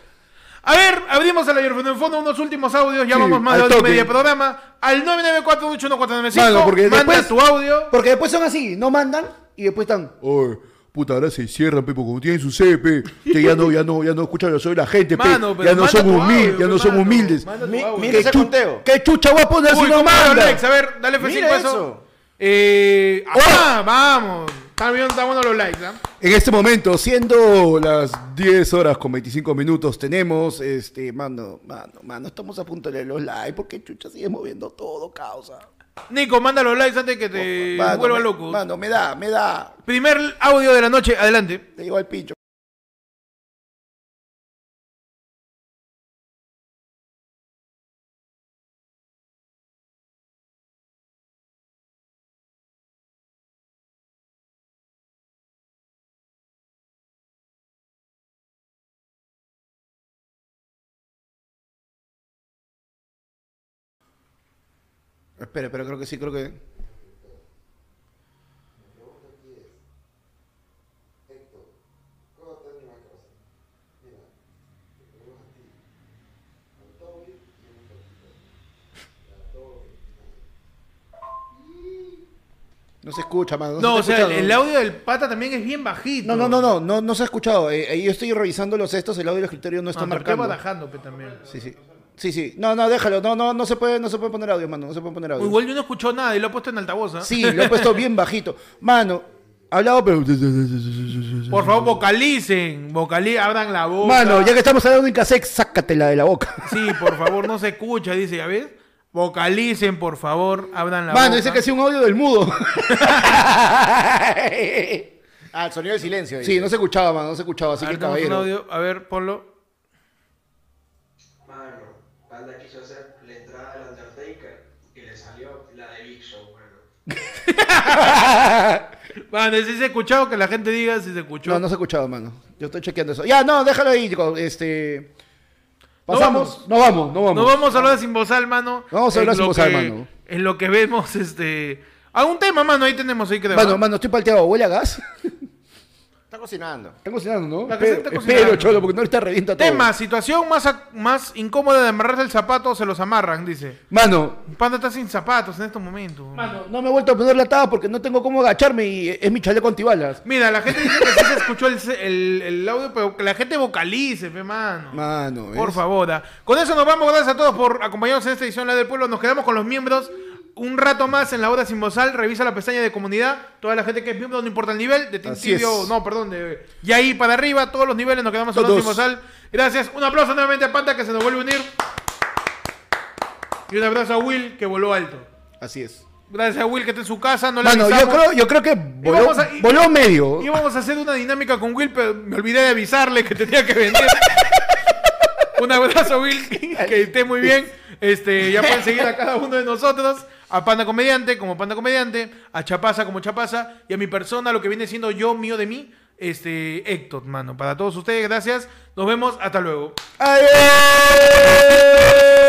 Speaker 1: A ver, abrimos el ayer en fondo unos últimos audios. Ya
Speaker 3: Sí,
Speaker 1: vamos más
Speaker 3: al
Speaker 1: de hora y
Speaker 3: toque.
Speaker 1: media de programa. Al 994181495.
Speaker 3: Mano, porque
Speaker 1: Manda
Speaker 3: después-
Speaker 1: tu audio.
Speaker 3: Porque después son así, no mandan y después están.
Speaker 2: Oye, puta, ahora se cierran, pe, porque como tienen su sede, pe, que ya no, ya no, ya no escuchan los oídos de la gente, pe.
Speaker 1: Mano, pero
Speaker 2: ya no
Speaker 1: manda
Speaker 2: son
Speaker 1: tu
Speaker 2: humildes,
Speaker 1: audio,
Speaker 2: ya no
Speaker 1: pe,
Speaker 2: son
Speaker 1: mano.
Speaker 2: humildes.
Speaker 1: Manda tu
Speaker 4: Mi-
Speaker 1: audio.
Speaker 4: Mira
Speaker 3: ¿Qué,
Speaker 4: ese
Speaker 3: chu-
Speaker 4: conteo.
Speaker 3: qué chucha voy a poner
Speaker 1: Uy,
Speaker 3: si no
Speaker 1: ¿cómo era,
Speaker 3: manda?
Speaker 1: Alex? A ver, dale F5
Speaker 4: Mira
Speaker 1: a eso.
Speaker 4: eso.
Speaker 1: Eh, ah, vamos. Están bien, están buenos los likes, ¿ah?
Speaker 2: En este momento, siendo las 10 horas con 25 minutos, tenemos, este, mano, mano, mano, estamos a punto de leer los likes, porque chucha sigue moviendo todo, causa.
Speaker 1: Nico, manda los likes antes que te
Speaker 2: Mano,
Speaker 1: vuelva
Speaker 2: me-
Speaker 1: loco.
Speaker 2: Mano, me da, me da,
Speaker 1: Primer audio de la noche, adelante.
Speaker 2: te digo al pincho.
Speaker 4: Espera, pero creo que sí, creo que.
Speaker 3: No se escucha, mano.
Speaker 1: No,
Speaker 3: se
Speaker 1: o
Speaker 3: está
Speaker 1: sea, el,
Speaker 3: escuchando.
Speaker 1: el audio del pata también es bien bajito. Ah,
Speaker 3: No, no, no, no, no, no se ha escuchado. Eh, eh, yo estoy revisando los estos, el audio del escritorio no está
Speaker 1: Ah, pero estoy
Speaker 3: marcando.
Speaker 1: barajando, pe, también.
Speaker 3: Sí, sí. Sí, sí. No, no, déjalo. No, no, no se puede, no se puede poner audio, mano. No se puede poner audio.
Speaker 1: Igual yo no escuchó nada y lo he puesto en altavoz, ¿ah?
Speaker 3: Sí, lo he puesto bien bajito. Mano, hablado, pero.
Speaker 1: Por favor, vocalicen, vocalicen, abran la boca.
Speaker 3: Mano, ya que estamos hablando en cassette, sácatela de la boca.
Speaker 1: Sí, por favor, no se escucha, dice, ¿ya ves? Vocalicen, por favor, abran la
Speaker 3: Mano,
Speaker 1: boca.
Speaker 3: dice que es un audio del mudo.
Speaker 4: Ah, el sonido de silencio.
Speaker 3: Sí, no se escuchaba, mano, no se escuchaba, así
Speaker 1: A
Speaker 3: que
Speaker 1: ver, tenemos un
Speaker 3: caballero.
Speaker 1: audio. A ver, ponlo.
Speaker 7: Mano, Panda quiso hacer la entrada al Undertaker y le salió la de Big Show, mano.
Speaker 1: Mano, si se ha escuchado, que la gente diga si se escuchó.
Speaker 3: No, no se escuchaba, mano. Yo estoy chequeando eso. Ya, no, déjalo ahí, chico. Este. Pasamos. No vamos, no vamos.
Speaker 1: Nos vamos a hablar sin bozal, mano.
Speaker 3: Vamos a hablar
Speaker 1: En
Speaker 3: sin
Speaker 1: lo
Speaker 3: bozal,
Speaker 1: que-
Speaker 3: mano.
Speaker 1: En lo que vemos, este... A un tema, mano, ahí tenemos, ahí creo.
Speaker 3: Mano,
Speaker 1: ¿ah?
Speaker 3: mano, estoy palteado. ¿Huele a gas?
Speaker 4: Está cocinando.
Speaker 3: Están cocinando, ¿no?
Speaker 1: La
Speaker 3: Pero,
Speaker 1: cassette está
Speaker 3: espero,
Speaker 1: cocinando.
Speaker 3: cholo, porque no ahorita revienta todo.
Speaker 1: Tema, situación más, ac- más incómoda de amarrarse el zapato, se los amarran, dice.
Speaker 3: Mano,
Speaker 1: Panda está sin zapatos en estos momentos.
Speaker 3: Mano, no me he vuelto a poner la taba porque no tengo cómo agacharme y es mi chaleco antibalas.
Speaker 1: Mira, la gente dice que sí se escuchó el, se- el- el audio, pero que la gente vocalice, fe, mano.
Speaker 3: Mano, ¿ves?
Speaker 1: Por favor. ah. Con eso nos vamos. Gracias a todos por acompañarnos en esta edición de La del Pueblo. Nos quedamos con los miembros un rato más en la hora sin bozal. Revisa la pestaña de comunidad. Toda la gente que es miembro, no importa el nivel. De Team
Speaker 3: Así es.
Speaker 1: Tibio, no, perdón. De, y ahí para arriba, todos los niveles nos quedamos en la hora sin
Speaker 3: Todos.
Speaker 1: bozal. Gracias. Un aplauso nuevamente a Panta que se nos vuelve a unir. Y un abrazo a Will que voló alto.
Speaker 3: Así es.
Speaker 1: Gracias a Will que está en su casa. No le
Speaker 3: Mano, yo
Speaker 1: avisamos.
Speaker 3: creo, yo creo que voló,
Speaker 1: vamos a- y-
Speaker 3: voló medio.
Speaker 1: Íbamos a hacer una dinámica con Will, pero me olvidé de avisarle que tenía que vender. Un abrazo, Will, que esté muy bien. Este, ya pueden seguir a cada uno de nosotros. A Panda Comediante como Panda Comediante, a Chapaza como Chapaza y a mi persona, lo que viene siendo yo, mío de mí, este, Héctor, mano. Para todos ustedes, gracias. Nos vemos, hasta luego.
Speaker 3: ¡Adiós!